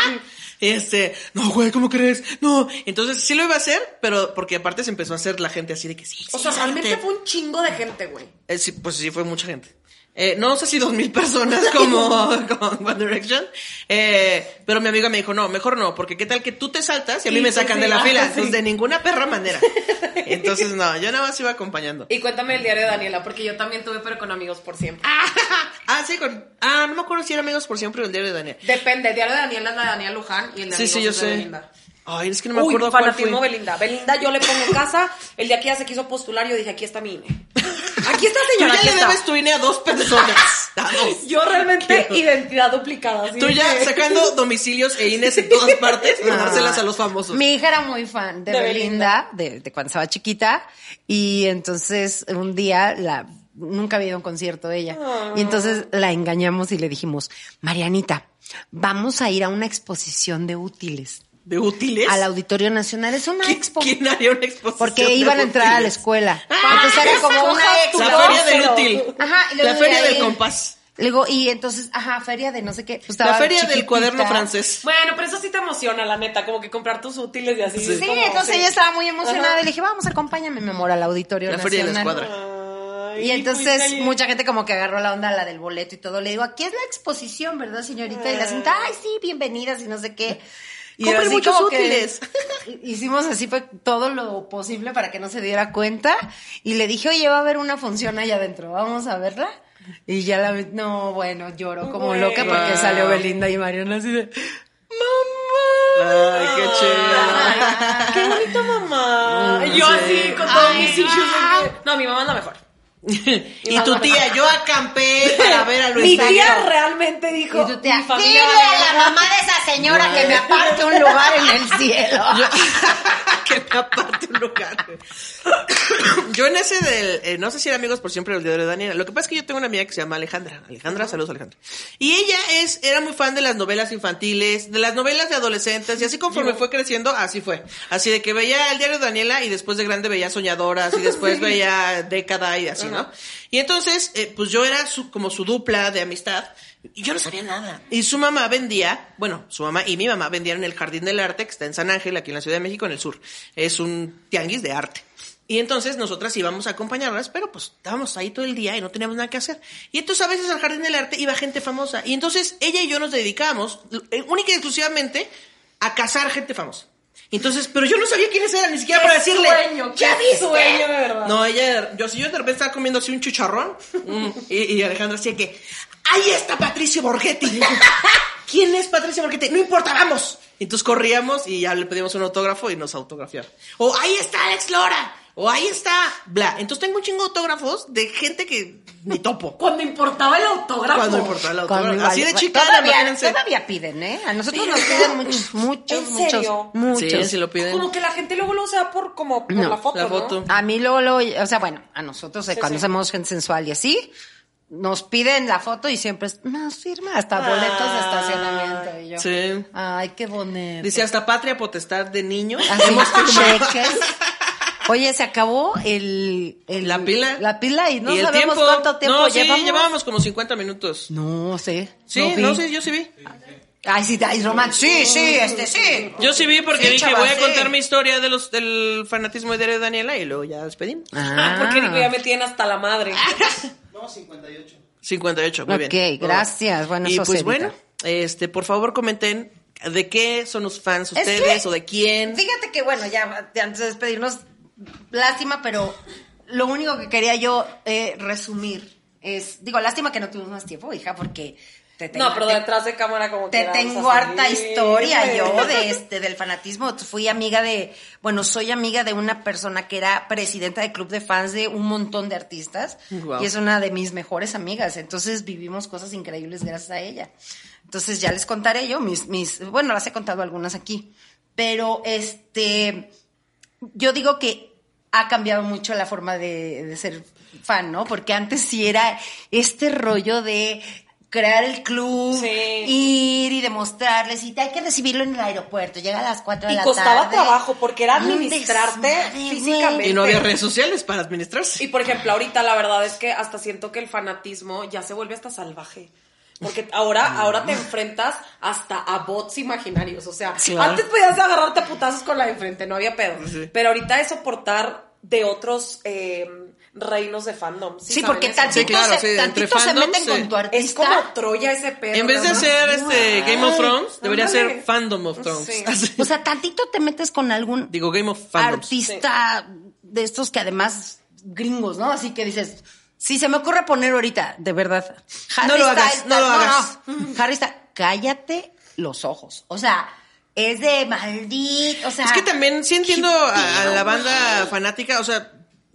Speaker 1: Y este, no, güey, ¿cómo crees? No. Entonces, sí lo iba a hacer, pero porque aparte se empezó a hacer la gente así de que sí.
Speaker 3: O
Speaker 1: sí,
Speaker 3: sea,
Speaker 1: salte.
Speaker 3: realmente fue un chingo de gente, güey.
Speaker 1: Eh, sí, pues sí, fue mucha gente. eh, no sé si dos mil personas como con One Direction, eh, pero mi amiga me dijo, no, mejor no, porque qué tal que tú te saltas y a mí
Speaker 3: Sí,
Speaker 1: me
Speaker 3: sí,
Speaker 1: sacan
Speaker 3: sí,
Speaker 1: de la
Speaker 3: ah,
Speaker 1: fila,
Speaker 3: sí.
Speaker 1: entonces de ninguna perra manera. Entonces no, yo nada más iba acompañando.
Speaker 3: Y cuéntame el diario de Daniela, porque yo también tuve, pero con amigos por siempre.
Speaker 1: Ah, sí, con, ah, no me acuerdo si era Amigos por Siempre o el diario de Daniel.
Speaker 3: Depende, el diario de Daniela es la de Daniela Luján y el de
Speaker 1: Sí,
Speaker 3: amigos
Speaker 1: sí, yo
Speaker 3: es de
Speaker 1: sé.
Speaker 3: Belinda.
Speaker 1: Ay, es que no me
Speaker 3: Uy,
Speaker 1: acuerdo cuál fue.
Speaker 3: fanatismo Belinda. Belinda yo le pongo en casa. El día que ella se quiso postular, yo dije, aquí está mi E". INE. Aquí está,
Speaker 1: Tú
Speaker 3: señora,
Speaker 1: ya
Speaker 3: aquí
Speaker 1: le
Speaker 3: está.
Speaker 1: debes tu INE a dos personas. A dos.
Speaker 3: Yo realmente
Speaker 1: Quiero-
Speaker 3: identidad duplicada. así
Speaker 1: Tú ya
Speaker 3: que-
Speaker 1: sacando domicilios e INES en todas partes para dárselas a los famosos.
Speaker 2: Ah. Mi hija era muy fan de,
Speaker 3: De
Speaker 2: Belinda, De, de cuando estaba chiquita, y entonces un día la nunca había ido a un concierto de ella. Y entonces
Speaker 3: Ah.
Speaker 2: la engañamos y le dijimos, Marianita, vamos a ir a una exposición de útiles
Speaker 1: ¿De útiles?
Speaker 2: al Auditorio Nacional. Es una
Speaker 1: ¿Qui-
Speaker 2: expo.
Speaker 1: ¿Quién haría una exposición?
Speaker 2: Porque
Speaker 1: de
Speaker 2: iban a entrar a la
Speaker 1: útiles?
Speaker 2: escuela.
Speaker 1: Ah,
Speaker 2: Entonces era como una
Speaker 3: escojas
Speaker 2: expo.
Speaker 3: tú
Speaker 1: La feria del
Speaker 3: Pero-
Speaker 1: útil.
Speaker 2: Ajá, y luego
Speaker 1: la feria
Speaker 2: de ahí-
Speaker 1: del compás.
Speaker 2: Le digo, y entonces, ajá, feria de no sé qué. pues,
Speaker 1: La
Speaker 2: estaba
Speaker 1: feria del
Speaker 2: chiquitita.
Speaker 1: cuaderno francés.
Speaker 3: Bueno, pero eso sí te emociona, la neta, como que comprar tus útiles y así.
Speaker 1: Sí.
Speaker 2: Sí,
Speaker 3: como-
Speaker 2: entonces ella estaba muy emocionada.
Speaker 3: Ajá.
Speaker 2: Le dije, vamos, acompáñame, mi amor, al auditorio.
Speaker 1: La feria de la
Speaker 2: Nacional.
Speaker 1: escuadra.
Speaker 3: Ay,
Speaker 2: Y entonces
Speaker 3: fuiste ahí.
Speaker 2: mucha gente como que agarró la onda, la del boleto y todo. Le digo, aquí es la exposición, ¿verdad, señorita? Y la señorita, ay, sí, bienvenidas y no sé qué. Y
Speaker 1: Compren
Speaker 2: así
Speaker 1: muchos
Speaker 2: como que
Speaker 1: útiles.
Speaker 2: Hicimos así fue todo lo posible para que no se diera cuenta. Y le dije, oye, va a haber una función allá adentro, vamos a verla. Y ya la... vi- No, bueno, lloró como
Speaker 3: Güey.
Speaker 2: loca porque
Speaker 1: Wow.
Speaker 2: salió Belinda y Mariana así de...
Speaker 1: Ay, qué chido.
Speaker 3: Ay, qué bonita mamá.
Speaker 1: Mm,
Speaker 3: yo
Speaker 1: sí.
Speaker 3: así, con todos
Speaker 2: Ay,
Speaker 3: mis issues.
Speaker 2: ah.
Speaker 3: de que- No, mi mamá es la mejor.
Speaker 1: Y tu tía, yo acampé para ver a Luis
Speaker 3: Mi tía
Speaker 1: Ángel.
Speaker 3: realmente dijo,
Speaker 2: Y tú te
Speaker 3: mi familia
Speaker 2: "Dile
Speaker 3: vale
Speaker 2: a la
Speaker 3: verga".
Speaker 2: mamá de esa señora que me aparte un lugar en el cielo.
Speaker 1: que me aparte un lugar. güey. yo en ese del, eh, no sé si era amigos por siempre el de Daniela. Lo que pasa es que yo tengo una amiga que se llama Alejandra. Alejandra, saludos Alejandra. Y ella es, era muy fan de las novelas infantiles, de las novelas de adolescentes y así conforme fue creciendo, así fue. Así de que veía el diario de Daniela y después de grande veía Soñadoras y después veía Década y así, ¿no? Y entonces, eh, pues yo era su, como su dupla de amistad. Y yo no sabía nada. Y su mamá vendía, bueno, su mamá y mi mamá vendían en el Jardín del Arte, que está en San Ángel, aquí en la Ciudad de México, en el sur. Es un tianguis de arte. Y entonces nosotras íbamos a acompañarlas, pero pues estábamos ahí todo el día y no teníamos nada que hacer. Y entonces a veces al Jardín del Arte iba gente famosa. Y entonces ella y yo nos dedicamos eh, única y exclusivamente a cazar gente famosa. Entonces, pero yo no sabía quiénes eran, ni siquiera para decirle.
Speaker 3: Sueño, qué
Speaker 1: "¿Ya viste?".
Speaker 3: sueño, de verdad.
Speaker 1: No, ella, yo, si yo de repente estaba comiendo así un chicharrón, mm, y, y Alejandra así de que, ahí está Patricio Borghetti. Y yo, ¿Quién es Patricio Borghetti? No importa, vamos. Y entonces corríamos y ya le pedimos un autógrafo y nos autografiaron. O ahí está Alex Lora. O ahí está, bla. Entonces tengo un chingo de autógrafos de gente que ni topo.
Speaker 3: Cuando importaba el autógrafo.
Speaker 1: Cuando importa el
Speaker 2: Cuando
Speaker 1: autógrafo.
Speaker 2: igual-
Speaker 1: Así de
Speaker 2: igual-
Speaker 1: chicana,
Speaker 2: todavía,
Speaker 1: imagínense.
Speaker 2: todavía piden, ¿eh? A nosotros
Speaker 3: Sí.
Speaker 2: nos piden muchos, muchos,
Speaker 3: ¿En
Speaker 2: muchos,
Speaker 3: serio?
Speaker 2: muchos.
Speaker 1: Sí, sí lo piden.
Speaker 3: Como que la gente luego lo sea por, como, por
Speaker 2: No,
Speaker 3: la foto,
Speaker 1: la
Speaker 3: ¿no?
Speaker 1: foto.
Speaker 2: A mí luego, luego, o sea, bueno, a nosotros eh,
Speaker 3: Sí,
Speaker 2: cuando
Speaker 3: sí.
Speaker 2: hacemos gente sensual y así, nos piden la foto y siempre es, nos firma hasta
Speaker 1: Ay,
Speaker 2: boletos de estacionamiento. Y yo,
Speaker 1: Ah, sí.
Speaker 2: Ay, qué bonito.
Speaker 1: Dice hasta patria potestad de niño.
Speaker 2: Así,
Speaker 1: Hemos firmado.
Speaker 2: cheques. Oye, se acabó el, el-
Speaker 1: La pila.
Speaker 2: La pila y no
Speaker 1: el
Speaker 2: sabemos cuánto tiempo
Speaker 1: no, sí,
Speaker 2: llevamos.
Speaker 1: llevábamos como 50 minutos.
Speaker 2: No sé.
Speaker 1: Sí,
Speaker 2: vi.
Speaker 1: no, sí, yo sí vi.
Speaker 2: Ay, sí, ay, Román. Sí, sí, este sí.
Speaker 1: Yo sí vi porque
Speaker 2: Sí,
Speaker 1: dije,
Speaker 2: chaval,
Speaker 1: voy a
Speaker 2: sí.
Speaker 1: contar mi historia de los, del fanatismo de Diario de Daniela y luego ya despedimos.
Speaker 3: Ah, porque digo, ya me tienen hasta la madre.
Speaker 2: Ah,
Speaker 1: 58, muy
Speaker 2: Ok,
Speaker 1: bien.
Speaker 2: gracias. Bueno,
Speaker 1: y
Speaker 2: eso
Speaker 1: pues
Speaker 2: se
Speaker 1: bueno,
Speaker 2: evita.
Speaker 1: este, por favor comenten de qué son los fans
Speaker 2: Es que-
Speaker 1: ustedes o de quién.
Speaker 2: Fíjate que, bueno, ya de- antes de despedirnos, lástima, pero lo único que quería yo eh, resumir es, digo, lástima que no tuvimos más tiempo, hija, porque te tengo,
Speaker 3: No, pero
Speaker 2: te-
Speaker 3: detrás de cámara como
Speaker 2: te
Speaker 3: que
Speaker 2: tengo
Speaker 3: danzas
Speaker 2: harta
Speaker 3: ahí,
Speaker 2: historia
Speaker 3: güey.
Speaker 2: yo de este del fanatismo. Fui amiga de, bueno, soy amiga de una persona que era presidenta de club de fans de un montón de artistas
Speaker 1: Guau.
Speaker 2: y es una de mis mejores amigas. Entonces vivimos cosas increíbles gracias a ella. Entonces ya les contaré yo mis, mis, bueno, las he contado algunas aquí, pero este, yo digo que ha cambiado mucho la forma de, de ser fan, ¿no? Porque antes sí era este rollo de crear el club,
Speaker 3: Sí.
Speaker 2: ir y demostrarles, y hay que recibirlo en el aeropuerto, llega a las 4 de
Speaker 3: Y
Speaker 2: la tarde. Ah,
Speaker 3: costaba trabajo porque era
Speaker 2: Un
Speaker 3: administrarte
Speaker 2: desmadre, güey.
Speaker 3: físicamente.
Speaker 1: Y no había redes sociales para administrarse.
Speaker 3: Y por ejemplo, ahorita la verdad es que hasta siento que el fanatismo ya se vuelve hasta salvaje. Porque ahora, ahora te enfrentas hasta a bots imaginarios. O sea,
Speaker 1: Claro.
Speaker 3: antes podías agarrarte a putazos con la de enfrente, no había pedo.
Speaker 1: Sí.
Speaker 3: Pero ahorita es soportar de otros eh, reinos de fandom.
Speaker 2: Sí,
Speaker 3: saben
Speaker 2: porque
Speaker 3: eso?
Speaker 2: tantito,
Speaker 1: Sí, claro,
Speaker 2: se,
Speaker 1: sí, entre
Speaker 2: tantito se
Speaker 1: fandoms,
Speaker 2: meten
Speaker 1: sí.
Speaker 2: con tu artista.
Speaker 4: Es como Troya ese perro.
Speaker 1: En vez de
Speaker 4: ¿no?
Speaker 1: hacer este Game of Thrones, debería
Speaker 3: ándale.
Speaker 1: ser Fandom of Thrones.
Speaker 3: Sí.
Speaker 1: Así.
Speaker 2: O sea, tantito te metes con algún
Speaker 1: Digo, Game of Fandoms.
Speaker 2: artista de estos que además gringos, ¿no? Así que dices, si se me ocurre poner ahorita, de verdad.
Speaker 1: No lo hagas, no lo hagas.
Speaker 2: no. Harry Styles, cállate los ojos. O sea, es de maldito, o sea.
Speaker 1: Es que también sí entiendo a, a la banda fanática, o sea,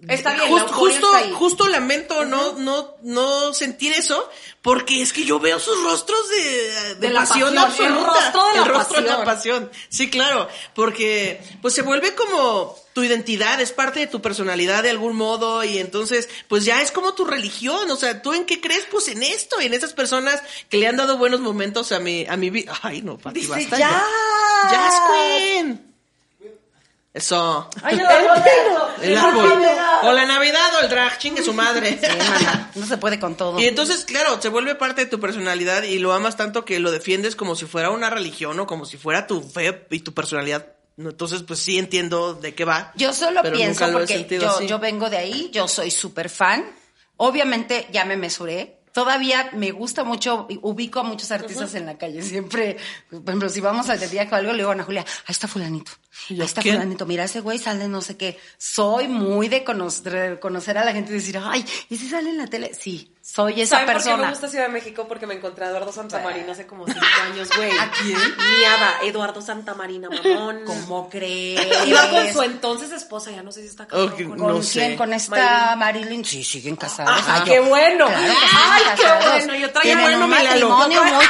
Speaker 3: Está bien,
Speaker 1: Just-
Speaker 3: la euforia
Speaker 1: justo,
Speaker 3: está ahí.
Speaker 1: justo lamento no, no, no sentir eso, porque es que yo veo sus rostros de, de
Speaker 3: De la
Speaker 1: pasión,
Speaker 3: pasión, el
Speaker 1: absoluta.
Speaker 3: rostro de la
Speaker 1: El rostro de la
Speaker 3: pasión.
Speaker 1: pasión. Sí, claro, porque pues se vuelve como tu identidad, es parte de tu personalidad de algún modo, y entonces, pues ya es como tu religión, o sea, ¿tú en qué crees? Pues en esto, en esas personas que le han dado buenos momentos a mi, a mi vida. Ay, no, Pati, basta ya. ¡Jasquin! Eso. El árbol. O la Navidad o el drag, chingue su madre.
Speaker 2: Sí, mana, no se puede con todo.
Speaker 1: Y entonces, claro, se vuelve parte de tu personalidad y lo amas tanto que lo defiendes como si fuera una religión o como si fuera tu fe y tu personalidad. No, Entonces, pues sí entiendo de qué va.
Speaker 2: Yo solo
Speaker 1: pero
Speaker 2: pienso
Speaker 1: nunca lo he
Speaker 2: porque
Speaker 1: sentido
Speaker 2: yo,
Speaker 1: así.
Speaker 2: yo vengo de ahí, yo soy súper fan. Obviamente ya me mesuré. Todavía me gusta mucho, ubico a muchos artistas en la calle. Siempre, por ejemplo, si vamos al de viaje o algo, le digo a Ana Julia, ahí está fulanito. Ahí está
Speaker 1: ¿quién?
Speaker 2: fulanito. Mira, ese güey sale no sé qué. Soy muy de conocer, conocer a la gente y decir, ay, ¿y si sale en la tele? Sí, soy esa
Speaker 3: ¿Saben por qué me
Speaker 2: persona.
Speaker 3: gusta Ciudad de México? Porque me encontré a Eduardo Santamarina hace como cinco
Speaker 2: Ah.
Speaker 3: años, güey. ¿A quién? Miada, Eduardo Santamarina, mamón.
Speaker 2: ¿Cómo crees?
Speaker 3: Iba con su entonces esposa, ya no sé si está casado
Speaker 1: Ok,
Speaker 3: con-
Speaker 1: no
Speaker 2: ¿Con
Speaker 1: sé.
Speaker 2: quién? ¿Con esta Marilyn? Sí, siguen casados.
Speaker 3: Ajá,
Speaker 2: Ay,
Speaker 3: ah, qué
Speaker 2: yo-
Speaker 3: bueno.
Speaker 2: Claro que siguen
Speaker 3: Ay, qué
Speaker 2: casados.
Speaker 3: bueno. Yo traía
Speaker 2: Tienen
Speaker 1: bueno,
Speaker 2: un
Speaker 1: mi Lalo.
Speaker 2: matrimonio muy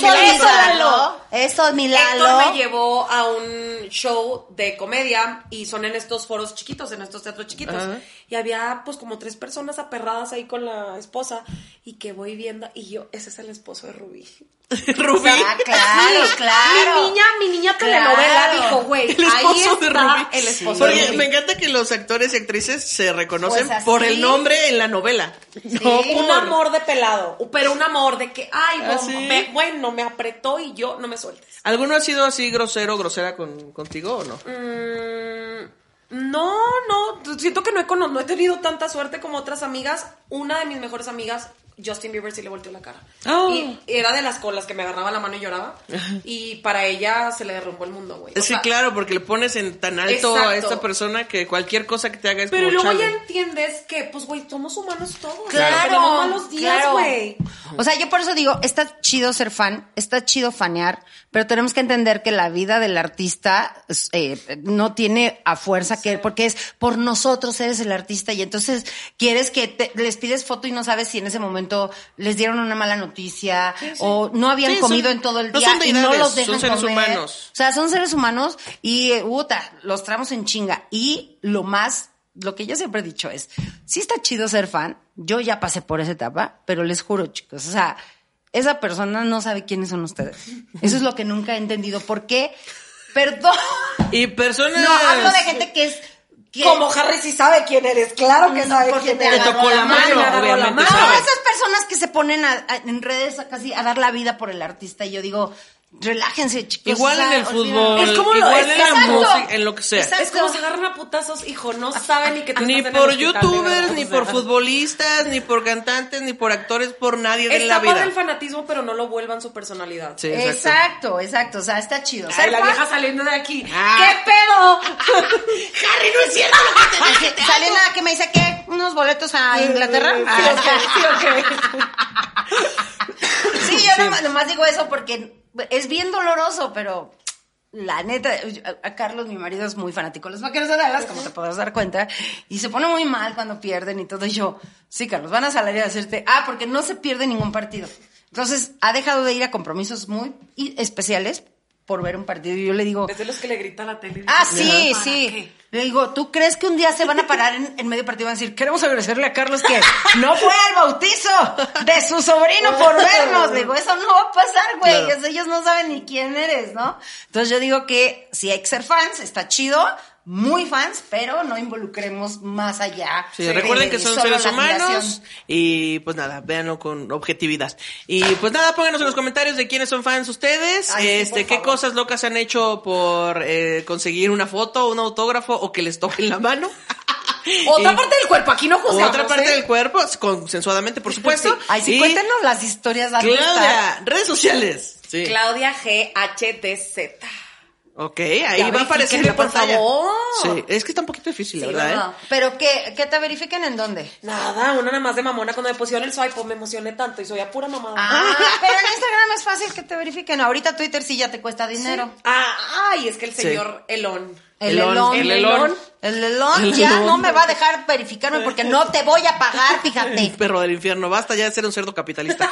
Speaker 2: consolidado.
Speaker 3: Lalo.
Speaker 2: Eso es mi
Speaker 3: Héctor me
Speaker 2: Lalo.
Speaker 3: llevó a un show de comedia y son en estos foros chiquitos, en estos teatros chiquitos.
Speaker 1: Ajá.
Speaker 3: Y había pues como tres personas aperradas ahí con la esposa y que voy viendo y yo, ese es el esposo de Rubí.
Speaker 1: Rubí.
Speaker 2: Ah, claro, claro.
Speaker 3: Mi niña, mi niña
Speaker 2: Claro.
Speaker 3: telenovela dijo, güey,
Speaker 1: El
Speaker 3: ahí
Speaker 1: esposo de Rubí.
Speaker 3: está el esposo
Speaker 1: Porque
Speaker 3: de Rubí.
Speaker 1: me encanta que los actores y actrices se reconocen
Speaker 2: Pues así.
Speaker 1: por el nombre en la novela. No
Speaker 2: Sí.
Speaker 3: Un
Speaker 1: por-
Speaker 3: amor de pelado, pero un amor de que, ay,
Speaker 1: Ah,
Speaker 3: no,
Speaker 1: ¿sí?
Speaker 3: me- bueno, me apretó y yo no me sueltes.
Speaker 1: ¿Alguno ha sido así grosero o grosera con, contigo o no?
Speaker 3: Mm, no, no, siento que no he, cono- no he tenido tanta suerte como otras amigas. Una de mis mejores amigas, Justin Bieber, sí le volteó la cara.
Speaker 1: Oh.
Speaker 3: Y era de las colas que me agarraba la mano y lloraba. Y para ella se le derrumbó el mundo, güey. O
Speaker 1: Sí,
Speaker 3: sea,
Speaker 1: claro, porque le pones en tan alto a
Speaker 3: Exacto.
Speaker 1: esta persona que cualquier cosa que te haga es
Speaker 3: Pero
Speaker 1: como
Speaker 3: luego ya
Speaker 1: chale.
Speaker 3: entiendes que, pues, güey, somos humanos todos.
Speaker 2: Claro,
Speaker 3: Tenemos malos días,
Speaker 2: claro.
Speaker 3: güey.
Speaker 2: O sea, yo por eso digo, está chido ser fan, está chido fanear, pero tenemos que entender que la vida del artista es, eh, no tiene a fuerza que, porque es por nosotros eres el artista y entonces quieres que te- les pides foto y no sabes si en ese momento les dieron una mala noticia o no habían
Speaker 1: Sí, son-
Speaker 2: comido en todo el
Speaker 1: no
Speaker 2: día
Speaker 1: son
Speaker 2: y no
Speaker 1: deidades,
Speaker 2: los dejan
Speaker 1: son seres
Speaker 2: comer.
Speaker 1: humanos.
Speaker 2: O sea, son seres humanos y, eh, puta, los tramos en chinga. Y lo más, lo que yo siempre he dicho es, sí está chido ser fan, yo ya pasé por esa etapa, pero les juro, chicos, o sea, esa persona no sabe quiénes son ustedes. Eso es lo que nunca he entendido. ¿Por qué? Perdón.
Speaker 1: Y personas...
Speaker 2: No, hablo de gente que es... que-
Speaker 4: Como Harry sí sabe quién eres, claro que sabe
Speaker 2: porque
Speaker 4: quién
Speaker 2: te
Speaker 4: eres.
Speaker 1: Te tocó la mano,
Speaker 3: mano, agarró la
Speaker 1: obviamente,
Speaker 2: No,
Speaker 3: mano.
Speaker 1: ¿sabes?
Speaker 2: esas personas que se ponen a- a- en redes a casi a dar la vida por el artista. Y yo digo, relájense, chicos.
Speaker 3: pues,
Speaker 1: Igual
Speaker 2: o sea,
Speaker 1: en el
Speaker 2: olvídenlo.
Speaker 1: fútbol,
Speaker 3: Es como lo-
Speaker 1: igual
Speaker 3: es-
Speaker 1: en la
Speaker 3: exacto.
Speaker 1: música, en lo que sea.
Speaker 2: Exacto.
Speaker 3: Es como se agarran a putazos, hijo, no saben ni que tú
Speaker 1: Ni
Speaker 3: estás en
Speaker 1: por
Speaker 3: el hospital, de
Speaker 1: youtubers,
Speaker 3: verdad,
Speaker 1: ni
Speaker 3: o
Speaker 1: por
Speaker 3: sea.
Speaker 1: futbolistas, ni por cantantes, ni por actores, por nadie de la
Speaker 3: Está padre
Speaker 1: vida.
Speaker 3: el fanatismo, pero no lo vuelvan su personalidad.
Speaker 1: Sí,
Speaker 2: exacto.
Speaker 1: exacto.
Speaker 2: exacto, O sea, está chido.
Speaker 3: Ay,
Speaker 2: Ser
Speaker 3: la
Speaker 2: fan-
Speaker 3: vieja saliendo de aquí.
Speaker 1: Ah.
Speaker 3: ¿Qué pedo?
Speaker 1: Harry, no es cierto lo que te
Speaker 2: Así, Sale nada que me dice que unos boletos a Inglaterra. Ah, sí, yo Nomás, nomás digo eso porque es bien doloroso, pero la neta, yo- a, a Carlos, mi marido, es muy fanático de los vaqueros de Dallas, como te podrás dar cuenta, y se pone muy mal cuando pierden y todo. Y yo, sí, Carlos, van a salir a decirte, ah, porque no se pierde ningún partido. Entonces, ha dejado de ir a compromisos muy i- especiales por ver un partido. Y yo le digo,
Speaker 3: Es de los que le grita a la tele.
Speaker 2: Ah, sí,
Speaker 3: ¿Para
Speaker 2: sí.
Speaker 3: qué?
Speaker 2: Le digo, ¿tú crees que un día se van a parar en, en medio partido y van a decir, queremos agradecerle a Carlos que no fue al bautizo de su sobrino por vernos? Le digo, eso no va a pasar, güey.
Speaker 1: Claro.
Speaker 2: O sea, Ellos no saben ni quién eres, ¿no? Entonces yo digo que si hay que ser fans, está chido, muy fans, pero no involucremos más allá.
Speaker 1: Sí,
Speaker 2: de-
Speaker 1: recuerden que
Speaker 2: de
Speaker 1: son
Speaker 2: solo
Speaker 1: seres
Speaker 2: la
Speaker 1: humanos
Speaker 2: admiración.
Speaker 1: y pues nada, véanlo con objetividad. Y pues nada, pónganos en los comentarios de quiénes son fans ustedes,
Speaker 2: Ay, sí,
Speaker 1: este,
Speaker 2: por
Speaker 1: qué
Speaker 2: favor.
Speaker 1: cosas locas han hecho por eh, conseguir una foto, un autógrafo o que les toquen la mano.
Speaker 3: Otra
Speaker 1: Y-
Speaker 3: parte del cuerpo, aquí no juzgamos.
Speaker 1: Otra parte
Speaker 3: ¿eh?
Speaker 1: del cuerpo, consensuadamente, por supuesto.
Speaker 2: Ay, sí,
Speaker 1: Y-
Speaker 2: cuéntenos las historias de amistad.
Speaker 1: Claudia, redes sociales. Sí.
Speaker 3: Claudia G. HTZ.
Speaker 1: Ok, ahí
Speaker 3: Ya
Speaker 1: va a aparecer en la
Speaker 3: verifíquenme, por
Speaker 1: pantalla.
Speaker 3: favor.
Speaker 1: Sí, es que está un poquito difícil, la verdad,
Speaker 3: ¿verdad?
Speaker 1: ¿eh?
Speaker 2: Pero que, que te verifiquen en dónde.
Speaker 3: Nada, una nada más de mamona. Cuando me pusieron el swipe, pues, me emocioné tanto y soy a pura mamada.
Speaker 2: Ah, pero en Instagram es fácil que te verifiquen. Ahorita Twitter sí ya te cuesta dinero.
Speaker 3: Ah, ay, es que el
Speaker 1: Sí.
Speaker 3: señor Elón.
Speaker 2: El
Speaker 1: Elon,
Speaker 2: Elon.
Speaker 1: el
Speaker 2: El
Speaker 1: Elon.
Speaker 2: Elon.
Speaker 1: El
Speaker 2: ya
Speaker 1: Elon.
Speaker 2: no me va a dejar verificarme porque no te voy a pagar, fíjate.
Speaker 1: Perro del infierno, basta ya de ser un cerdo capitalista.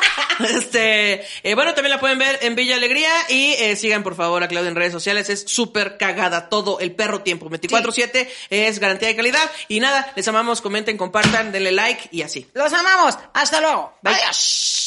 Speaker 1: este, eh, bueno, también la pueden ver en Villa Alegría y eh, sigan por favor a Claudia en redes sociales, es súper cagada todo el perro tiempo, 24/7 es garantía de calidad y nada, les amamos, comenten, compartan, denle like y así.
Speaker 2: Los amamos. Hasta luego.
Speaker 1: Bye.
Speaker 2: Adiós.